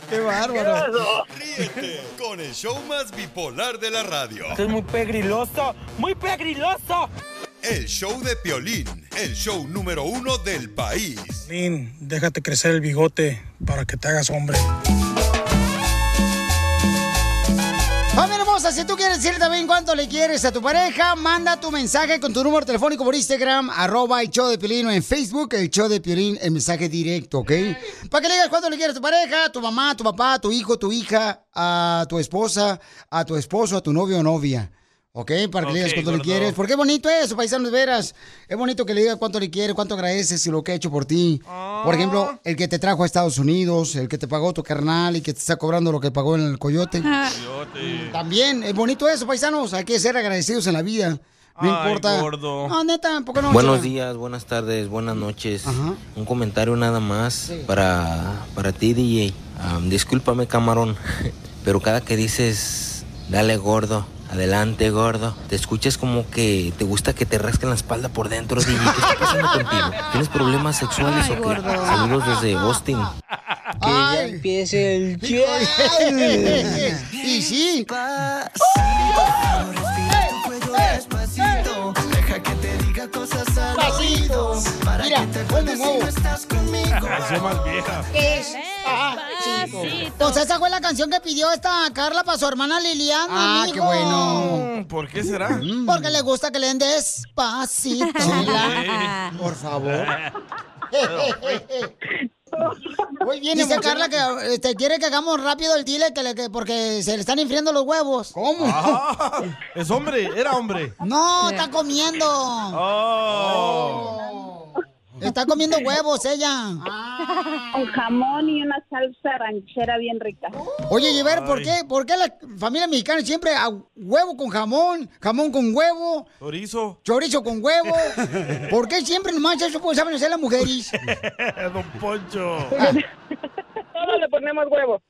S1: Qué bárbaro.
S6: Ríete con el show más bipolar de la radio.
S10: Esto es muy pegriloso, muy pegriloso.
S6: El show de Piolín, el show número uno del país.
S14: Lin, déjate crecer el bigote para que te hagas hombre.
S1: Familia hermosa, si tú quieres decir también cuánto le quieres a tu pareja, manda tu mensaje con tu número telefónico por Instagram, arroba el show de Piolín o en Facebook, el show de Piolín, el mensaje directo, ¿ok? Para que le digas cuánto le quieres a tu pareja, a tu mamá, a tu papá, a tu hijo, a tu hija, a tu esposa, a tu esposo, a tu novio o novia. ¿Ok? Para que le digas
S15: Ok,
S1: cuánto le
S15: gordo.
S1: quieres. Porque es bonito eso, paisanos, de veras. Es bonito que le digas cuánto le quieres, cuánto agradeces y lo que ha hecho por ti. Por
S15: Ah.
S1: ejemplo, el que te trajo a Estados Unidos, el que te pagó tu carnal y que te está cobrando lo que pagó en el coyote. También es bonito eso, paisanos. Hay que ser agradecidos en la vida. No
S23: Ay,
S1: importa.
S23: gordo.
S1: No, neta, ¿por qué no?
S23: Buenos
S1: Chela?
S23: días, buenas tardes, buenas noches.
S1: Ajá.
S23: Un comentario nada más para, para ti, DJ. Am, discúlpame, camarón, pero cada que dices, dale gordo, adelante gordo, te escuchas como que te gusta que te rasquen la espalda por dentro, DJ. ¿Qué está pasando contigo? ¿Tienes problemas sexuales o qué? Saludos desde Austin.
S24: Que ya empiece el
S1: Y sí. ¡Uh!
S24: Deja que te diga cosas al oído. Para que te acuerdes si no estás conmigo.
S2: Canción más vieja.
S1: Despacito. Ah, Pues esa fue la canción que pidió esta Carla para su hermana Liliana.
S2: Ah,
S1: amigo.
S2: qué bueno. ¿Por qué será?
S1: Porque le gusta que le den despacito. Chela. Por favor. Muy bien, dice Carla que este, quiere que hagamos rápido el dile que le- que- porque se le están enfriando los huevos. ¿Cómo?
S2: Ah, es hombre, era hombre.
S1: No, está comiendo.
S2: Oh.
S1: Está comiendo huevos ella.
S20: Con jamón y una salsa ranchera bien rica.
S1: Oye, Giver, ¿por qué, ¿por qué la familia mexicana siempre a huevo con jamón, jamón con huevo,
S2: Chorizo.
S1: chorizo con huevo? ¿Por qué siempre nomás eso pues, saben hacer las mujeres?
S2: Don Poncho.
S20: Todos le ponemos huevo.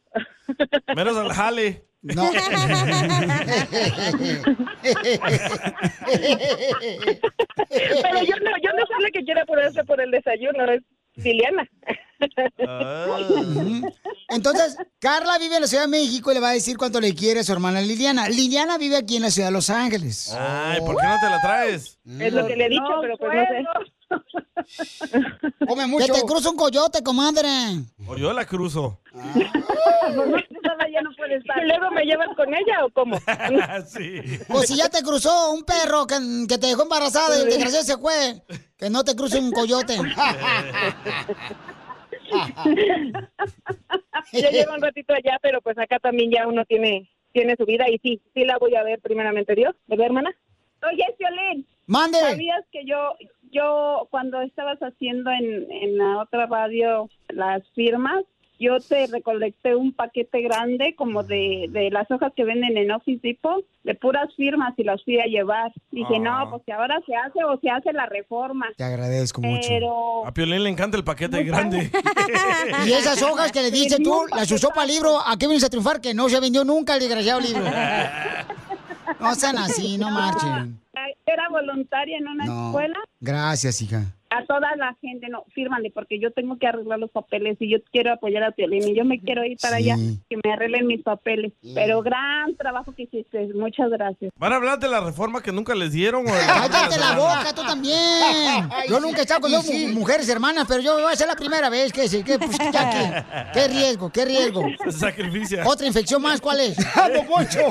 S2: Menos al jale.
S1: No.
S20: Pero yo no, yo no soy la que quiera ponerse por el desayuno, es Liliana.
S2: Ah.
S1: Ujú. Entonces, Carla vive en la Ciudad de México y le va a decir cuánto le quiere a su hermana Liliana. Liliana vive aquí en la Ciudad de Los Ángeles.
S2: Ay, ¿por qué no te la traes?
S20: Es lo que le he dicho, pero pues no sé.
S1: Come
S20: mucho.
S1: Que te cruza un coyote, comadre.
S20: Ah.
S2: O yo la cruzo.
S20: ya Pues no puede estar. ¿Y luego me llevas con ella o cómo?
S2: sí.
S1: O Pues si ya te cruzó un perro que, que te dejó embarazada y el desgraciado se fue, que no te cruce un coyote.
S20: Yo llevo un ratito allá, pero pues acá también ya uno tiene tiene su vida y sí, sí la voy a ver primeramente Dios, ¿verdad, hermana? Oye, Violín.
S1: Mande.
S20: ¿Sabías que yo yo cuando estabas haciendo en, en la otra radio las firmas, yo te recolecté un paquete grande como de, de las hojas que venden en Office Depot, de puras firmas y las fui a llevar. Dije,
S2: Ah.
S20: no, pues si ahora se hace o se hace la reforma.
S1: Te agradezco mucho.
S20: Pero
S2: A Piolín le encanta el paquete grande.
S1: Y esas hojas que le diste tú, las usó para libro. ¿A qué vienes a triunfar? Que no se vendió nunca el desgraciado libro. No sean así, no marchen.
S20: era voluntaria en una
S1: No.
S20: escuela
S1: Gracias, hija.
S20: a toda la gente, no, fírmale, porque yo tengo que arreglar los papeles y yo quiero apoyar a Piolín y yo me quiero ir para
S1: Sí.
S20: allá, que me arreglen mis papeles. Pero gran trabajo que hiciste, muchas gracias.
S2: ¿Van a hablar de la reforma que nunca les dieron? o de la
S1: Cállate la
S2: semana?
S1: boca, tú también. Yo nunca he estado con
S20: Y
S1: dos
S20: sí.
S1: mu- mujeres hermanas, pero yo voy a ser la primera vez que se, que, pues, ya que- qué riesgo, qué riesgo.
S2: Se sacrificia.
S1: Otra infección más, ¿cuál es? ¡Don Poncho!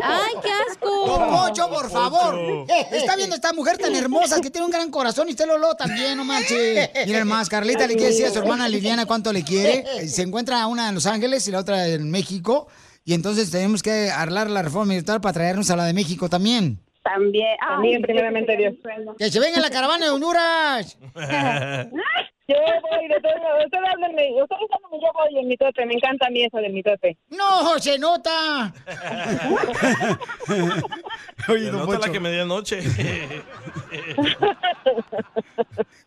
S2: Ay,
S1: qué asco! ¡Don Poncho,
S2: Don Poncho.
S1: por favor! Está viendo esta mujer tan hermosa que tiene un gran corazón y usted lo lo también, no manches. Miren más, Carlita le quiere decir a su hermana Liliana cuánto le quiere. Se encuentra una en Los Ángeles y la otra en México. Y entonces tenemos que arreglar la reforma militar para traernos a la de México también.
S20: También. ay,
S13: También, primeramente,
S20: que
S13: Dios.
S20: enfermo.
S1: ¡Que se venga la caravana de Honduras!
S13: Yo voy de todo. Ustedes háblenme. Ustedes háblenme. Yo voy en mi tope. Me encanta a mí eso del mi tope.
S1: ¡No, se nota!
S2: Se nota la que me di anoche.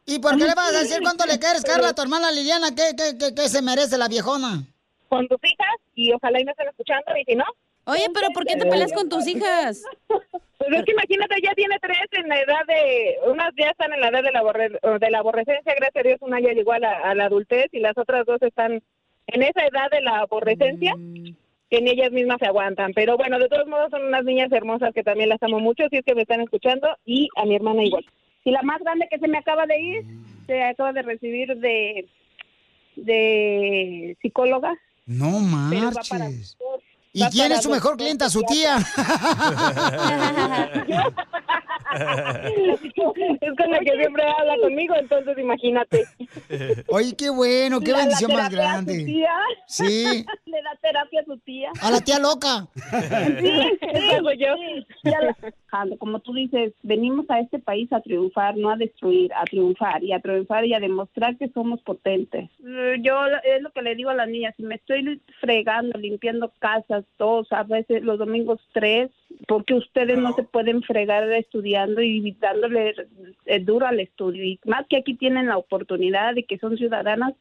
S1: ¿Y por qué le vas a decir cuánto le quieres, Carla, a tu hermana Liliana? ¿Qué, qué, qué, qué se merece la viejona?
S13: Con tus hijas, y ojalá y me estén escuchando, y si no...
S3: Oye, pero ¿por qué te peleas con tus hijas?
S13: Pues es que imagínate, ya tiene tres en la edad de... Unas ya están en la edad de la, aborre- de la aborrecencia, gracias a Dios, una ya llegó a la, a la adultez y las otras dos están en esa edad de la aborrecencia
S3: Mm.
S13: que ni ellas mismas se aguantan. Pero bueno, de todos modos son unas niñas hermosas que también las amo mucho, si es que me están escuchando, y a mi hermana igual.
S20: Y la más grande que se me acaba de ir,
S3: Mm.
S20: se acaba de recibir de, de psicóloga.
S1: No
S20: pero va para
S1: marches.
S20: doctor.
S1: ¿Y
S20: Va
S1: quién
S20: para
S1: es su mejor
S20: doctor
S1: clienta? Su tía.
S13: Es con la que siempre habla conmigo, entonces imagínate.
S1: Oye, qué bueno, qué
S20: Le da
S1: bendición más
S20: terapia a su
S1: grande.
S20: tía.
S1: Sí.
S20: Le da terapia a su tía.
S1: A la tía loca.
S20: Sí, yo. como tú dices, venimos a este país a triunfar, no a destruir, a triunfar y a triunfar y a demostrar que somos potentes. Mm, Yo es lo que le digo a las niñas, si me estoy fregando, limpiando casas dos, a veces los domingos tres, porque ustedes no se pueden fregar estudiando y dándole eh, duro al estudio. Y más que aquí tienen la oportunidad de que son ciudadanas,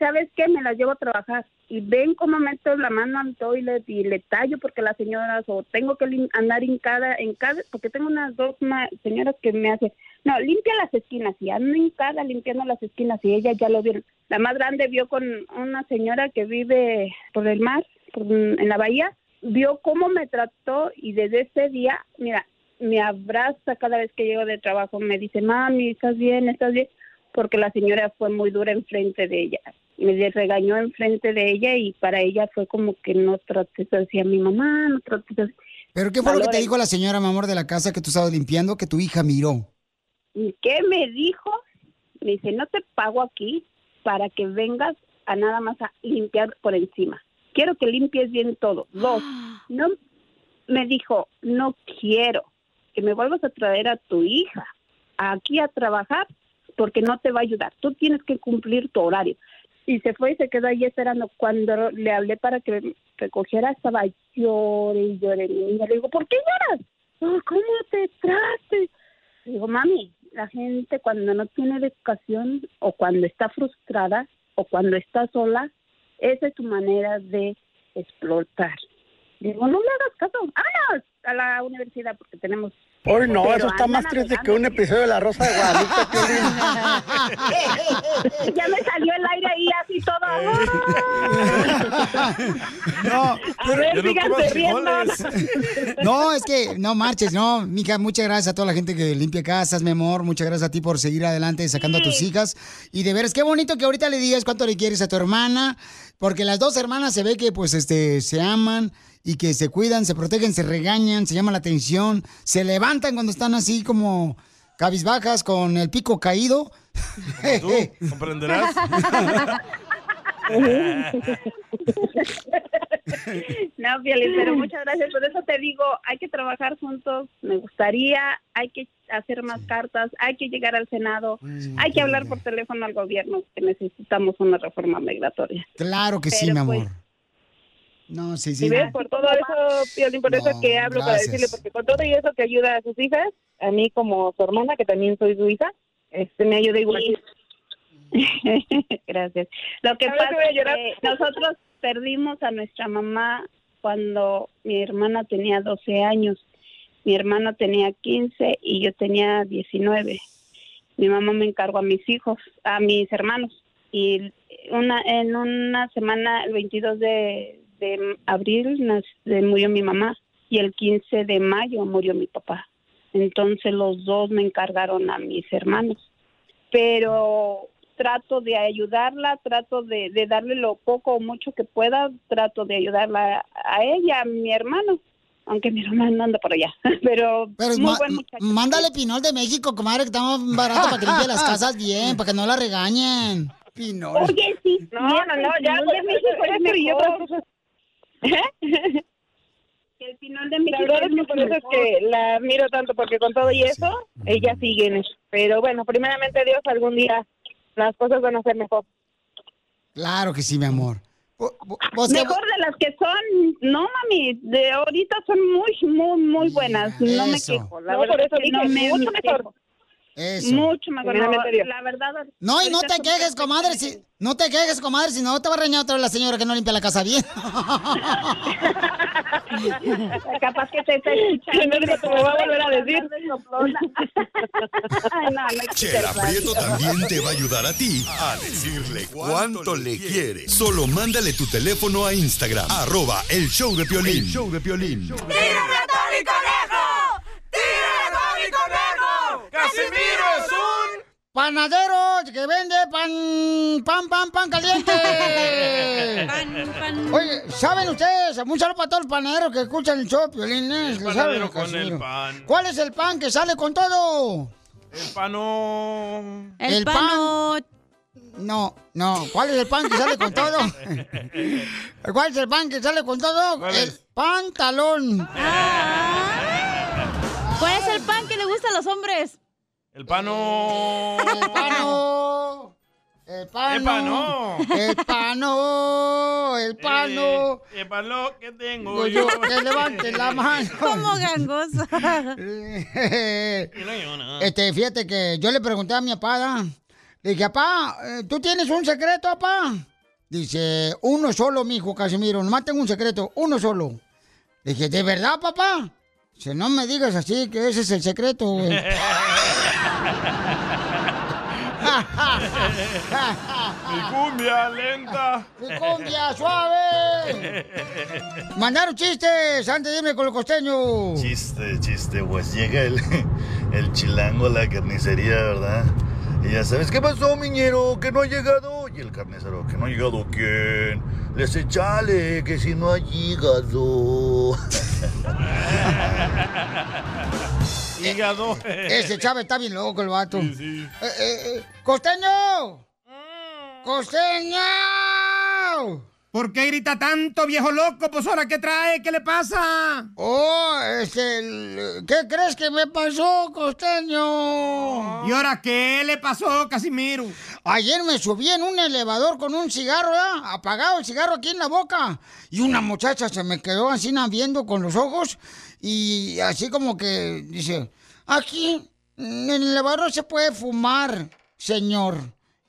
S20: ¿sabes qué? Me las llevo a trabajar. Y ven cómo meto la mano al toilet y le tallo porque las señoras, o tengo que lim- andar hincada en cada, porque tengo unas dos ma- señoras que me hacen, no, limpia las esquinas y ando hincada limpiando las esquinas y ella ya lo vieron. La más grande vio con una señora que vive por el mar, por- en la bahía, vio cómo me trató y desde ese día, mira, me abraza cada vez que llego de trabajo, me dice, mami, estás bien, estás bien, porque la señora fue muy dura enfrente de ella. Me le regañó enfrente de ella y para ella fue como que no trates así a mi mamá, no trates así.
S1: ¿Pero qué fue lo que te
S20: Valores.
S1: dijo la señora, mi amor, de la casa que tú estabas limpiando que tu hija miró?
S20: ¿Y qué me dijo? Me dice, no te pago aquí para que vengas a nada más a limpiar por encima. Quiero que limpies bien todo. Dos, no, me dijo, no quiero que me vuelvas a traer a tu hija aquí a trabajar porque no te va a ayudar. Tú tienes que cumplir tu horario. Y se fue y se quedó ahí esperando. Cuando le hablé para que recogiera, estaba llore y llore. mi niña. le digo, ¿por qué lloras? "Oh, ¿Cómo te trates? Le digo, mami, la gente cuando no tiene educación o cuando está frustrada o cuando está sola, esa es tu manera de explotar. Le Digo, no me hagas caso, vámonos a la universidad porque tenemos...
S4: Hoy no,
S20: Pero
S4: eso está
S20: anda
S4: más triste que
S20: navegando.
S4: un episodio de La Rosa de Guadalupe.
S20: ya me salió el aire ahí así todo.
S1: No,
S20: pero- ver, Yo no síganse ocupo
S1: riendo. No, es que no marches, no, mija, muchas gracias a toda la gente que limpia casas, mi amor, muchas gracias a ti por seguir adelante sacando a tus hijas. Y de veras, qué bonito que ahorita le digas cuánto le quieres a tu hermana, porque las dos hermanas se ve que pues este se aman y que se cuidan, se protegen, se regañan, se llaman la atención, se levantan cuando están así como cabizbajas con el pico caído.
S2: Tú comprenderás.
S20: No, Piolín, pero muchas gracias. Por eso te digo, hay que trabajar juntos. Me gustaría, hay que hacer más cartas, hay que llegar al Senado, hay que hablar por teléfono al gobierno que necesitamos una reforma migratoria.
S1: Claro que sí, mi amor. No, sí, sí.
S13: Y pues, ves, por todo eso, Piolín, por eso
S1: No,
S13: que hablo para
S1: gracias.
S13: decirle, porque con todo y eso que ayuda a sus hijas, a mí como su hermana, que también soy su hija, este, me ayuda igual.
S20: Gracias. Lo que
S13: A ver,
S20: pasa
S13: voy a
S20: es
S13: llorar.
S20: que nosotros perdimos a nuestra mamá cuando mi hermana tenía 12 años, mi hermana tenía 15 y yo tenía 19. Mi mamá me encargó a mis hijos, a mis hermanos. Y una, en una semana, el 22 de, de abril, nas- de- murió mi mamá y el 15 de mayo murió mi papá. Entonces los dos me encargaron a mis hermanos pero trato de ayudarla, trato de, de darle lo poco o mucho que pueda, trato de ayudarla a ella, a mi hermano, aunque mi hermano anda por allá, pero,
S1: Pero
S20: muy
S1: ma-
S20: buen muchacho.
S1: mándale pinol de México, comadre, que está más barato para que limpie las casas bien, para que no la regañen. Pinol.
S20: Oye, sí,
S13: No, no, no, ya,
S20: el
S13: pues,
S20: pinol de México es
S13: eso-
S20: mejor.
S13: eso y otras
S20: Que el final de mi
S13: La verdad
S20: vida
S13: es que
S20: mi
S13: por eso es
S20: mejor.
S13: que la admiro tanto, porque con todo y eso, ella sigue en eso. Pero bueno, primeramente Dios, algún día las cosas van a ser mejor.
S1: Claro que sí, mi amor. Pues
S20: Mejor de las que son, no mami, de ahorita son muy, muy, muy buenas. No me
S1: Eso.
S20: quejo, la
S13: No,
S20: verdad
S13: por eso
S20: es que
S13: dije, mucho mejor.
S20: quejo.
S1: Eso.
S20: Mucho mejor, no,
S1: Primeramente Dios.
S20: la verdad.
S1: No, y no te
S20: ahorita son
S1: quejes, comadre. Si, no te quejes, comadre, si no te va a reñir otra vez la señora que no limpia la casa bien.
S20: Capaz que te está escuchando.
S13: Primero que me va a volver a decir.
S20: Ay, no, no
S6: Chela Prieto también te va a ayudar a ti a decirle cuánto le quiere. Solo mándale tu teléfono a Instagram, arroba el show de Piolín. El show de Piolín.
S10: ratón y conejo! ¡Tira ratón y conejo! ¡Casimiro es un...
S1: Panadero que vende pan, pan, pan, pan caliente.
S10: Pan, pan.
S1: Oye, ¿saben ustedes? Un saludo para todos los panaderos que escuchan el show, Piolín. ¿eh? Lo saben,
S2: Panadero con
S1: Casimiro.
S2: el pan.
S1: ¿Cuál es el pan que sale con todo?
S2: El pano.
S1: No, no. ¿Cuál es el pan que sale con todo? ¿Cuál es el pan que sale con todo? el pantalón.
S2: Ah.
S3: ¿Cuál es Pues el pan que le gusta a los hombres?
S2: El pano.
S1: El pano. El pano.
S2: Epa, no.
S1: El pano. El pano.
S2: Eh, epa, lo que tengo yo.
S1: Digo yo, que levante la mano.
S3: Como gangosa.
S1: este, fíjate que yo le pregunté a mi papá, le dije, papá, eh, ¿tú tienes un secreto, papá? Dice, uno solo, mijo, Casimiro, nomás tengo un secreto, uno solo. Le dije, ¿de verdad, papá? Dice, no me digas así, que ese es el secreto, güey".
S10: Mi cumbia lenta.
S1: Mi cumbia suave. Mandaron chistes antes de irme con el costeño.
S12: Chiste, chiste, pues llega el, el chilango a la carnicería, ¿verdad? Y ya sabes, ¿qué pasó, miñero? Que no ha llegado. Y el carnicero, que no ha llegado, ¿quién? Les echale, que si no ha llegado.
S2: Hígado.
S1: E, Ese Chávez está bien loco, el vato. Eh, eh, eh, ¡Costeño! ¡Costeño!
S15: ¿Por qué grita tanto, viejo loco? Pues ahora, ¿qué trae? ¿Qué le pasa?
S1: Oh, este, el- ¿qué crees que me pasó, costeño?
S15: ¿Y ahora qué le pasó, Casimiro?
S1: Ayer me subí en un elevador con un cigarro, ¿verdad? apagado el cigarro aquí en la boca. Y una muchacha se me quedó así na, viendo con los ojos y así como que dice, aquí en el elevador se puede fumar, señor.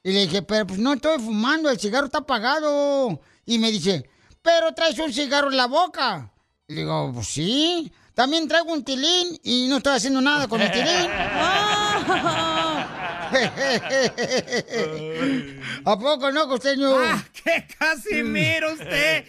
S1: Y le dije, pero pues no estoy fumando, el cigarro está apagado. Y me dice, pero traes un cigarro en la boca. Y le digo, pues sí, también traigo un tilín y no estoy haciendo nada con el tilín. ¿A poco no, costeño?
S15: ¡Qué Casimiro usted!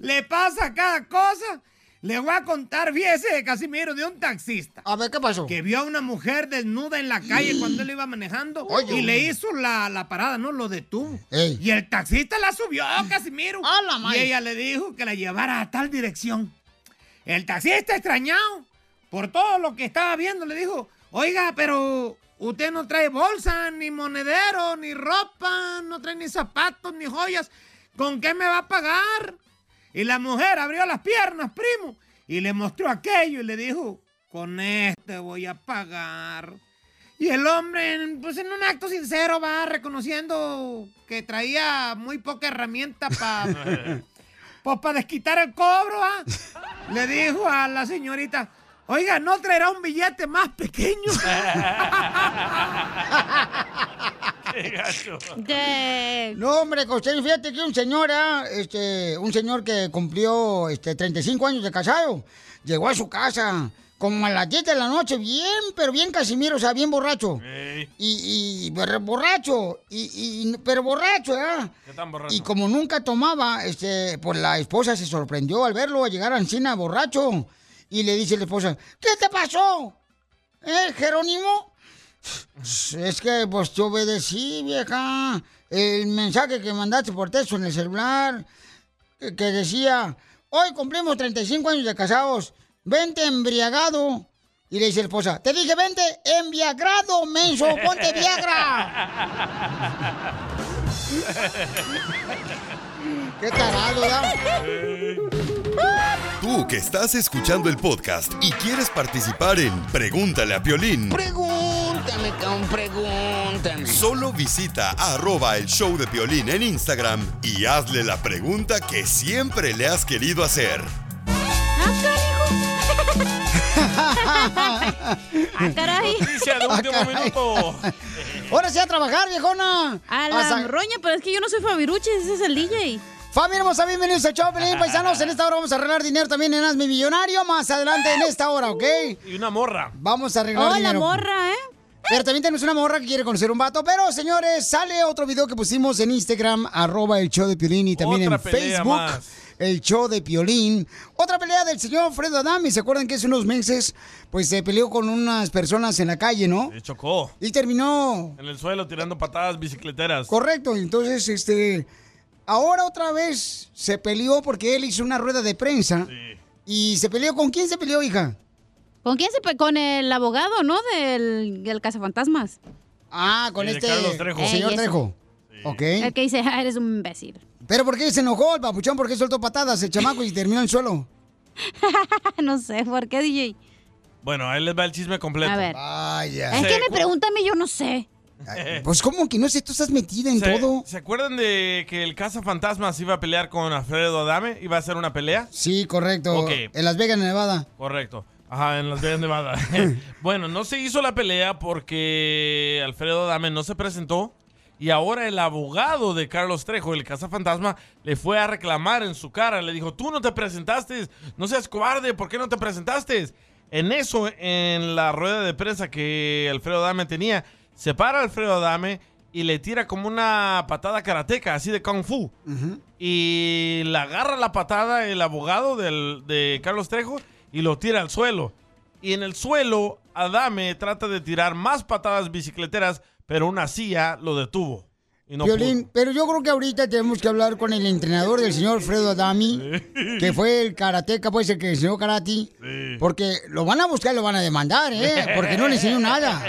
S15: ¿Le pasa cada cosa? Le voy a contar, fíjese, Casimiro, de un taxista.
S1: A ver, ¿qué pasó?
S15: Que vio a una mujer desnuda en la calle cuando él iba manejando
S1: Oye.
S15: y le hizo la, la parada, ¿no? Lo detuvo.
S1: Ey. Mm,
S15: Y el taxista la subió, Casimiro.
S1: madre!
S15: y ella le dijo que la llevara a tal dirección. El taxista extrañado por todo lo que estaba viendo le dijo, oiga, pero usted no trae bolsa, ni monedero, ni ropa, no trae ni zapatos, ni joyas. ¿Con qué me va a pagar? Y la mujer abrió las piernas, primo, y le mostró aquello y le dijo, con este voy a pagar. Y el hombre, en- pues en un acto sincero, va reconociendo que traía muy poca herramienta para pues, para desquitar el cobro. ¿ah? Le dijo a la señorita, oiga, ¿no traerá un billete más pequeño?
S1: No, hombre, Costeño, fíjate que un señor, ah, este, un señor que cumplió este, 35 años de casado, llegó a su casa como a las 10 de la noche, bien, pero bien Casimiro, o sea, bien borracho. Y, y borra- borracho, y, y- pero borracho, ¿ah?
S2: ¿Qué tan
S1: Y
S2: borracho?
S1: como nunca tomaba, este, pues la esposa se sorprendió al verlo llegar a Encina borracho. Y le dice la esposa, ¿qué te pasó? ¿Eh, Jerónimo? Es que pues te obedecí, vieja. El mensaje que mandaste por texto en el celular, que, que decía, hoy cumplimos 35 años de casados, vente embriagado. Y le dice la esposa, te dije, vente embriagado, menso, ponte Viagra.
S10: Viagra!
S1: Qué tarado, ¿verdad?
S6: Tú Tú que estás escuchando el podcast y quieres participar en Pregúntale a Piolín.
S24: Pregúntame, cabrón, pregúntame.
S6: Solo visita arroba el show de Piolín en Instagram y hazle la pregunta que siempre le has querido hacer.
S3: ¡Ah, caray!
S2: Noticia de último
S1: Ah, caray.
S2: minuto.
S1: Ahora sí a trabajar, viejona.
S3: A la roña, pero es que yo no soy Fabiruchi, ese es el DJ.
S1: Familia hermosa, bienvenidos al show, Pelín, paisanos. En esta hora vamos a arreglar dinero también en Hazme Millonario, más adelante en esta hora, ¿ok?
S2: Y una morra.
S1: Vamos a arreglar
S3: Oh, la
S1: dinero.
S3: morra, ¿eh?
S1: Pero también tenemos una morra que quiere conocer un vato. Pero, señores, sale otro video que pusimos en Instagram, arroba el show de Piolín, y también
S2: Otra
S1: en
S2: pelea
S1: Facebook,
S2: más.
S1: el show de Piolín. Otra pelea del señor Fredo Adami. ¿Se acuerdan que hace unos meses, pues, se peleó con unas personas en la calle, no?
S2: Se chocó.
S1: Y terminó
S2: En el suelo tirando patadas bicicleteras.
S1: Correcto, entonces, este, ahora otra vez se peleó porque él hizo una rueda de prensa y se peleó. ¿Con quién se peleó, hija?
S3: ¿Con quién se pe- Con el abogado, ¿no? Del, del cazafantasmas.
S1: Ah, con
S3: El Eh, de
S1: este
S3: Carlos Trejo.
S1: el señor
S3: Ey, ese.
S1: Trejo. Ok.
S3: El que dice, "Ah, eres un imbécil.
S1: Pero ¿por qué se enojó el papuchón? ¿Por qué soltó patadas el chamaco y terminó en el suelo?
S3: no sé, ¿por qué, DJ?
S2: Bueno, ahí les va el chisme completo.
S3: A ver.
S1: Vaya.
S3: Es que me pregunta a mí, yo no sé.
S1: Pues ¿cómo que no sé? Tú estás metida en
S2: ¿Se,
S1: todo.
S2: ¿Se acuerdan de que el cazafantasmas iba a pelear con Alfredo Adame? ¿Iba a hacer una pelea?
S1: Sí, correcto.
S2: Ok.
S1: En Las Vegas, Nevada.
S2: Correcto. Ajá, en Las Vegas, Nevada. bueno, no se hizo la pelea porque Alfredo Adame no se presentó. Y ahora el abogado de Carlos Trejo, el cazafantasma, le fue a reclamar en su cara. Le dijo, tú no te presentaste, no seas cobarde, ¿por qué no te presentaste? En eso, en la rueda de prensa que Alfredo Adame tenía, se para Alfredo Adame y le tira como una patada karateca, así de kung fu y la agarra la patada el abogado del- de Carlos Trejo y lo tira al suelo. Y en el suelo, Adame trata de tirar más patadas bicicleteras, pero una silla lo detuvo. Y no
S1: Violín, pero yo creo que ahorita tenemos que hablar con el entrenador del señor Fredo Adami, que fue el karateca, pues el que enseñó karate, porque lo van a buscar y lo van a demandar, ¿eh? Porque no le enseñó nada.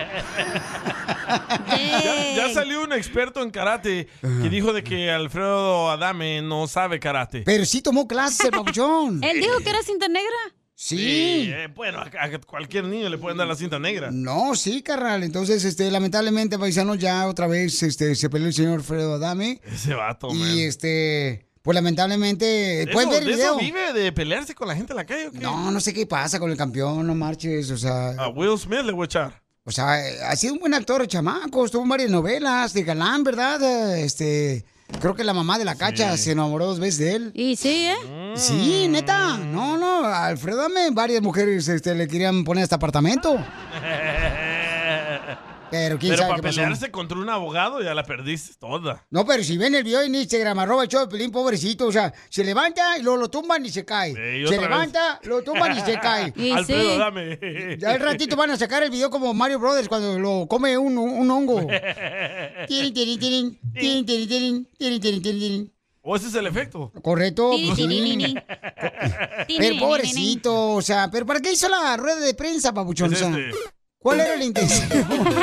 S2: Ya, ya salió un experto en karate que dijo de que Alfredo Adame no sabe karate.
S1: Pero sí tomó clases el papuchón.
S3: Él dijo que era cinta negra.
S1: Sí.
S2: eh, bueno, a, a cualquier niño le pueden dar la cinta negra.
S1: No, sí, carnal. Entonces, este, lamentablemente, paisano, ya otra vez este, se peleó el señor Fredo Adami.
S2: Ese vato, man.
S1: Y este, pues lamentablemente,
S2: ¿De
S1: pueden
S2: eso-
S1: ver el
S2: de eso
S1: video.
S2: vive? ¿De pelearse con la gente en la calle o qué?
S1: No, no sé qué pasa con el campeón, no marches, o sea.
S2: A Will Smith le voy a echar.
S1: O sea, eh, ha sido un buen actor, el chamaco. Estuvo en varias novelas de galán, ¿verdad? Eh, Este, creo que la mamá de la cacha se enamoró dos veces de él.
S3: Y sí, ¿eh?
S2: Mm.
S1: Sí, neta. No, no, Alfredo, dame varias mujeres este, le querían poner hasta apartamento. Pero quién sabe
S2: para
S1: qué pasó.
S2: pelearse contra un abogado ya la perdiste toda.
S1: No, pero si ven el video en Instagram, arroba el show de Pelín, pobrecito, o sea, se levanta y luego lo tumban y se cae.
S2: Eh, y
S1: se
S2: otra vez.
S1: levanta, lo tumban y se cae.
S2: Alfredo, dame.
S1: Ya al ratito van a sacar el video como Mario Brothers cuando lo come un, un hongo. Tirin, tirin, tirin, tirin, tirin, tirin, tirin, tirin, tirin, tirin.
S2: ¿O ese es el efecto?
S1: Correcto. pues, sí. Pero
S2: Tirin,
S1: pobrecito, o sea, ¿pero para qué hizo la rueda de prensa, papuchón? O sea,
S2: este.
S1: ¿Cuál era la intención?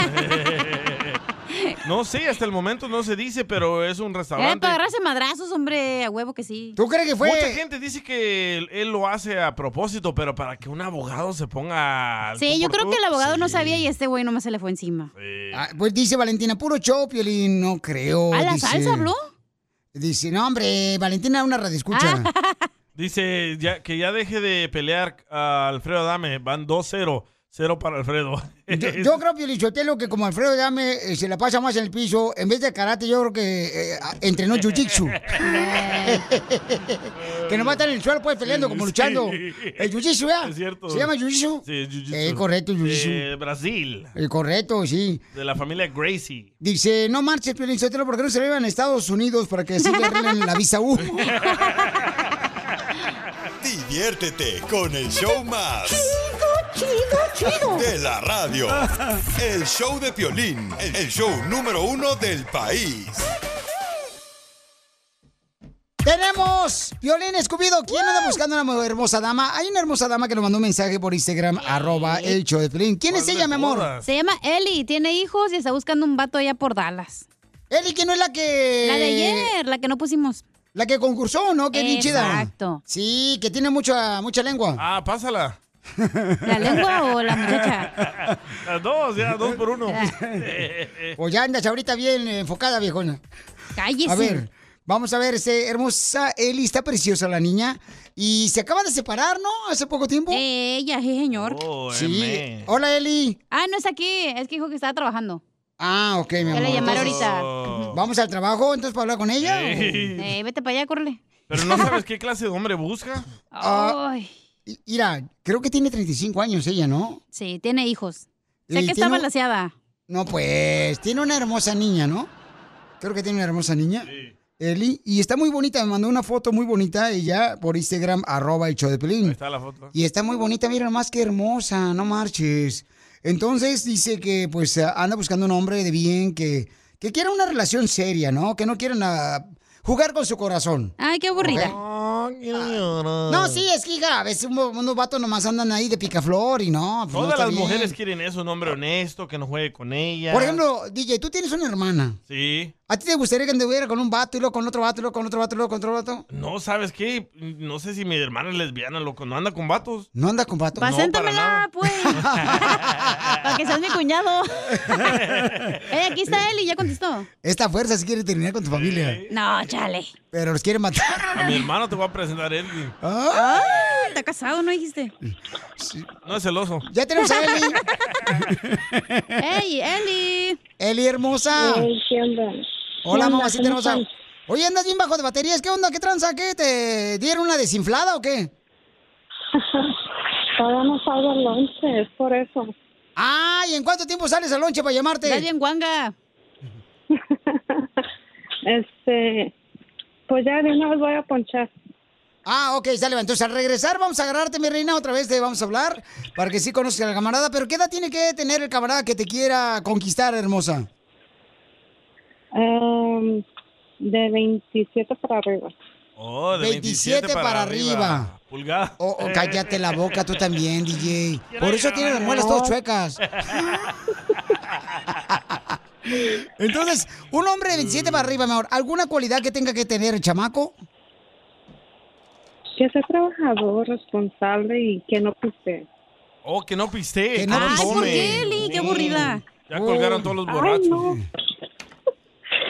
S2: No sé, hasta el momento no se dice, pero es un
S3: Era
S2: restaurante.
S3: Eh, para agarrarse madrazos, hombre, a huevo que sí.
S1: ¿Tú crees
S2: Mucha gente dice que él- él lo hace a propósito, pero para que un abogado se ponga... al tú
S3: Sí, yo
S2: por
S3: creo
S2: tú.
S3: que el abogado no sabía y este güey nomás se le fue encima.
S1: Ah, pues dice Valentina, puro show, Piolín, no creo.
S3: ¿A la
S1: dice.
S3: salsa habló?
S1: Dice, no, hombre, Valentina era una
S3: Ah.
S1: radioescucha.
S2: Dice ya, que ya deje de pelear a Alfredo Adame. Van 2-0. 0 para Alfredo.
S1: Yo, yo creo, Piolín Sotelo, que como Alfredo Dame se la pasa más en el piso, en vez de karate, yo creo que eh, entrenó jiu-jitsu. que no va a estar en el suelo, pues, peleando, como luchando.
S2: Sí.
S1: El jiu-jitsu, ¿verdad?
S2: Es cierto.
S1: ¿Se llama jiu-jitsu?
S2: Sí, jiu-jitsu.
S1: Eh, correcto, jiu-jitsu.
S2: De Brasil.
S1: Eh, correcto, sí.
S2: De la familia Gracie.
S1: Dice, no marches, Piolín Sotelo, porque no se lo llevan a Estados Unidos para que así le arreglen la visa U.
S6: Diviértete con el show más. Chido, chido, chido. De la radio. El show de Piolín. El show número uno del país.
S1: Tenemos Violín Escubido. ¿Quién anda buscando una hermosa dama? Hay una hermosa dama que nos mandó un mensaje por Instagram, arroba el show de Piolín. ¿Quién es ella, mi amor?
S3: Se llama Eli, tiene hijos y está buscando un vato allá por Dallas.
S1: Eli, que no es la que.
S3: La de ayer, la que no pusimos.
S1: La que concursó, ¿no? Que es bien chida.
S3: Exacto.
S1: Sí, que tiene mucha, mucha lengua.
S2: Ah, pásala.
S3: ¿La lengua o la muchacha?
S2: Las dos, ya, dos por uno.
S3: Ah.
S1: O Pues ya andas ahorita bien eh, enfocada, viejona.
S3: Cállese.
S1: A ver, vamos a ver, este, hermosa Eli, está preciosa la niña. Y se acaban de separar, ¿no? Hace poco tiempo.
S3: Ella, sí, señor.
S2: Oh,
S1: sí. Hola, Eli.
S3: Ah, no es aquí. Es que dijo que estaba trabajando.
S1: Ah, ok, mi
S3: Ya
S1: amor.
S3: la llamaré
S1: Entonces,
S3: ahorita.
S1: ¿Vamos al trabajo entonces para hablar con ella? o?
S2: Sí.
S3: Eh, vete para allá, córrele.
S2: Pero no sabes qué clase de hombre busca.
S1: Ah, y- Mira, creo que tiene 35 años ella, ¿no?
S3: Sí, tiene hijos. O sea
S1: Y
S3: que está
S1: tiene-
S3: balaseada.
S1: No, pues, tiene una hermosa niña, ¿no? Creo que tiene una hermosa niña. Eli, y está muy bonita, me mandó una foto muy bonita ella por Instagram, arroba el show de Pelín.
S2: Está la foto.
S1: Y está muy bonita, mira más que hermosa, no marches. Entonces dice que pues anda buscando un hombre de bien, que, que quiera una relación seria, ¿no? Que no quiera na- jugar con su corazón.
S3: Ay, qué aburrida.
S1: ¿Ok? Ah. No, sí, es que hija, a veces un- unos vatos nomás andan ahí de picaflor y no. pues, no
S2: Todas
S1: está
S2: las
S1: bien.
S2: mujeres quieren eso, un hombre honesto, que no juegue con ella.
S1: Por ejemplo, DJ, tú tienes una hermana.
S2: Sí.
S1: ¿A ti te gustaría que anduviera con un vato y luego con otro vato y luego con otro vato y luego con otro vato?
S2: No, ¿sabes qué? No sé si mi hermana es lesbiana, loco. No anda con vatos.
S1: ¿No anda con vatos?
S3: Paséntamela, pues. para que seas mi cuñado. eh, aquí está Eli, ya contestó.
S1: Esta fuerza si quiere terminar con tu familia.
S3: No, chale.
S1: Pero los quiere matar.
S2: A mi hermano te voy a presentar Edwin.
S3: Ah, está casado, ¿no dijiste?
S2: No es celoso.
S1: Ya tenemos a Eli.
S3: ¡Ey, Eli!
S1: Eli hermosa.
S9: Ey, ¿qué onda?
S1: Hola,
S9: ¿Qué onda?
S1: mamacita
S9: ¿Cómo
S1: hermosa.
S9: están?
S1: Oye, andas bien bajo de baterías. ¿Qué onda? ¿Qué tranza? ¿Qué? ¿Te dieron una desinflada o qué?
S9: Todavía no salgo al once, es por eso.
S1: Ay, ¿en cuánto tiempo sales al lonche para llamarte?
S9: Estás
S3: bien, guanga.
S9: Este, pues ya de una vez voy a ponchar.
S1: Ah, ok, sale. va. Entonces, al regresar, vamos a agarrarte, mi reina. Otra vez te vamos a hablar para que sí conozcas al camarada. Pero, ¿qué edad tiene que tener el camarada que te quiera conquistar, hermosa?
S9: Em, de 27 para arriba.
S2: Oh, de
S1: 27 para, arriba.
S2: Pulgada.
S1: Oh, oh, cállate la boca tú también, DJ. Por eso tienes las muelas todas chuecas. Entonces, un hombre de 27 para arriba, mejor. ¿Alguna cualidad que tenga que tener el chamaco?
S9: Que sea trabajador, responsable y que no pise.
S2: Oh, que no piste.
S9: Que no
S2: Ay,
S9: pistee.
S2: come.
S9: qué, Eli? Qué aburrida.
S2: Ya colgaron todos los
S9: Ay,
S2: borrachos.
S9: no.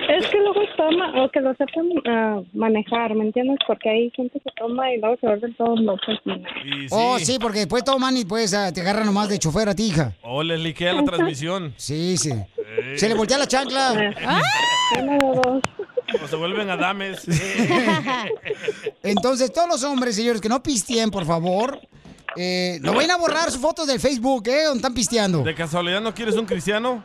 S9: Es que luego toma, o que lo sepan ah, manejar, ¿me entiendes? Porque hay gente que toma y luego se vuelven todos locos. y-
S1: Oh, sí, porque después toman y pues ah, te agarran nomás de chofer a ti, hija.
S2: Oh, les liquea la transmisión.
S1: Sí, sí. Se le voltea la chancla.
S9: Ah.
S2: O se vuelven adames.
S1: Entonces, todos los hombres, señores, que no pisteen, por favor. Eh, no vayan a borrar sus fotos del Facebook, ¿eh? Donde están pisteando.
S2: ¿De casualidad no quieres un cristiano?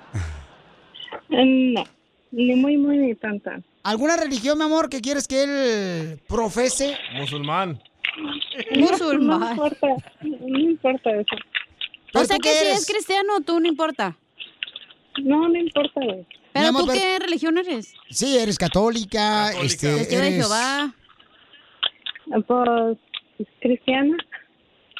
S9: Mm, No, ni muy, muy, ni tanta.
S1: ¿Alguna religión, mi amor, que quieres que él profese?
S2: Musulmán.
S9: No, no importa, no importa eso.
S3: O sea que si es cristiano, tú no importa.
S9: No, no importa, güey.
S3: Pero
S1: amor, pues
S3: tú
S1: pero-
S3: qué religión eres?
S1: Sí, eres católica, este,
S3: Testigo de
S1: eres-
S3: Jehová.
S9: Pues, cristiana.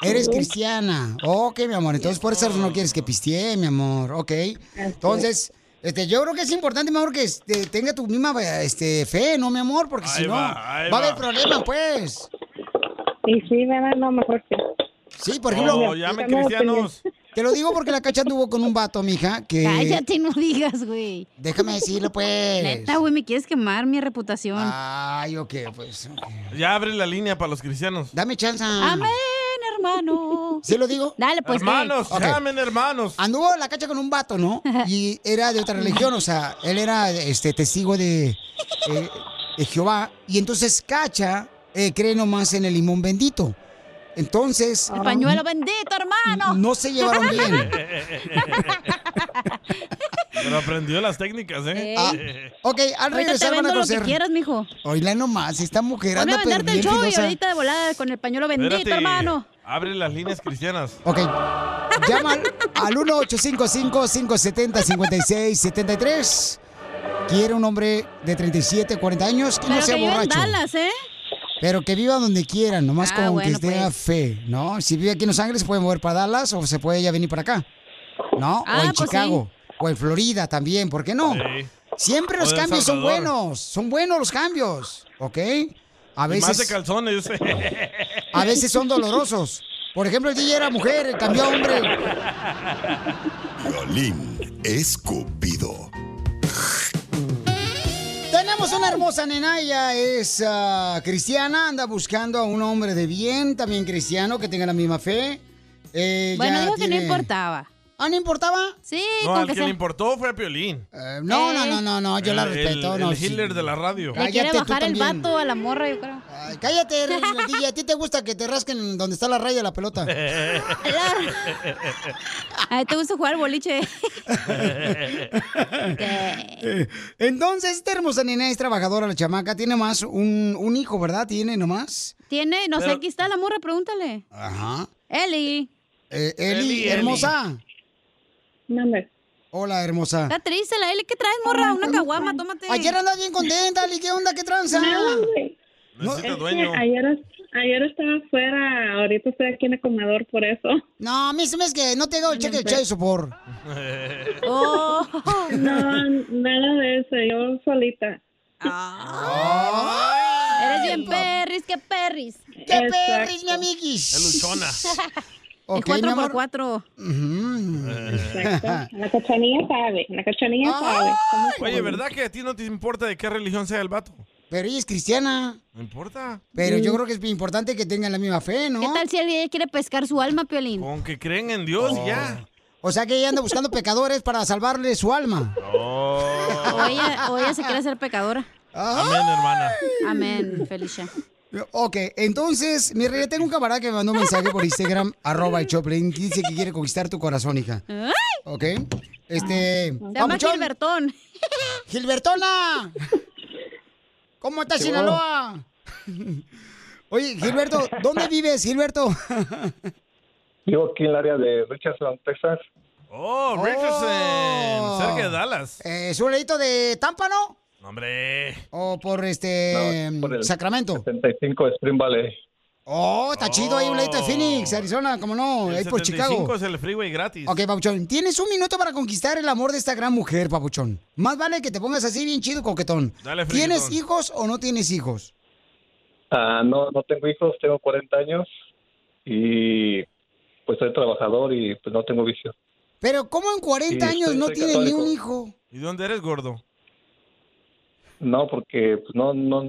S1: Eres
S9: Sí.
S1: cristiana. Ok, mi amor. Entonces, por eso no quieres que pistee, mi amor. Ok. Entonces, este, yo creo que es importante, mi amor, que este, tenga tu misma este, fe, ¿no, mi amor? Porque si
S9: Ahí
S1: no,
S9: va,
S1: va,
S9: ahí
S1: a haber
S9: va.
S1: problemas, pues.
S9: Y sí, ¿verdad? No, mejor que...
S1: Sí, por ejemplo.
S9: Oh, llame cristianos.
S1: Te lo digo porque la cacha anduvo con un vato, mija, que.
S3: Cállate, no digas, güey.
S1: Déjame decirlo, pues.
S3: Neta, güey, me quieres quemar mi reputación.
S1: Ay, ok, pues.
S2: Ya abre la línea para los cristianos.
S1: Dame chance.
S3: Amén, hermano.
S1: ¿Sí lo digo?
S3: Dale, pues. güey.
S2: Hermanos, llamen, hermanos.
S1: Anduvo la cacha con un vato, ¿no? Y era de otra religión, o sea, él era este testigo de, eh, de Jehová. Y entonces cacha eh, cree nomás en el limón bendito. Entonces.
S3: El pañuelo bendito, hermano.
S1: No se llevaron bien.
S2: Pero aprendió las técnicas, ¿eh?
S1: Ah, ok, al
S3: Ahorita
S1: regresar
S3: te
S1: van
S3: vendo
S1: a
S3: Lo
S1: conocer.
S3: que quieras, mijo.
S1: Oíla nomás, esta mujer
S3: Ponme a
S1: anda pero
S3: venderte el
S1: bien
S3: show y
S1: filosa.
S3: ahorita de volada con el pañuelo bendito,
S2: Espérate,
S3: hermano.
S2: Abre las líneas cristianas.
S1: Ok. Llama al- al 1-855-570-5673. Quiere un hombre de 37, 40 años que
S3: Pero
S1: no sea
S3: que vive en
S1: borracho.
S3: Dallas, ¿eh?
S1: Pero que viva donde quieran, nomás
S3: Ah,
S1: con
S3: bueno,
S1: que tenga
S3: pues.
S1: fe, ¿no? Si vive aquí en Los Ángeles, se puede mover para Dallas o se puede ya venir para acá, ¿no?
S3: Ah,
S1: o en
S3: pues
S1: Chicago, o en Florida también, ¿por qué no? Siempre
S3: O
S1: los
S3: en
S1: cambios son
S3: Salvador.
S1: buenos, son buenos los cambios, ¿ok? A
S2: Y Más
S1: veces-
S2: de calzones, yo sé.
S1: A veces son dolorosos. Por ejemplo, el DJ era mujer, cambió a hombre.
S6: Violín escupido.
S1: Tenemos una hermosa nena, ella es ah, cristiana, anda buscando a un hombre de bien, también cristiano, que tenga la misma fe. Eh,
S3: Bueno,
S1: ya
S3: dijo que
S1: tiene-
S3: no importaba.
S1: ¿Ah, no importaba?
S3: Sí,
S2: No,
S3: con
S2: al
S3: que
S2: que
S3: sea-
S2: le importó fue a Piolín.
S1: Eh, no, no, no, no, no, yo la
S2: El-
S1: respeto,
S2: El,
S1: no,
S2: el
S1: sí.
S2: Hitler de la radio.
S3: Le quiere
S1: Cállate tú
S3: bajar el
S1: también.
S3: vato a la morra, yo creo.
S1: Ay, cállate, DJ, a ti te gusta que te rasquen donde está la raya de la pelota.
S3: A te gusta jugar al boliche.
S1: Eh, Entonces, esta hermosa nena es trabajadora, la chamaca, tiene más un, un hijo, ¿verdad? Tiene nomás.
S3: Tiene, no sé,
S1: Pero-
S3: aquí está la morra, pregúntale.
S1: Ajá.
S3: Eli,
S1: Eh, Eli,
S3: Eli,
S1: hermosa. Hola, hermosa.
S3: está triste la Eli. ¿Qué traes, morra? Una caguama, tómate.
S1: Ayer andas bien contenta, Eli, ¿qué onda? ¿Qué tranza?
S2: Necesita
S9: Es
S2: dueño.
S9: que ayer, ayer estaba afuera, ahorita estoy aquí en el comedor por eso.
S1: No, a mí se me es que no te hago el cheque del Chase
S3: pues.
S1: por. Oh.
S9: No, nada de eso, yo solita.
S3: Eres bien perris, qué perris.
S1: ¡Qué perris, mi amiguis!
S3: Es
S2: luchona.
S1: Ok,
S3: es
S1: mi
S3: 4
S1: amor.
S3: por 4
S9: Exacto. La cachanilla sabe, la cachanilla
S1: Oh.
S9: sabe.
S2: Oye, ¿verdad que a ti no te importa de qué religión sea el vato?
S1: Pero ella es cristiana.
S2: No importa.
S1: Pero
S9: Mm.
S1: yo creo que es bien importante que tengan la misma fe, ¿no?
S3: ¿Qué tal si alguien quiere pescar su alma, Piolín?
S2: Con que creen en Dios y ya.
S1: O sea que ella anda buscando pecadores para salvarle su alma. Oh.
S3: O ella, o ella se quiere hacer pecadora.
S2: Amén, hermana.
S3: Amén, Felicia.
S1: Ok, entonces, mi rey, tengo un camarada que me mandó un mensaje por Instagram, arroba el Choplin, dice que quiere conquistar tu corazón, hija.
S3: ¡Ay!
S1: ¿Ok? Este.
S3: Ah. Se llama Gilbertón.
S1: ¡Gilbertona! ¿Cómo estás,
S3: Sí,
S1: Sinaloa? Oye, Gilberto, ¿dónde vives, Gilberto?
S16: Vivo aquí en el área de Richardson, Texas.
S2: Oh, Richardson,
S1: Oh.
S2: cerca de Dallas.
S1: Eh, ¿Es un ladito de Tampa, no?
S2: No, hombre.
S1: ¿O por este.
S16: No, por el
S1: Sacramento?
S16: 75 Spring Valley.
S1: Oh, está chido ahí un ladito de Phoenix,
S2: Oh.
S1: Arizona, como no, ahí por Chicago.
S2: es el freeway gratis.
S1: Ok, Papuchón, tienes un minuto para conquistar el amor de esta gran mujer, Papuchón. Más vale que te pongas así bien chido, coquetón.
S16: Dale, friquitón.
S1: ¿Tienes hijos o no tienes hijos?
S16: Ah, no, no tengo hijos, tengo 40 años y pues soy trabajador y pues no tengo vicio.
S1: Pero ¿cómo en 40
S16: Sí,
S1: años
S16: soy-
S1: no
S16: soy
S1: tienes ni
S16: católico.
S1: un hijo?
S2: ¿Y dónde eres, gordo?
S16: No, porque pues no, no,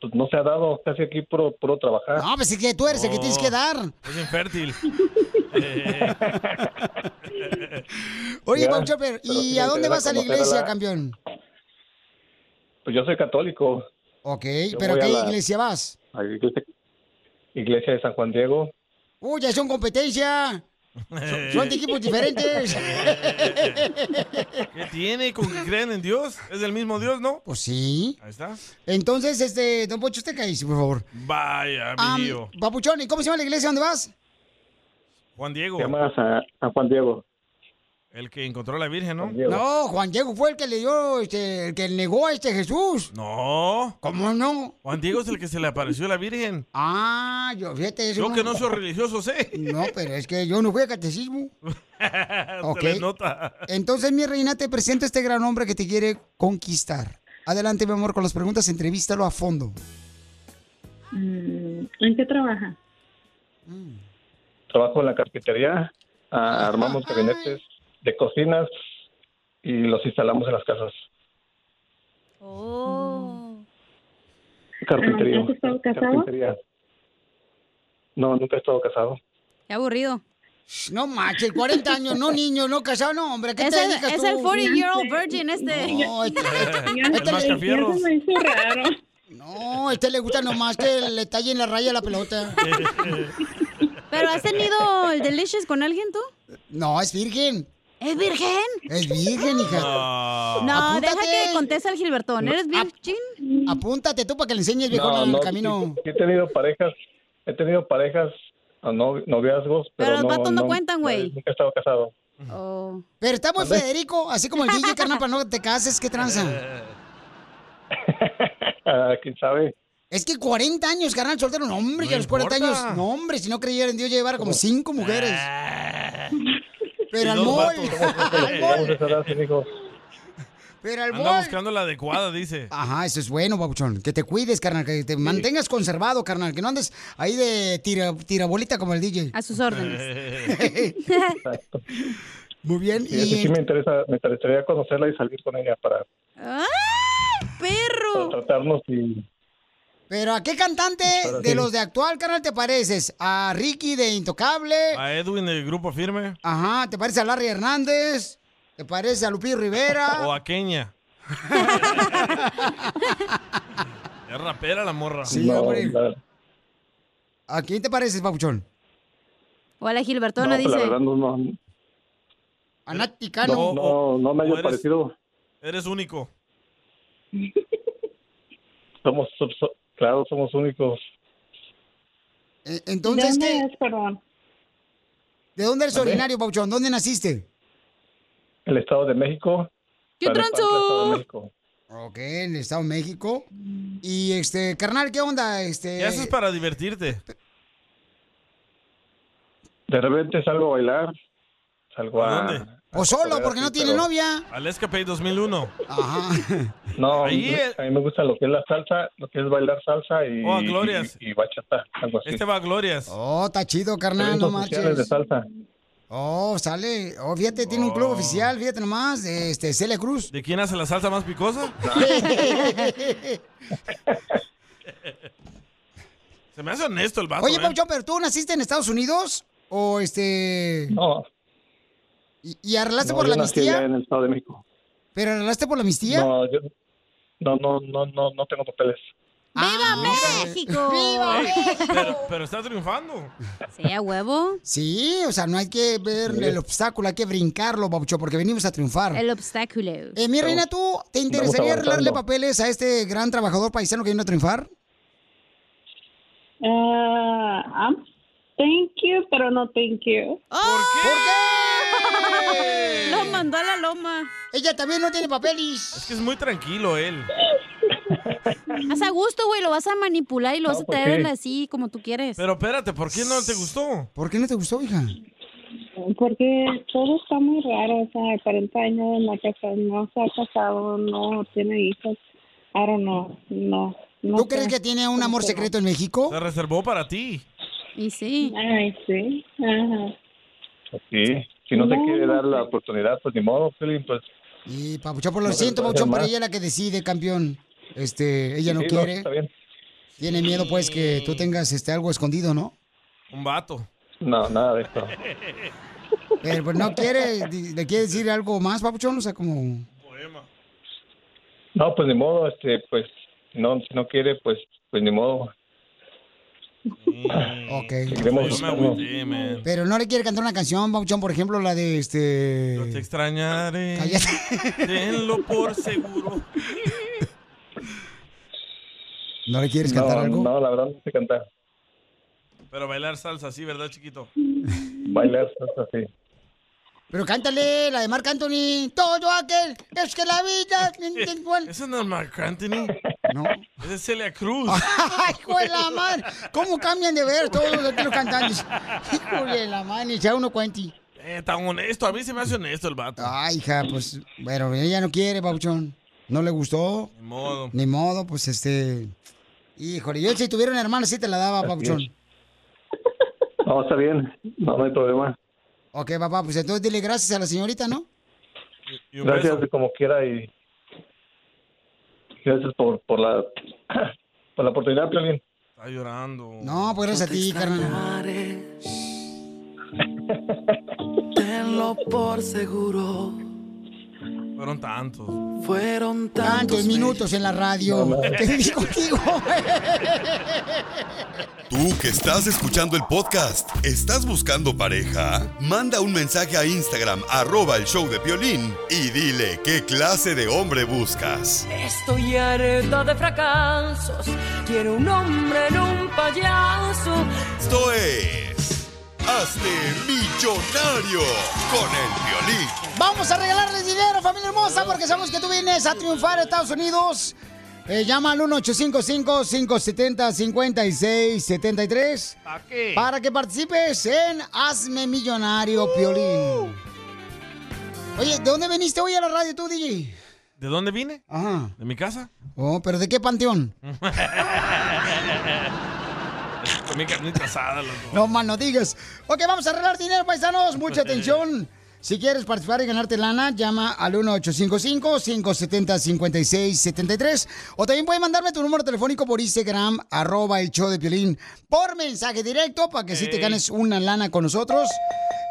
S16: pues, no se ha dado casi aquí puro, puro trabajar.
S1: No, pues es que tú
S2: Oh.
S1: eres el que tienes que dar.
S2: Es infértil. Eh.
S1: Oye,
S16: Ya,
S1: Papuchón, pero,
S16: pero
S1: ¿y
S16: sí
S1: a
S16: me
S1: dónde
S16: interesa
S1: vas a la
S16: conocer a
S1: iglesia,
S16: la-
S1: campeón?
S16: Pues yo soy católico.
S1: Ok,
S16: Yo
S1: ¿Pero a
S16: voy a
S1: qué
S16: la-
S1: iglesia vas?
S16: a la iglesia, iglesia de San Juan Diego.
S1: Uy, ya son competencia. Son- Son de equipos diferentes.
S2: ¿Qué tiene con que creen en Dios? ¿Es el mismo Dios, no?
S1: Pues sí.
S2: Ahí está.
S1: Entonces, este, don Pocho, usted caíse, por favor.
S2: Vaya,
S1: Am,
S2: mi Dios.
S1: Papuchón, ¿y cómo se llama la iglesia donde vas?
S2: Juan Diego,
S16: Se llama San, San Juan Diego.
S2: el que encontró a la Virgen, ¿no?
S1: No, Juan Diego fue el que le dio, este, el que negó a este Jesús.
S2: No.
S1: ¿Cómo no?
S2: Juan Diego es el que se le apareció a la Virgen.
S1: Ah, yo, fíjate eso.
S2: Yo que no soy religioso, ¿eh? sé.
S1: No, pero es que yo no fui a catecismo. Ok.
S2: Se le nota.
S1: Entonces, mi reina, te presento a este gran hombre que te quiere conquistar. Adelante, mi amor, con las preguntas, entrevístalo a fondo.
S9: Mm, ¿En qué trabaja?
S16: Trabajo en la carpintería, ah, armamos gabinetes de cocinas y los instalamos en las casas.
S3: Oh.
S16: Carpintería.
S3: ¿Has estado casado?
S16: Carpintería. No, nunca he estado casado.
S3: Qué aburrido.
S1: No manches, 40 años, no niño, no casado, no, hombre, ¿qué
S3: Es
S1: te
S3: el,
S1: dedicas
S3: es
S1: tú?
S3: el 40-year-old virgin este.
S1: No, este,
S16: El mascafierros.
S1: me No, a este le gusta nomás que le tallen la raya a la pelota.
S3: ¿Pero has tenido el Delicious con alguien tú?
S1: No, es virgen.
S3: ¿Es virgen?
S1: Es virgen, hija.
S3: No, deja que conteste al Gilbertón. ¿Eres virgin?
S1: Apúntate tú para que le enseñes, viejo, en el camino.
S16: sí- sí he tenido parejas, he tenido parejas o no, noviazgos, pero,
S1: los
S16: no,
S1: vatos no cuentan, güey.
S16: Nunca he estado casado.
S1: Pero estamos
S16: ¿Vale?
S1: Federico, así como el DJ, carnal, para no te cases, ¿qué tranza?
S16: Ah, ¿Quién sabe?
S1: Es que 40 años, carnal, soltero, no, hombre, que a los 40
S16: importa.
S1: años, no, hombre, si no creyera en Dios, ya llevara como cinco mujeres. Pero al
S16: Dos
S1: mall,
S16: vatos, somos gente que llegamos a esa edad sin hijos.
S1: Pero al
S2: Anda
S1: bol-
S2: buscando la adecuada, dice.
S1: Ajá, eso es bueno, papuchón. Que te cuides, carnal, que te mantengas conservado, carnal, que no andes ahí de tira, tirabolita como el DJ.
S3: A sus
S1: Muy bien.
S16: Sí, eso
S1: Y
S16: sí me interesa, me interesaría conocerla y salir con ella para,
S3: ¡Ay,
S16: para
S3: perro!
S16: tratarnos y
S1: Pero ¿a qué cantante
S16: Ahora
S1: de
S16: sí.
S1: los de actual, carnal, te pareces? ¿A Ricky de Intocable?
S2: A Edwin del grupo firme.
S1: Ajá, ¿te parece a Larry Hernández? ¿Te parece a Lupillo Rivera?
S2: O a Kenia. es rapera la morra.
S1: Sí, No, hombre. ¿A quién te pareces, papuchón?
S3: O a la Gilbertona,
S16: no, pues,
S3: dice.
S16: la verdad no, no,
S1: A Nati Cano.
S3: Oh,
S16: no, no, no me
S2: o
S16: haya
S2: eres-
S16: parecido.
S2: Eres único.
S16: Somos, so- so- claro, somos únicos.
S1: E- Entonces,
S9: ¿De
S1: ¿qué? ¿De dónde eres originario, papuchón? ¿Dónde naciste?
S16: El Estado de México.
S1: ¡Qué
S16: Tlalnepantla,
S1: transo!
S16: Estado de México.
S1: Ok, en el Estado de México. Y, este, carnal, ¿qué onda? Este...
S2: Ya eso es para divertirte.
S16: De repente salgo a bailar, salgo a...
S1: O solo, porque no
S16: sí,
S1: tiene
S16: pero-
S1: novia.
S2: Al Escape 2001.
S1: Ajá.
S16: No,
S2: Ahí
S16: me-
S2: es-
S16: a mí me gusta lo que es la salsa, lo que es bailar salsa y,
S2: Oh, glorias.
S16: y, y bachata, algo así.
S2: Este va a Glorias.
S1: Oh, está chido, carnal, no
S16: Eventos sociales de
S1: marches.
S16: salsa.
S1: Oh, sale. Oh, fíjate, tiene un club oficial, fíjate nomás, de, este, Celia Cruz.
S2: ¿De quién hace la salsa más picosa? Se me hace honesto el vato.
S1: Oye,
S2: ¿eh?
S1: Pauchón, pero tú naciste en Estados Unidos o este.
S16: No.
S1: ¿Y, y arreglaste
S16: No,
S1: por
S16: yo
S1: la
S16: nací allá
S1: amnistía?
S16: en el Estado de México.
S1: ¿Pero arreglaste por la amnistía?
S16: No, yo- no, no, no, no, no tengo papeles.
S1: Ah,
S3: ¡Viva México! ¡Viva
S2: Pero, pero está triunfando.
S3: Sí, a huevo.
S1: Sí, o sea, no hay que ver
S3: Sí.
S1: el obstáculo, hay que brincarlo, Pauchón, porque venimos a triunfar.
S3: El obstáculo.
S1: Eh, mi reina, ¿tú te interesaría arreglarle papeles a este gran trabajador paisano que vino a triunfar?
S9: Ah, um, thank you, pero no thank you.
S3: Lo mandó a la loma.
S1: Ella también no tiene papeles.
S2: Es que es muy tranquilo él.
S3: Haz a gusto, güey. Lo vas a manipular y lo
S2: No,
S3: vas a
S2: pues
S3: traer
S2: sí.
S3: así como tú quieres.
S2: Pero espérate, ¿por qué no te gustó?
S1: ¿Por qué no te gustó, hija? Oh.
S9: Porque todo está muy raro, o sea, 40 años en la casa, no se ha casado, no tiene hijos. I don't know, no. no
S1: ¿Tú
S9: sé.
S1: crees que tiene un amor secreto en México?
S2: Se reservó para ti.
S3: Y sí.
S9: Ay, sí. Ajá.
S16: Sí, si no te
S1: No,
S16: quiere
S1: no
S16: dar la oportunidad, pues ni modo, Piolín, pues...
S1: Y Papuchón, por lo
S16: No se
S1: siento,
S16: puede
S1: Papuchón,
S16: hacer
S1: pero
S16: más.
S1: ella es la que decide, campeón. Este, ella no
S16: Sí, no,
S1: quiere.
S16: está bien.
S1: Tiene miedo, pues, que tú tengas este algo escondido, ¿no?
S2: Un vato.
S16: No, nada de esto.
S1: Pero pues, no quiere, di- le quiere decir algo más, Papuchón, o sea, como...
S16: No, pues ni modo, este, pues, no, si no quiere, pues, pues ni modo.
S1: Ok. Pues,
S16: Seguiremos
S2: Yo Pues, me
S16: buscando.
S2: agüité, man.
S1: Pero no le quiere cantar una canción, Papuchón, por ejemplo, la de este...
S2: Te extrañaré.
S1: Cállate.
S2: Tenlo por seguro.
S1: ¿No le quieres
S16: No,
S1: cantar algo?
S16: No, la verdad no sé cantar.
S2: Pero bailar salsa, sí, ¿verdad, chiquito?
S16: Bailar pues, salsa, sí.
S1: Pero cántale la de Marc Anthony, todo aquel, es que la vida...
S2: Esa no es Marc Anthony.
S1: No.
S2: Esa es Celia Cruz.
S1: ¡Ay, hijo de la madre! ¿Cómo cambian de ver todos los otros cantantes? ¡Hijo de la madre! Ya uno cuenta.
S2: Eh, tan honesto. A mí se me hace honesto el vato.
S1: Ay, hija, pues, bueno, ella no quiere, Pauchón. No le gustó.
S2: Ni modo.
S1: Ni modo, pues, este... Híjole, yo si tuviera una hermana sí te la daba, Pauchón.
S16: No, está bien. No, no hay problema.
S1: Ok, papá, pues entonces dile gracias a la señorita, ¿no?
S2: Pues
S16: Gracias como quiera y gracias por, por la por la oportunidad, Piolín.
S2: Está llorando.
S1: No, pues gracias a ti, carnal.
S10: Tenlo por seguro.
S2: Fueron tantos.
S10: Fueron
S1: Tantos minutos en la radio. Te vi contigo.
S6: Tú que estás escuchando el podcast, ¿estás buscando pareja? Manda un mensaje a Instagram, arroba el show de Piolín, y dile qué clase de hombre buscas.
S25: Estoy harta de fracasos. Quiero un hombre en un payaso.
S6: Esto es... Hazte millonario con el Piolín.
S1: Vamos a regalarles dinero, familia hermosa, porque sabemos que tú vienes a triunfar a Estados Unidos. Eh, llama al 1-855-570-5673
S2: ¿Para qué?
S1: para que participes en Hazme
S2: Uh.
S1: Millonario, Piolín. Oye, ¿de dónde viniste hoy a la radio tú, DJ?
S2: ¿De dónde vine?
S1: Ajá.
S2: ¿De mi casa?
S1: Oh, pero ¿de qué panteón?
S2: Comí carnita asada, loco.
S1: No más no digas. Ok, vamos a arreglar dinero, paisanos. Mucha atención. Si quieres participar y ganarte lana, llama al 1855-570-5673. O también puedes mandarme tu número telefónico por Instagram, arroba el show de Piolín, por mensaje directo para que si te
S7: Ey.
S1: ganes una lana con nosotros.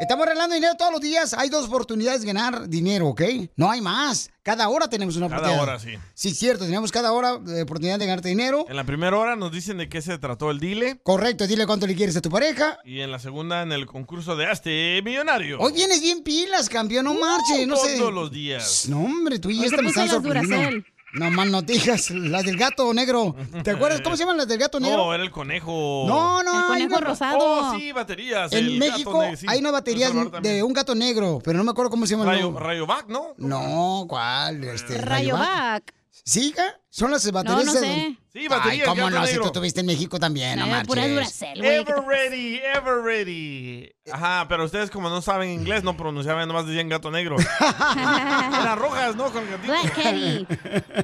S1: Estamos arreglando dinero todos los días. Hay dos oportunidades de ganar dinero, ¿ok? No hay más. Cada hora tenemos una
S2: Cada
S1: oportunidad.
S2: hora, sí.
S1: Sí, cierto. Tenemos cada hora eh, oportunidad de ganarte dinero.
S2: En la primera hora nos dicen de qué se trató el dile.
S1: Correcto, dile cuánto le quieres a tu pareja.
S2: Y en la segunda, en el concurso de Hazte Millonario. Uh,
S1: Hoy vienes bien pilas, campeón, no marches, no
S2: todos
S1: sé.
S2: los días.
S1: No, hombre, tú y
S2: Hoy
S1: esta me
S2: te
S1: están
S2: puse las
S1: sorprendiendo.
S2: Duracell.
S1: No más no digas, las del gato negro. ¿Te acuerdas cómo se llaman las del gato negro?
S2: No, era el conejo.
S1: No, no, hay una-
S2: Oh, sí, baterías.
S1: En
S2: el gato
S1: México
S2: negro, sí.
S1: hay una batería
S2: Ese valor también.
S1: de un gato negro, pero no me acuerdo cómo se llama. el
S2: Rayo,
S1: nombre.
S2: Rayovac, ¿no?
S1: No, ¿cuál? Este,
S3: Rayovac.
S1: ¿Sí, ca? Son las baterías.
S3: no
S1: de-
S3: sé. Sí,
S1: Ay,
S3: baterías,
S1: cómo
S3: gato
S1: no, si
S3: negro.
S1: tú tuviste en México también, no,
S3: No, pura
S1: marches.
S3: Duracell, güey. ¿qué te
S2: Ever ready, ever ready. Ajá, pero ustedes como no saben inglés, no pronunciaban, nomás decían gato negro. Eran rojas, ¿no? Con gatito.
S3: Black Kelly.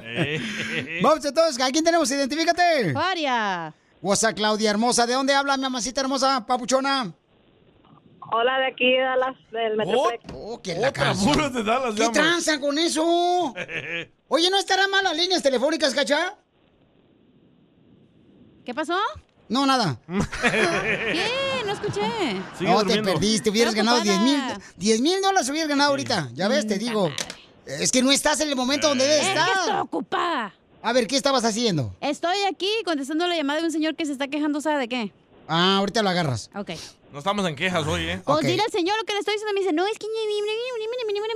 S2: Eh.
S1: Vamos entonces, ¿a quién tenemos? Identifícate.
S3: Gloria.
S1: What's up, Claudia hermosa? ¿De dónde habla mi mamacita hermosa, papuchona?
S17: Hola, de aquí, de Dallas, del Metroplex.
S1: Oh,
S17: que
S1: la
S17: la
S1: canción.
S17: muros
S2: de Dallas,
S1: ¿Qué tranza con eso? Oye, ¿no estarán mal las líneas telefónicas, cachá?
S3: ¿Qué pasó?
S1: No, nada.
S3: ¿Qué? No escuché.
S1: no, te perdiste. Hubieras
S3: Estaba
S1: ganado 10 mil.
S3: ocupada. Mm,
S1: 10 mil dólares hubieras ganado ahorita. Ya ves, te digo. Es que no estás en el momento donde debes
S3: Es que
S1: estar.
S3: estoy ocupada.
S1: A ver, ¿qué estabas haciendo?
S3: Estoy aquí contestando la llamada de un señor que se está quejando, ¿sabe de qué?
S1: Ah, ahorita lo agarras.
S3: Ok.
S2: No estamos en quejas hoy, ¿eh?
S3: Pues dile al señor lo que le estoy diciendo. Me dice, no, es que...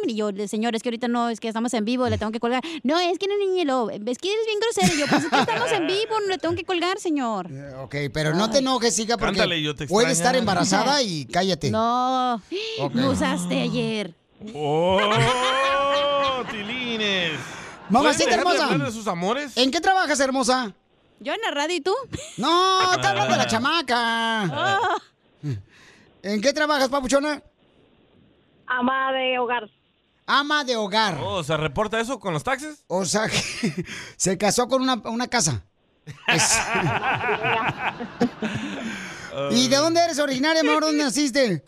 S3: Y yo, señor, es que ahorita no, es que estamos en vivo, le tengo que colgar. No, es que no, niñelo, es que eres bien grosero. Y Yo, pues es que estamos en vivo, no le tengo que colgar, señor.
S1: Ok, pero no te enojes, chica, porque
S2: Cántale, yo te
S1: puede
S2: extraño.
S1: estar embarazada y cállate.
S3: No,
S1: Ok.
S3: me usaste ayer.
S2: ¡Oh, tilines!
S1: Mamacita
S2: ¿Pueden dejar de
S1: hermosa.
S2: hablar Pues, de sus amores?
S1: ¿En qué trabajas, hermosa?
S3: Yo en la radio, ¿y tú?
S1: No, está hablando de la chamaca.
S3: Oh.
S1: ¿En qué trabajas, papuchona?
S17: Ama de hogar.
S1: Ama de hogar.
S2: Oh, ¿se reporta eso con los taxes?
S1: O sea, que se casó con una, una casa. Es- ¿Y de dónde eres originaria, amor? ¿Dónde naciste?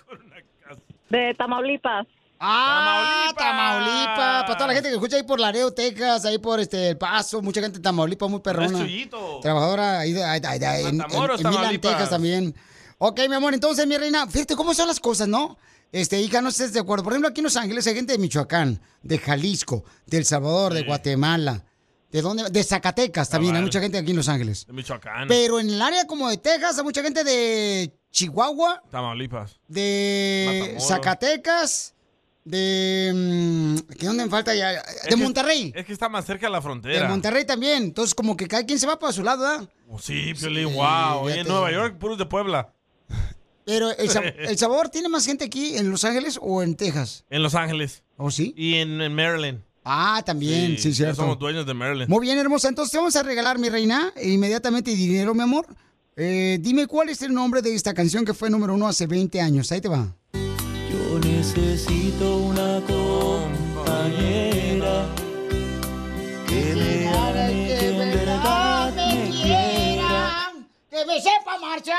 S17: De Tamaulipas.
S1: Ah, Tamaulipas. Para toda la gente que escucha ahí por Laredo, Texas, ahí por este El Paso, mucha gente de Tamaulipas, muy perrona.
S17: Es Chuyito.
S1: Trabajadora ahí de- ahí- ahí- ahí- en, en,
S17: Matamoros,
S1: en Milan,
S17: Tamaulipas.
S1: Texas también. Ok, mi amor, entonces, mi reina, fíjate cómo son las cosas, ¿no? Este, hija, no estés de acuerdo. Por ejemplo, aquí en Los Ángeles hay gente de Michoacán, de Jalisco, de El Salvador, de Guatemala. ¿De dónde? De Zacatecas también. Hay mucha gente aquí en Los Ángeles.
S2: De Michoacán.
S1: Pero en el área como de Texas, hay mucha gente de Chihuahua,
S2: Tamaulipas.
S1: de
S2: Matamoros.
S1: Zacatecas, de... mm, ¿Qué dónde me falta ya?
S2: Es
S1: De
S2: que-
S1: Monterrey.
S2: Es que está más cerca de la frontera.
S1: De Monterrey también. Entonces, como que cada quien se va para su lado, ¿verdad?
S2: Oh, sí, Piolín, wow. Oye,
S1: fíjate.
S2: en Nueva York, puros de Puebla.
S1: Pero el, sa- el sabor tiene más gente aquí en Los Ángeles o en Texas.
S2: En Los Ángeles.
S1: ¿Oh, sí?
S2: Y en, en Maryland.
S1: Ah, también, sí,
S2: ya
S1: cierto.
S2: Somos dueños de Maryland.
S1: Muy bien, hermosa. Entonces te vamos a regalar, mi reina, inmediatamente dinero, mi amor. Eh, dime cuál es el nombre de esta canción que fue número uno hace 20 años. Ahí te va.
S10: Yo necesito una compañera que le hable que en verdad me quiera.
S1: ¡Que me sepa marchar!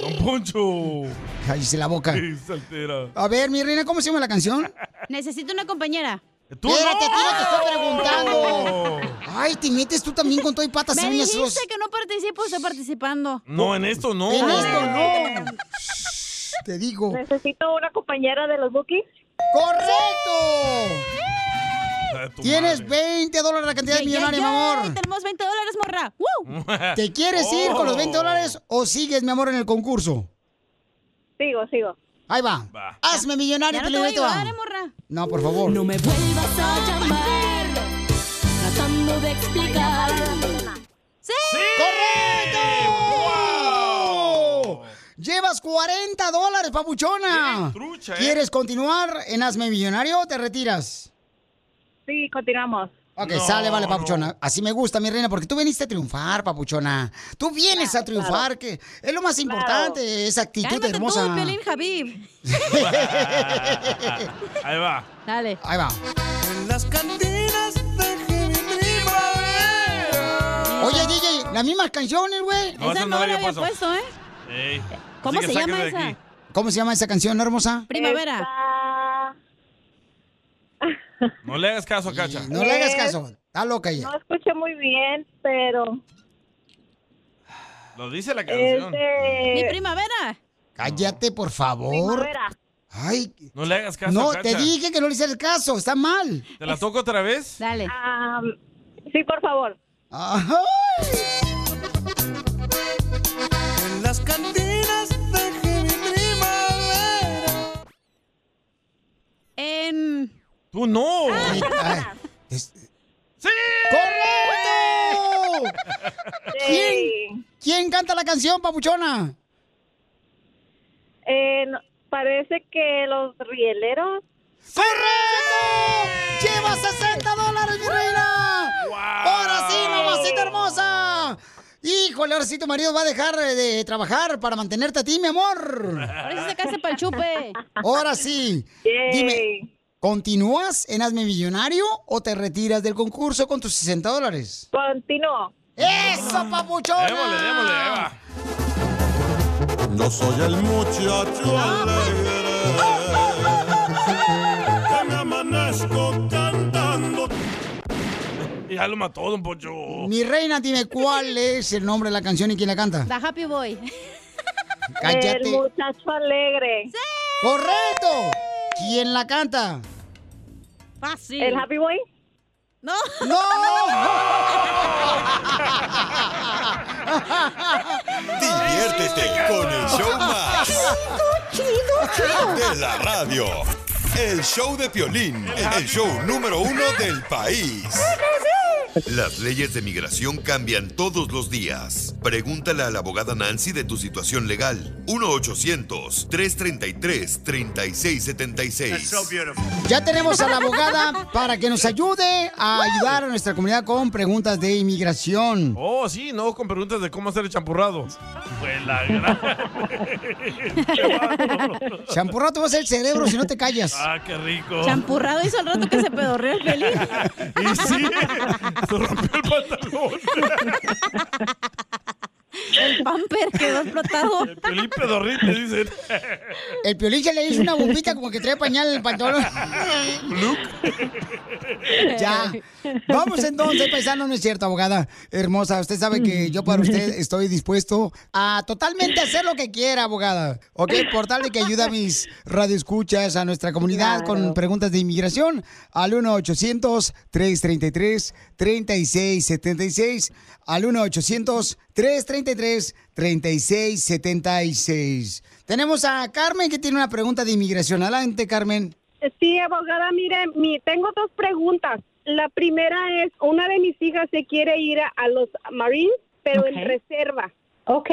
S2: Don Poncho.
S1: Cállese la boca.
S2: Sí, Saltera.
S1: A ver, mi reina, ¿cómo se llama la canción?
S3: Necesito una compañera.
S1: ¡Tú Espérate, tú no te estoy preguntando. Ay, te metes tú también con todo y patas y
S3: Me
S1: uñas.
S3: dijiste
S1: los-
S3: que no participo, estoy participando.
S2: No, en esto no.
S1: En esto no. Te digo.
S17: Necesito una compañera de los bookies.
S1: ¡Correcto! Tienes 20 dólares la cantidad de
S3: Yay,
S1: millonario, mi
S3: yay, yay,
S1: amor.
S3: Tenemos 20 dólares, morra. ¡Woo!
S1: ¿Te quieres ir con los 20 dólares o sigues, mi amor, en el concurso?
S17: Sigo, sigo.
S1: Ahí va. Hazme millonario,
S17: Ya no te
S1: Piolín,
S17: voy a
S1: ahí te va.
S17: ayudar,
S1: No, por favor. No me
S25: Vas a llamar, tratando de explicar.
S3: ¡Sí!
S1: ¡Correcto! Llevas 40 dólares, papuchona.
S2: eh.
S1: ¿Quieres continuar en Hazme Millonario o te retiras?
S17: Sí, continuamos.
S1: Ok, sale, vale, papuchona. Así me gusta, mi reina, porque tú viniste a triunfar, papuchona. Tú vienes a triunfar,
S17: claro.
S1: que es lo más importante, esa actitud
S3: Cálmate
S1: hermosa.
S3: tú, Piolín Javib.
S2: Ahí va.
S3: Dale.
S1: Ahí va.
S10: En las cantinas de
S1: Las mismas canciones, güey.
S2: No, Esa esa no no la la había había puesto.
S3: ¿eh?
S2: Ey, así
S3: ¿Cómo
S2: que
S3: se llama
S2: sáquense de
S3: esa?
S2: aquí.
S1: ¿Cómo se llama esa canción, hermosa?
S3: Primavera.
S2: No le hagas caso a Cacha.
S1: No le hagas caso. Está loca ella.
S20: No escuché muy bien, pero
S2: Lo dice la
S20: es
S2: canción.
S20: de...
S3: Mi primavera.
S1: Cállate, por favor. Ay,
S2: No le hagas caso
S1: no,
S2: a Cacha.
S1: te dije que no le hicieras caso. Está mal.
S2: ¿Te la toco otra vez?
S3: Dale.
S20: sí, por favor.
S10: En las cantinas dejé mi primavera.
S3: En...
S2: ¡Tú no!
S1: ¡Correcto! ¿Quién, quién canta la canción, papuchona?
S20: Eh, no- parece que los rieleros.
S1: ¡Correcto! ¡Lleva 60 dólares, mi reina! ¡Ahora sí, mamacita hermosa! Híjole, ahora sí tu marido va a dejar eh, de trabajar para mantenerte a ti, mi amor.
S3: Ahora sí se casa para el chupe.
S1: Ahora sí. Dime, ¿continúas en Hazme Millonario o te retiras del concurso con tus 60 dólares?
S20: Continúo.
S1: ¡Eso, papuchona!
S10: Démosle, démosle, Eva.
S6: Yo soy el muchacho
S10: Que me amanezco cantando.
S2: Ya lo mató, don Poncho.
S1: Oh. Mi reina, dime cuál es el nombre de la canción y quién la canta.
S3: The Happy Boy.
S1: Cállate.
S20: muchacho alegre.
S1: ¡Correcto! ¿Quién la canta?
S3: Fácil.
S20: ¿El Happy Boy?
S3: No.
S1: ¡No!
S6: Diviértete con el show más. De la radio. El show de Piolín. El show número uno del país.
S22: Las leyes de migración cambian todos los días. Pregúntale a la abogada Nancy de tu situación legal. 1-800-333-3676.
S1: Ya tenemos a la abogada para que nos ayude a ayudar a nuestra comunidad con preguntas de inmigración.
S2: Oh, sí, no, con preguntas de cómo hacer el champurrado. Pues la gran...
S1: Champurrado te vas el cerebro si no te callas.
S2: Ah, qué rico.
S3: Champurrado hizo el rato que se pedorreó el feliz.
S2: Y sí, se rompió el pantalón.
S3: El pamper quedó explotado.
S2: El Piolín pedorrín, le dicen.
S1: El piolín ya le hizo una bombita como que trae pañal en el pantalón. Ya. Vamos entonces, paisano, no es cierto, abogada hermosa. Usted sabe que yo para usted estoy dispuesto a totalmente hacer lo que quiera, abogada. ¿Ok? Por tal de que ayuda a mis radioescuchas, a nuestra comunidad con preguntas de inmigración al 1-800-333-3676. Al 1-800-333-3676. Tenemos a Carmen que tiene una pregunta de inmigración. Adelante, Carmen.
S20: Sí, abogada, mire, mi, tengo dos preguntas. La primera es, una de mis hijas se quiere ir a, a los Marines, pero en
S7: Ok.
S20: reserva.
S7: Ok.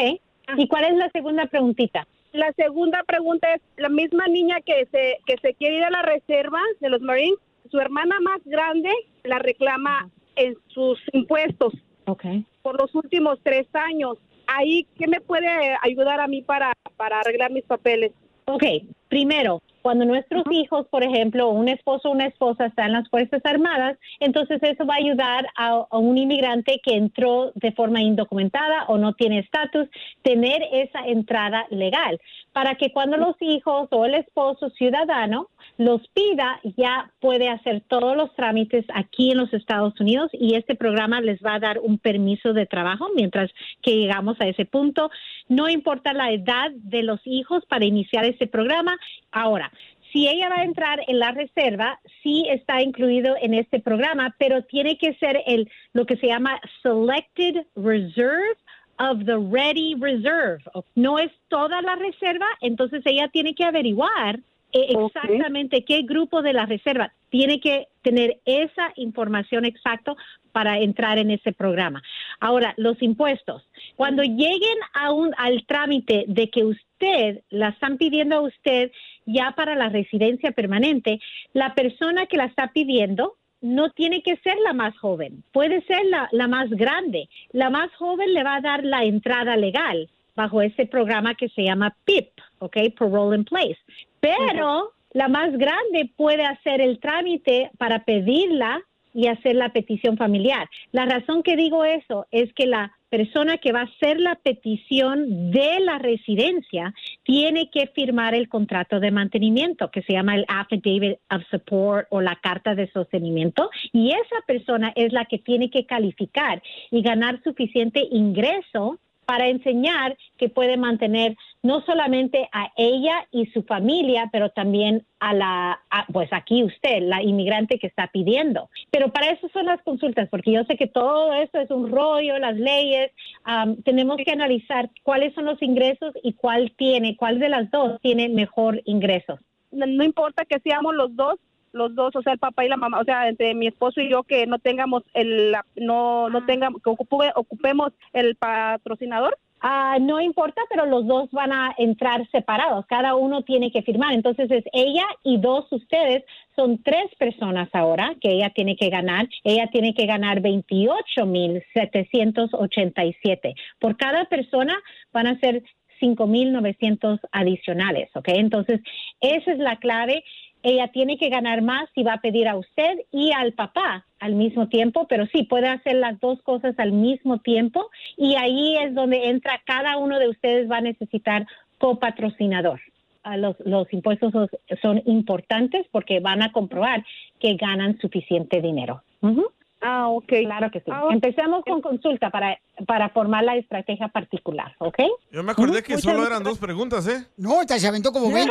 S7: ¿Y cuál es la segunda preguntita?
S20: La segunda pregunta es, la misma niña que se, que se quiere ir a la reserva de los Marines, su hermana más grande la reclama en sus impuestos
S7: Ok.
S20: por los últimos tres años. Ahí, ¿qué me puede ayudar a mí para, para arreglar mis papeles?
S7: Ok, primero, cuando nuestros hijos, por ejemplo, un esposo o una esposa está en las Fuerzas Armadas, entonces eso va a ayudar a, a un inmigrante que entró de forma indocumentada o no tiene estatus, tener esa entrada legal, para que cuando los hijos o el esposo ciudadano los pida, ya puede hacer todos los trámites aquí en los Estados Unidos y este programa les va a dar un permiso de trabajo mientras que llegamos a ese punto. No importa la edad de los hijos para iniciar este programa. Ahora, si ella va a entrar en la reserva, sí está incluido en este programa, pero tiene que ser el lo que se llama Selected Reserve of the Ready Reserve. No es toda la reserva, entonces ella tiene que averiguar eh, exactamente qué grupo de la reserva. Tiene que tener esa información exacta para entrar en ese programa. Ahora, los impuestos. Cuando lleguen a un, al trámite de que usted, la están pidiendo a usted ya para la residencia permanente, la persona que la está pidiendo no tiene que ser la más joven, puede ser la, la más grande. La más joven le va a dar la entrada legal bajo ese programa que se llama PIP, ¿ok? Parole in Place. Pero la más grande puede hacer el trámite para pedirla y hacer la petición familiar. La razón que digo eso es que la persona que va a hacer la petición de la residencia tiene que firmar el contrato de mantenimiento, que se llama el Affidavit of Support o la carta de sostenimiento, y esa persona es la que tiene que calificar y ganar suficiente ingreso para enseñar que puede mantener no solamente a ella y su familia, pero también a la, a, pues aquí usted, la inmigrante que está pidiendo. Pero para eso son las consultas, porque yo sé que todo esto es un rollo, las leyes, um, tenemos que analizar cuáles son los ingresos y cuál tiene, cuál de las dos tiene mejor ingreso.
S20: No, no importa que seamos los dos, los dos, o sea, el papá y la mamá, o sea, entre mi esposo y yo que no tengamos el, la- no, no tengamos, que oh, ocupe- ocupemos el patrocinador.
S7: Ah, no importa, pero los dos van a entrar separados. Cada uno tiene que firmar. Entonces es ella y dos ustedes. Son tres personas ahora que ella tiene que ganar. Ella tiene que ganar 28.787. Por cada persona van a ser 5.900 adicionales, ¿ok? Entonces, esa es la clave. Ella tiene que ganar más si va a pedir a usted y al papá al mismo tiempo, pero sí, puede hacer las dos cosas al mismo tiempo y ahí es donde entra cada uno de ustedes va a necesitar copatrocinador. Ah, Los, los impuestos son- son importantes porque van a comprobar que ganan suficiente dinero. Ujú.
S20: Ah, ok.
S7: Claro que sí. Empecemos con consulta para, para formar la estrategia particular, ¿ok?
S2: Yo me acordé que
S1: pues
S7: Muchas
S2: solo eran dos preguntas, ¿eh?
S1: No, esta se aventó como 20.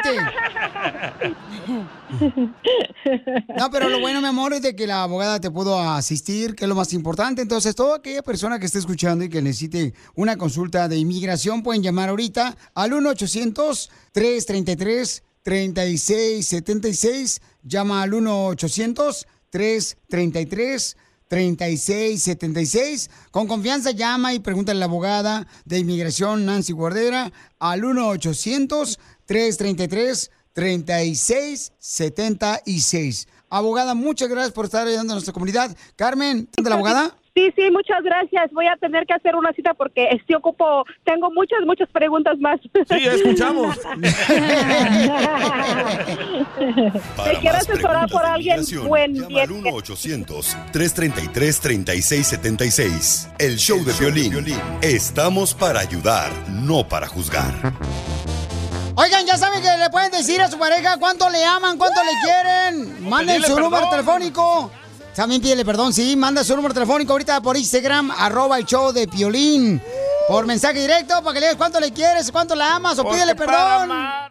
S1: No, pero lo bueno, mi amor, es de que la abogada te pudo asistir, que es lo más importante. Entonces, toda aquella persona que esté escuchando y que necesite una consulta de inmigración, pueden llamar ahorita al 1-800-333-3676. Llama al 1-800-333-3676. 3676. Con confianza llama y pregúntale a la abogada de inmigración Nancy Guardera al 1-800-333-3676. Abogada, muchas gracias por estar ayudando a nuestra comunidad. Carmen, ¿de la abogada?
S20: Sí, sí, muchas gracias. Voy a tener que hacer una cita porque eh, sí ocupo, tengo muchas, muchas preguntas más.
S2: Sí, escuchamos.
S20: Te quiero
S6: más
S20: asesorar por alguien
S6: inmigración,
S20: buen bien.
S6: 1-800-333-3676. El show de violín. Estamos para ayudar, no para juzgar.
S1: Oigan, ya saben que le pueden decir a su pareja cuánto le aman, cuánto le quieren. Manden
S24: pedirle
S1: su número
S24: Pues perdón.
S1: telefónico. También pídele perdón, sí. Manda su número telefónico ahorita por Instagram, arroba el show de Piolín. Por mensaje directo para que le digas cuánto le quieres, cuánto la amas o
S24: Porque
S1: pídele
S24: para
S1: perdón.
S24: amar-